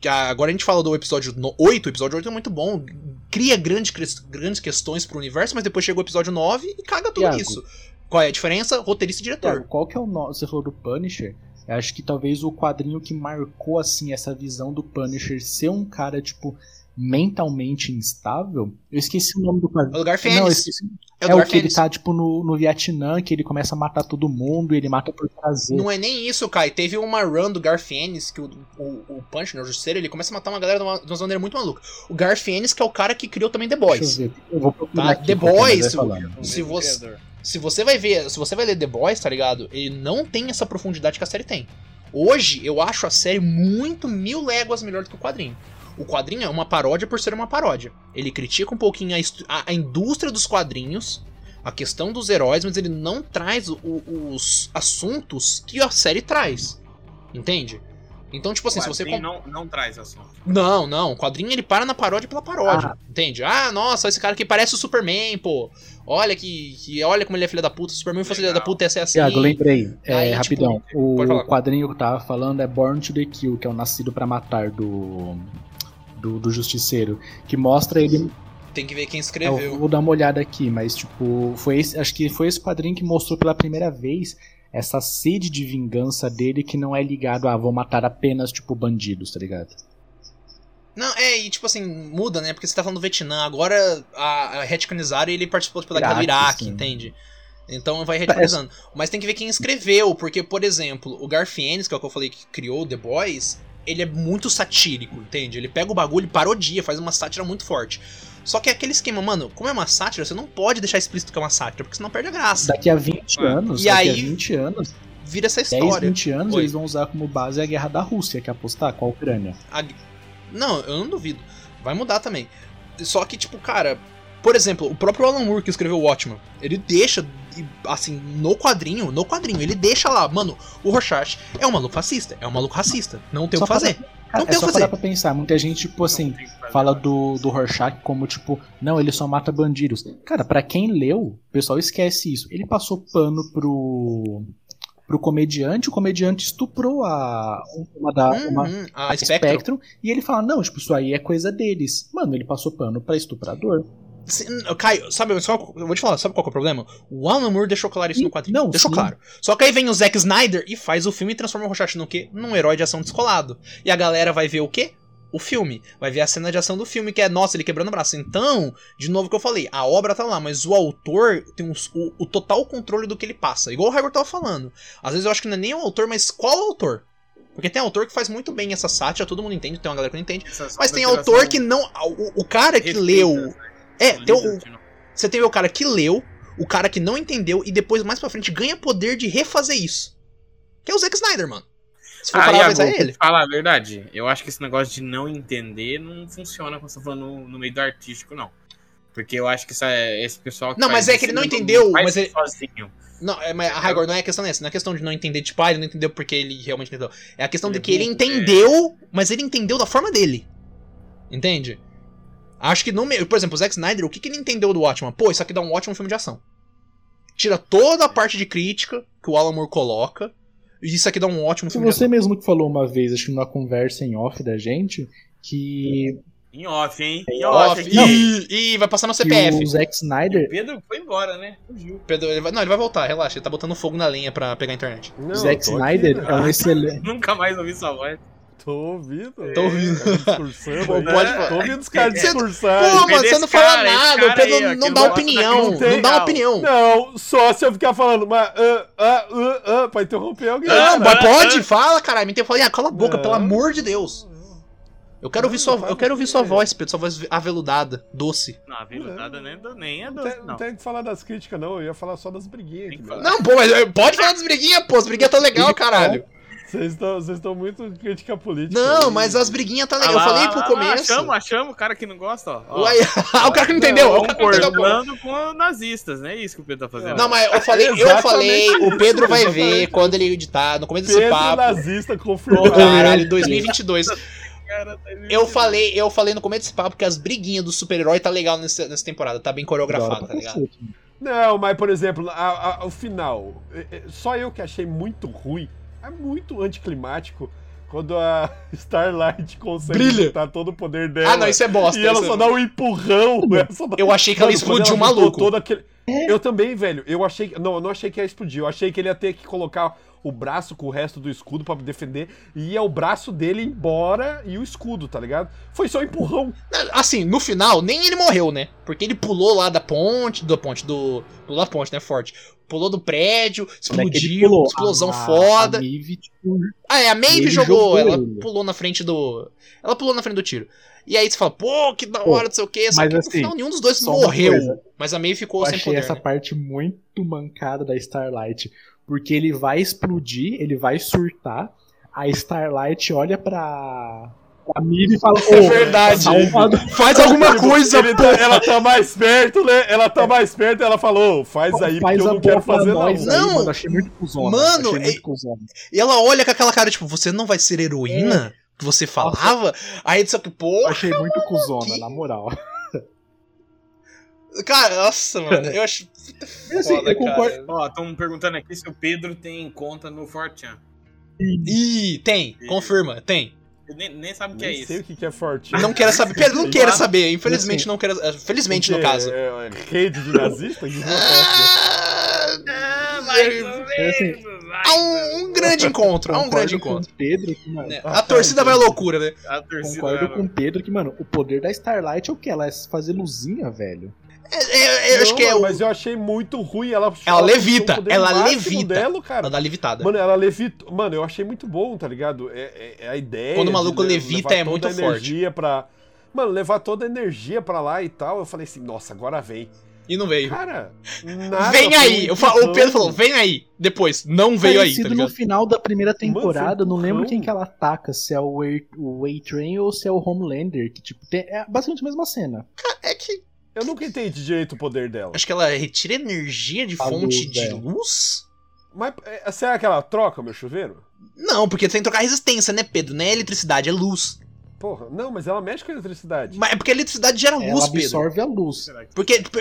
Speaker 2: Que a- agora a gente fala do episódio no- 8, o episódio 8 é muito bom, cria grande, cres- grandes questões pro universo, mas depois chega o episódio 9 e caga tudo
Speaker 4: Iago.
Speaker 2: isso. Qual é a diferença? Roteirista e diretor.
Speaker 4: Thiago, qual que é o nome? Você falou do Punisher. Eu acho que talvez o quadrinho que marcou assim essa visão do Punisher ser um cara tipo mentalmente instável. Eu esqueci o nome do
Speaker 2: É o
Speaker 4: quadrinho.
Speaker 2: lugar
Speaker 4: Não, eu
Speaker 2: Fênix.
Speaker 4: esqueci.
Speaker 2: É
Speaker 4: É,
Speaker 2: o
Speaker 4: o
Speaker 2: lugar
Speaker 4: que ele
Speaker 2: Fênix.
Speaker 4: tá tipo no, no Vietnã, que ele começa a matar todo mundo, ele mata por prazer.
Speaker 2: Não é nem isso, Kai. Teve uma run do Garfienes que o, o, o Punch, né, o Justiceiro, ele começa a matar uma galera de uma, de uma maneira muito maluca. O Garfienes que é o cara que criou também The Boys.
Speaker 4: Deixa eu ver. Eu vou procurar
Speaker 2: Tá,
Speaker 4: aqui,
Speaker 2: The
Speaker 4: porque nós vai
Speaker 2: Boys,
Speaker 4: falando.
Speaker 1: O
Speaker 2: Se
Speaker 1: mesmo
Speaker 2: você-
Speaker 1: criador.
Speaker 2: se você vai ver, se você vai ler The Boys, tá ligado? Ele não tem essa profundidade que a série tem. Hoje, eu acho a série muito mil léguas melhor do que o quadrinho. O quadrinho é uma paródia por ser uma paródia. Ele critica um pouquinho a, estu- a- a indústria dos quadrinhos, a questão dos heróis, mas ele não traz o- os assuntos que a série traz. Entende? Então, tipo assim, se você.
Speaker 1: Quadrinho
Speaker 2: com-
Speaker 1: não, não traz assunto.
Speaker 2: Não, não. O quadrinho ele para na paródia pela paródia.
Speaker 4: Ah.
Speaker 2: Entende? Ah, nossa, esse cara aqui parece o Superman, pô. Olha que, que. Olha como ele é filha da puta. Se o Superman fosse filha
Speaker 1: Legal.
Speaker 2: da puta, ia ser assim.
Speaker 4: Thiago, lembrei. É,
Speaker 2: Aí, tipo,
Speaker 4: rapidão.
Speaker 2: pode falar.
Speaker 4: o quadrinho que eu tava falando é Born to the Kill, que é o Nascido pra Matar do, do, do Justiceiro. Que mostra ele
Speaker 2: Tem que ver quem
Speaker 4: É, Eu
Speaker 2: escreveu.
Speaker 4: vou dar uma olhada aqui, mas tipo, foi esse- acho que foi esse quadrinho que mostrou pela primeira vez essa sede de vingança dele que não é ligado a vou matar apenas tipo bandidos, tá ligado?
Speaker 2: Não, é, e tipo assim, muda, né? Porque você tá falando do Vietnã. Agora a, a retconizaram e ele participou pela guerra do Iraque,
Speaker 4: Iraque, sim.
Speaker 2: entende? Então vai retconizando. Mas tem que ver quem escreveu, porque, por exemplo, o Garfienes, que é o que eu falei que criou The Boys, ele é muito satírico, entende? Ele pega o bagulho e parodia, faz uma sátira muito forte. Só que é aquele esquema, mano, como é uma sátira, você não pode deixar explícito que é uma sátira, porque senão perde a graça.
Speaker 4: Daqui a 20
Speaker 1: Ah,
Speaker 4: anos,
Speaker 2: e
Speaker 4: daqui a
Speaker 2: aí-
Speaker 4: 20 anos,
Speaker 2: Vira essa
Speaker 4: 10,
Speaker 2: história.
Speaker 4: 20 anos,
Speaker 2: Oi.
Speaker 4: eles vão usar como base a guerra da Rússia, que é apostar com a Ucrânia.
Speaker 2: A- Não, eu não duvido. Vai mudar também. Só que, tipo, cara, Por exemplo, o próprio Alan Moore que escreveu o Watchman, ele deixa, e, assim, no quadrinho, no quadrinho, ele deixa lá, mano, o Rorschach é um maluco fascista, é um maluco racista, não tem o
Speaker 4: Só
Speaker 2: que fazer. Não
Speaker 4: Cara,
Speaker 2: tem
Speaker 4: é
Speaker 2: o que
Speaker 4: só
Speaker 2: fazer.
Speaker 4: parar pra pensar. Muita gente, tipo assim,
Speaker 5: tem que fazer.
Speaker 4: fala do, do Rorschach como, tipo, não, ele só mata bandidos. Cara, pra quem leu, o pessoal esquece isso. Ele passou pano pro, pro comediante, o comediante estuprou a, uma, da, uma
Speaker 2: Uhum, a
Speaker 4: a
Speaker 2: Spectrum.
Speaker 4: Spectrum, e ele fala, não, tipo, isso aí é coisa deles. Mano, ele passou pano pra estuprador.
Speaker 2: Se- n- Caio, sabe, só, eu vou te falar, sabe qual que é o problema? O Alan Moore deixou claro isso no quadrinho.
Speaker 4: Não,
Speaker 2: deixou
Speaker 4: sim.
Speaker 2: claro. Só que aí vem o Zack Snyder e faz o filme e transforma o Rorschach no quê? Num herói de ação descolado. E a galera vai ver o quê? O filme. Vai ver a cena de ação do filme, que é, nossa, ele quebrando o braço. Então, de novo que eu falei, a obra tá lá, mas o autor tem uns- o, o total controle do que ele passa. Igual o Hagrid tava falando. Às vezes eu acho que não é nem o autor, mas qual autor? Porque tem autor que faz muito bem essa sátira, todo mundo entende, tem uma galera que não entende. Mas tem autor que não. O, o cara que leu. É, tem o, você tem o cara que leu, o cara que não entendeu e depois mais pra frente ganha poder de refazer isso. Que é o Zack Snyder, mano. Se for
Speaker 1: Ah,
Speaker 2: parar pra
Speaker 1: Iago,
Speaker 2: pensar, é
Speaker 1: vou
Speaker 2: ele.
Speaker 1: te falar a verdade. Eu acho que esse negócio de não entender não funciona quando você tá falando no, no meio do artístico, não. Porque eu acho que essa- esse pessoal.
Speaker 2: Não,
Speaker 1: faz
Speaker 2: mas é que
Speaker 1: isso
Speaker 2: ele não entendeu,
Speaker 1: faz
Speaker 2: mas ele-
Speaker 1: sozinho.
Speaker 2: Não, é, mas, ah, Igor, não é a questão dessa. Não é a questão de não entender, tipo, ah, ele não entendeu porque ele realmente não entendeu. É a questão
Speaker 1: Ele
Speaker 2: de
Speaker 1: é
Speaker 2: que ele
Speaker 1: burro, é.
Speaker 2: entendeu, mas ele entendeu da forma dele. Entende? Acho que no meio. Por exemplo, o Zack Snyder, o que, que ele entendeu do Watchman? Pô, isso aqui dá um ótimo filme de ação. Tira
Speaker 1: É.
Speaker 2: toda a parte de crítica que o Alan Moore coloca. E isso aqui dá um ótimo
Speaker 4: Se
Speaker 2: filme de ação.
Speaker 4: você mesmo que falou uma vez, acho que numa conversa em off da gente, que,
Speaker 1: Em off, hein? Em
Speaker 2: E
Speaker 1: off.
Speaker 2: off.
Speaker 1: aqui.
Speaker 2: Ih, ih, vai passar no
Speaker 4: que
Speaker 2: CPF.
Speaker 4: o Zack Snyder
Speaker 1: O Pedro foi embora, né? Fugiu. [laughs]
Speaker 2: Pedro, ele vai- não, ele vai voltar, relaxa. Ele tá botando fogo na lenha pra pegar a internet.
Speaker 3: Não,
Speaker 4: Zack
Speaker 3: tô aqui,
Speaker 4: Snyder
Speaker 3: né?
Speaker 4: é um excelente.
Speaker 1: Nunca mais ouvi sua voz.
Speaker 3: Tô ouvindo.
Speaker 2: Tô ouvindo.
Speaker 3: Os caras discursando
Speaker 2: Pô,
Speaker 3: aí.
Speaker 1: Né?
Speaker 2: pode falar.
Speaker 3: Tô ouvindo os caras
Speaker 1: É,
Speaker 2: Cê-
Speaker 3: discursando.
Speaker 2: Pô,
Speaker 1: Ai,
Speaker 2: mano, você
Speaker 1: Ah, esse
Speaker 2: não fala
Speaker 1: cara, esse
Speaker 2: nada. O
Speaker 1: cara
Speaker 2: Pedro
Speaker 1: aí, ó,
Speaker 2: não
Speaker 1: que
Speaker 2: dá
Speaker 1: gosta
Speaker 2: opinião.
Speaker 3: daquilo,
Speaker 2: Não dá
Speaker 1: legal.
Speaker 2: opinião. Não,
Speaker 3: Não, só se eu ficar falando, mas ah, ah, ah, ah, pra interromper alguém.
Speaker 1: Não,
Speaker 2: mas
Speaker 1: não,
Speaker 2: pode,
Speaker 1: não.
Speaker 2: fala, caralho. Me tem falei, ah, cala a boca,
Speaker 3: Não.
Speaker 2: pelo amor de Deus. Eu quero
Speaker 3: Não,
Speaker 2: ouvir sua,
Speaker 3: não
Speaker 2: eu quero ouvir sua
Speaker 3: faz
Speaker 2: voz, Pedro, sua voz aveludada, doce.
Speaker 1: É, Não, a veludada nem, do- nem é
Speaker 3: Não
Speaker 1: doce,
Speaker 3: tem, não
Speaker 1: não.
Speaker 3: tem que falar das críticas, não. Eu ia falar só das briguinhas
Speaker 1: Tem
Speaker 3: aqui,
Speaker 1: que
Speaker 3: mano.
Speaker 1: falar.
Speaker 2: Não, pô, mas eh, pode falar dos briguinhas, pô. As briguinhas tá legal, caralho.
Speaker 3: Vocês estão vocês estão muito crítica política.
Speaker 2: Não,
Speaker 3: aí.
Speaker 2: mas as briguinhas tá
Speaker 1: Ah,
Speaker 2: legal. Eu
Speaker 1: lá,
Speaker 2: falei
Speaker 1: lá,
Speaker 2: pro
Speaker 1: lá,
Speaker 2: começo.
Speaker 1: Achamos, achamos o cara que não gosta, ó. ó.
Speaker 2: Uai, [laughs] o cara que não entendeu.
Speaker 3: Não,
Speaker 2: o cara que não entendeu, pô.
Speaker 1: Concordando com nazistas, né? É isso que o Pedro tá fazendo.
Speaker 2: Não,
Speaker 3: [laughs]
Speaker 2: mas eu falei, eu
Speaker 3: Exatamente
Speaker 2: falei, o Pedro vai
Speaker 3: exatamente
Speaker 2: ver quando ele editar, no começo desse
Speaker 3: Pedro
Speaker 2: papo.
Speaker 3: nazista
Speaker 2: Pô,
Speaker 3: confirmado.
Speaker 2: Caralho, 2022.
Speaker 1: Cara, tá
Speaker 2: Eu falei, eu falei no começo desse papo que as briguinhas do super-herói tá legal nesse- nessa temporada, tá bem
Speaker 4: Da hora
Speaker 2: coreografado, tá
Speaker 4: pra
Speaker 2: ligado?
Speaker 4: cacete.
Speaker 3: Não, mas por exemplo, a- a- o final. é- é, Só eu que achei muito ruim. É muito anticlimático quando a [laughs] Starlight consegue
Speaker 2: Brilha.
Speaker 3: botar todo o poder dela.
Speaker 2: Ah, não, isso é bosta.
Speaker 3: E ela
Speaker 2: isso é-
Speaker 3: só dá um empurrão. ela só dá-
Speaker 2: Eu achei que ela
Speaker 3: Mano, quando
Speaker 2: explodiu o
Speaker 3: ela botou
Speaker 2: maluco.
Speaker 3: todo aquele- Eu também, velho. Eu achei. Não, eu não achei que ia explodir. Eu achei que ele ia ter que colocar o braço com o resto do escudo pra defender. E ia o braço dele embora e o escudo, tá ligado? Foi só empurrão.
Speaker 2: Assim, no final, nem ele morreu, né? Porque ele pulou lá da ponte, da ponte, do. Pulou da ponte, né? Forte. Pulou do prédio,
Speaker 4: Como é que ele
Speaker 2: explodiu,
Speaker 4: pulou? Ah,
Speaker 2: explosão
Speaker 4: A-
Speaker 2: foda.
Speaker 4: a Nive, tipo,
Speaker 2: Ah, é, a Maeve
Speaker 4: Ele
Speaker 2: jogou,
Speaker 4: jogou
Speaker 2: ela
Speaker 4: ele.
Speaker 2: pulou na frente do. Ela pulou na frente do tiro. E aí você fala, pô, que da hora, não sei o que, só
Speaker 4: mas
Speaker 2: que no
Speaker 4: assim,
Speaker 2: final nenhum dos dois
Speaker 4: só uma
Speaker 2: morreu.
Speaker 4: coisa.
Speaker 2: Mas a Maeve ficou
Speaker 4: Eu
Speaker 2: sem
Speaker 4: achei
Speaker 2: poder.
Speaker 4: essa
Speaker 2: né?
Speaker 4: parte muito mancada da Starlight. Porque ele vai explodir, ele vai surtar. A Starlight olha pra, pra Miri e fala: Ô,
Speaker 2: É verdade.
Speaker 4: salvador,
Speaker 2: Faz alguma
Speaker 3: Tipo,
Speaker 2: coisa,
Speaker 3: ele tá- ela tá mais perto, né? Ela tá mais perto ela falou, faz aí,
Speaker 4: É. faz
Speaker 3: porque eu
Speaker 4: a
Speaker 3: não quero
Speaker 4: boa
Speaker 3: fazer
Speaker 4: pra
Speaker 3: não.
Speaker 4: nós. né? aí,
Speaker 2: Não.
Speaker 4: mano, achei muito cuzona.
Speaker 2: Mano,
Speaker 4: achei muito
Speaker 2: é-
Speaker 4: cuzona.
Speaker 2: E ela olha com aquela cara, tipo, você não vai ser heroína?
Speaker 4: É.
Speaker 2: Que você falava? Aí só que, pô,
Speaker 4: Achei muito cuzona,
Speaker 2: que-
Speaker 4: na moral.
Speaker 2: cara, nossa, mano, eu acho.
Speaker 4: Assim,
Speaker 2: Foda,
Speaker 4: eu concordo.
Speaker 2: cara.
Speaker 1: Ó, estão perguntando aqui se o Pedro tem conta no 4chan.
Speaker 2: Ih, tem, confirma, tem.
Speaker 1: Eu nem, nem sabe o que é
Speaker 3: Nem sei o
Speaker 1: isso.
Speaker 3: que que é fortinho.
Speaker 2: Não quero saber, Pedro, não quero saber, infelizmente
Speaker 4: Assim,
Speaker 2: não quero. eh, Felizmente, no
Speaker 3: Porque
Speaker 2: caso.
Speaker 3: É, é rede de nazista? Que é desgraça.
Speaker 2: Ah,
Speaker 1: Ah,
Speaker 2: mais ou
Speaker 3: Então,
Speaker 4: É assim,
Speaker 2: Há um, um grande encontro, há um
Speaker 4: concordo
Speaker 2: grande
Speaker 4: com
Speaker 2: encontro.
Speaker 4: o Pedro que, mano,
Speaker 2: né? A torcida vai à loucura, né?
Speaker 1: A torcida
Speaker 4: Concordo
Speaker 1: vai
Speaker 4: com o Pedro que, mano, o poder da Starlight é o que? Ela é fazer luzinha, velho.
Speaker 2: É, é, é, eu acho
Speaker 3: Não,
Speaker 2: que é
Speaker 3: mano,
Speaker 2: o.
Speaker 3: Mas eu achei muito ruim. Ela,
Speaker 2: Ela
Speaker 3: puxou
Speaker 2: levita,
Speaker 3: o poder
Speaker 2: ela
Speaker 3: máximo
Speaker 2: levita.
Speaker 3: Dela, cara.
Speaker 2: Ela dá levitada.
Speaker 3: Mano, ela levita. Mano, eu achei muito bom, tá ligado? É, é- é a ideia.
Speaker 2: Quando o maluco
Speaker 3: de le-
Speaker 2: levita
Speaker 3: levar
Speaker 2: é muito
Speaker 3: toda a
Speaker 2: forte.
Speaker 3: energia Pra... Mano, levar toda a energia pra lá e tal. Eu falei assim, nossa, agora vem.
Speaker 2: E não veio.
Speaker 3: Cara, nada
Speaker 2: vem
Speaker 3: foi
Speaker 2: aí! Eu fa- O Pedro falou,
Speaker 3: empurrão.
Speaker 2: vem aí! Depois, não veio aí, tá
Speaker 4: Parecido no
Speaker 2: ligado?
Speaker 4: final da primeira
Speaker 3: Mano,
Speaker 4: temporada,
Speaker 3: foi
Speaker 4: não lembro
Speaker 3: burrão.
Speaker 4: quem que ela ataca, se é o Air- o A-Train ou se é o Homelander, que tipo, tem- é basicamente a mesma cena.
Speaker 2: É que.
Speaker 3: Eu nunca entendi direito o poder dela.
Speaker 2: Acho que ela retira energia de
Speaker 4: A
Speaker 2: fonte
Speaker 4: luz,
Speaker 2: de
Speaker 4: é.
Speaker 2: luz?
Speaker 3: Mas é, será que ela troca meu chuveiro?
Speaker 2: Não, porque tem que trocar resistência, né, Pedro? Não é eletricidade, é luz.
Speaker 3: Porra, não, mas ela mexe com a eletricidade.
Speaker 2: Mas é porque a eletricidade gera
Speaker 4: Ela
Speaker 2: luz, Pedro.
Speaker 4: absorve a luz.
Speaker 1: Será que...
Speaker 2: Porque, tipo,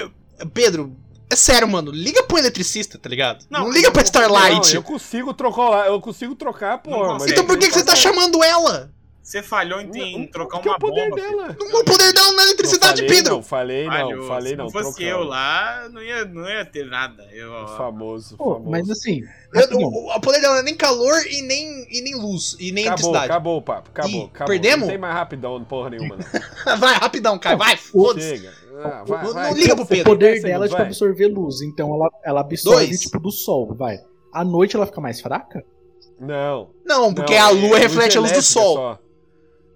Speaker 2: Pedro, é sério, mano. Liga pro eletricista, tá ligado? Não,
Speaker 6: Não,
Speaker 2: liga pra
Speaker 3: Não,
Speaker 2: Starlight.
Speaker 3: eu consigo trocar, eu consigo trocar, porra. mas-
Speaker 1: consegue.
Speaker 2: Então por que, que você tá chamando ela?
Speaker 1: Você falhou em, em
Speaker 3: Não,
Speaker 1: trocar
Speaker 3: porque
Speaker 1: uma
Speaker 3: é o poder
Speaker 1: bomba. filho.
Speaker 3: dela.
Speaker 2: O poder dela não é eletricidade,
Speaker 3: Não, falei
Speaker 2: Pedro.
Speaker 3: Não, falei não,
Speaker 1: Falhou.
Speaker 3: falei
Speaker 1: Se
Speaker 3: não.
Speaker 1: não fosse
Speaker 3: trocar.
Speaker 1: eu lá, não ia, não ia ter nada. Eu,
Speaker 3: O Famoso,
Speaker 4: Pô,
Speaker 3: famoso.
Speaker 4: mas assim.
Speaker 2: Eu-
Speaker 4: rapidão,
Speaker 2: o, o poder dela não é nem calor e nem, e nem luz, e nem
Speaker 3: Acabou,
Speaker 2: eletricidade.
Speaker 3: acabou o papo, acabou,
Speaker 2: Ih,
Speaker 3: acabou.
Speaker 2: perdemos?
Speaker 3: Não tem mais rapidão, porra nenhuma,
Speaker 2: [laughs]
Speaker 3: não.
Speaker 2: vai, rapidão, cara, vai, foda-se.
Speaker 3: Chega. Ah, vai,
Speaker 2: Não-
Speaker 3: vai.
Speaker 2: não liga pro
Speaker 4: o
Speaker 2: Pedro.
Speaker 4: poder
Speaker 3: Dez
Speaker 4: dela é
Speaker 3: segundos,
Speaker 4: tipo
Speaker 3: vai.
Speaker 4: absorver luz, então ela, ela absorve
Speaker 2: Dois.
Speaker 4: tipo do sol, vai. À noite ela fica mais fraca?
Speaker 3: Não.
Speaker 2: Não, porque
Speaker 3: não,
Speaker 2: a
Speaker 3: é
Speaker 2: lua reflete a luz do
Speaker 3: elétrica
Speaker 2: sol.
Speaker 3: só.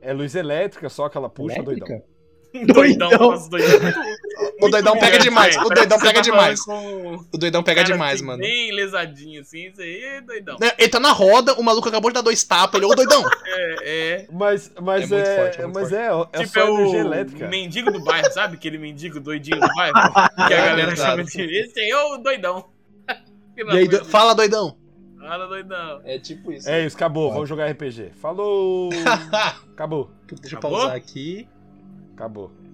Speaker 3: É luz elétrica só que ela puxa, doidão.
Speaker 4: Elétrica?
Speaker 1: um Doidão,
Speaker 4: Doidão.
Speaker 1: nossa, doidão.
Speaker 2: [laughs] O doidão
Speaker 1: Muito
Speaker 2: pega
Speaker 1: bom, né?
Speaker 2: demais,
Speaker 1: velho.
Speaker 2: o doidão
Speaker 1: Parece
Speaker 2: pega
Speaker 1: que você tá
Speaker 2: demais.
Speaker 1: falando com um
Speaker 2: O doidão pega
Speaker 1: cara
Speaker 2: demais,
Speaker 1: assim,
Speaker 2: mano.
Speaker 1: Bem lesadinho assim, isso aí, é doidão.
Speaker 2: Né, Ele tá na roda, o maluco acabou de dar dois tapas, ele, ô
Speaker 3: [laughs]
Speaker 2: doidão.
Speaker 1: É, é.
Speaker 3: Mas, mas
Speaker 2: É
Speaker 3: é,
Speaker 2: muito forte, é muito
Speaker 3: mas
Speaker 2: forte.
Speaker 3: é, é
Speaker 1: tipo,
Speaker 3: só
Speaker 1: é
Speaker 3: energia
Speaker 1: o
Speaker 3: elétrica.
Speaker 1: mendigo do bairro, sabe? Aquele mendigo doidinho do
Speaker 2: [laughs]
Speaker 1: bairro. que a galera
Speaker 2: verdade.
Speaker 1: chama de. Esse aí é o doidão. [laughs]
Speaker 2: E aí, do- fala
Speaker 3: [laughs]
Speaker 2: doidão.
Speaker 1: Fala, doidão.
Speaker 2: É tipo isso.
Speaker 3: É isso, acabou.
Speaker 1: [laughs]
Speaker 3: Vamos jogar RPG. Falou! acabou,
Speaker 2: Deixa eu
Speaker 1: Acabou?
Speaker 2: pausar aqui.
Speaker 3: acabou.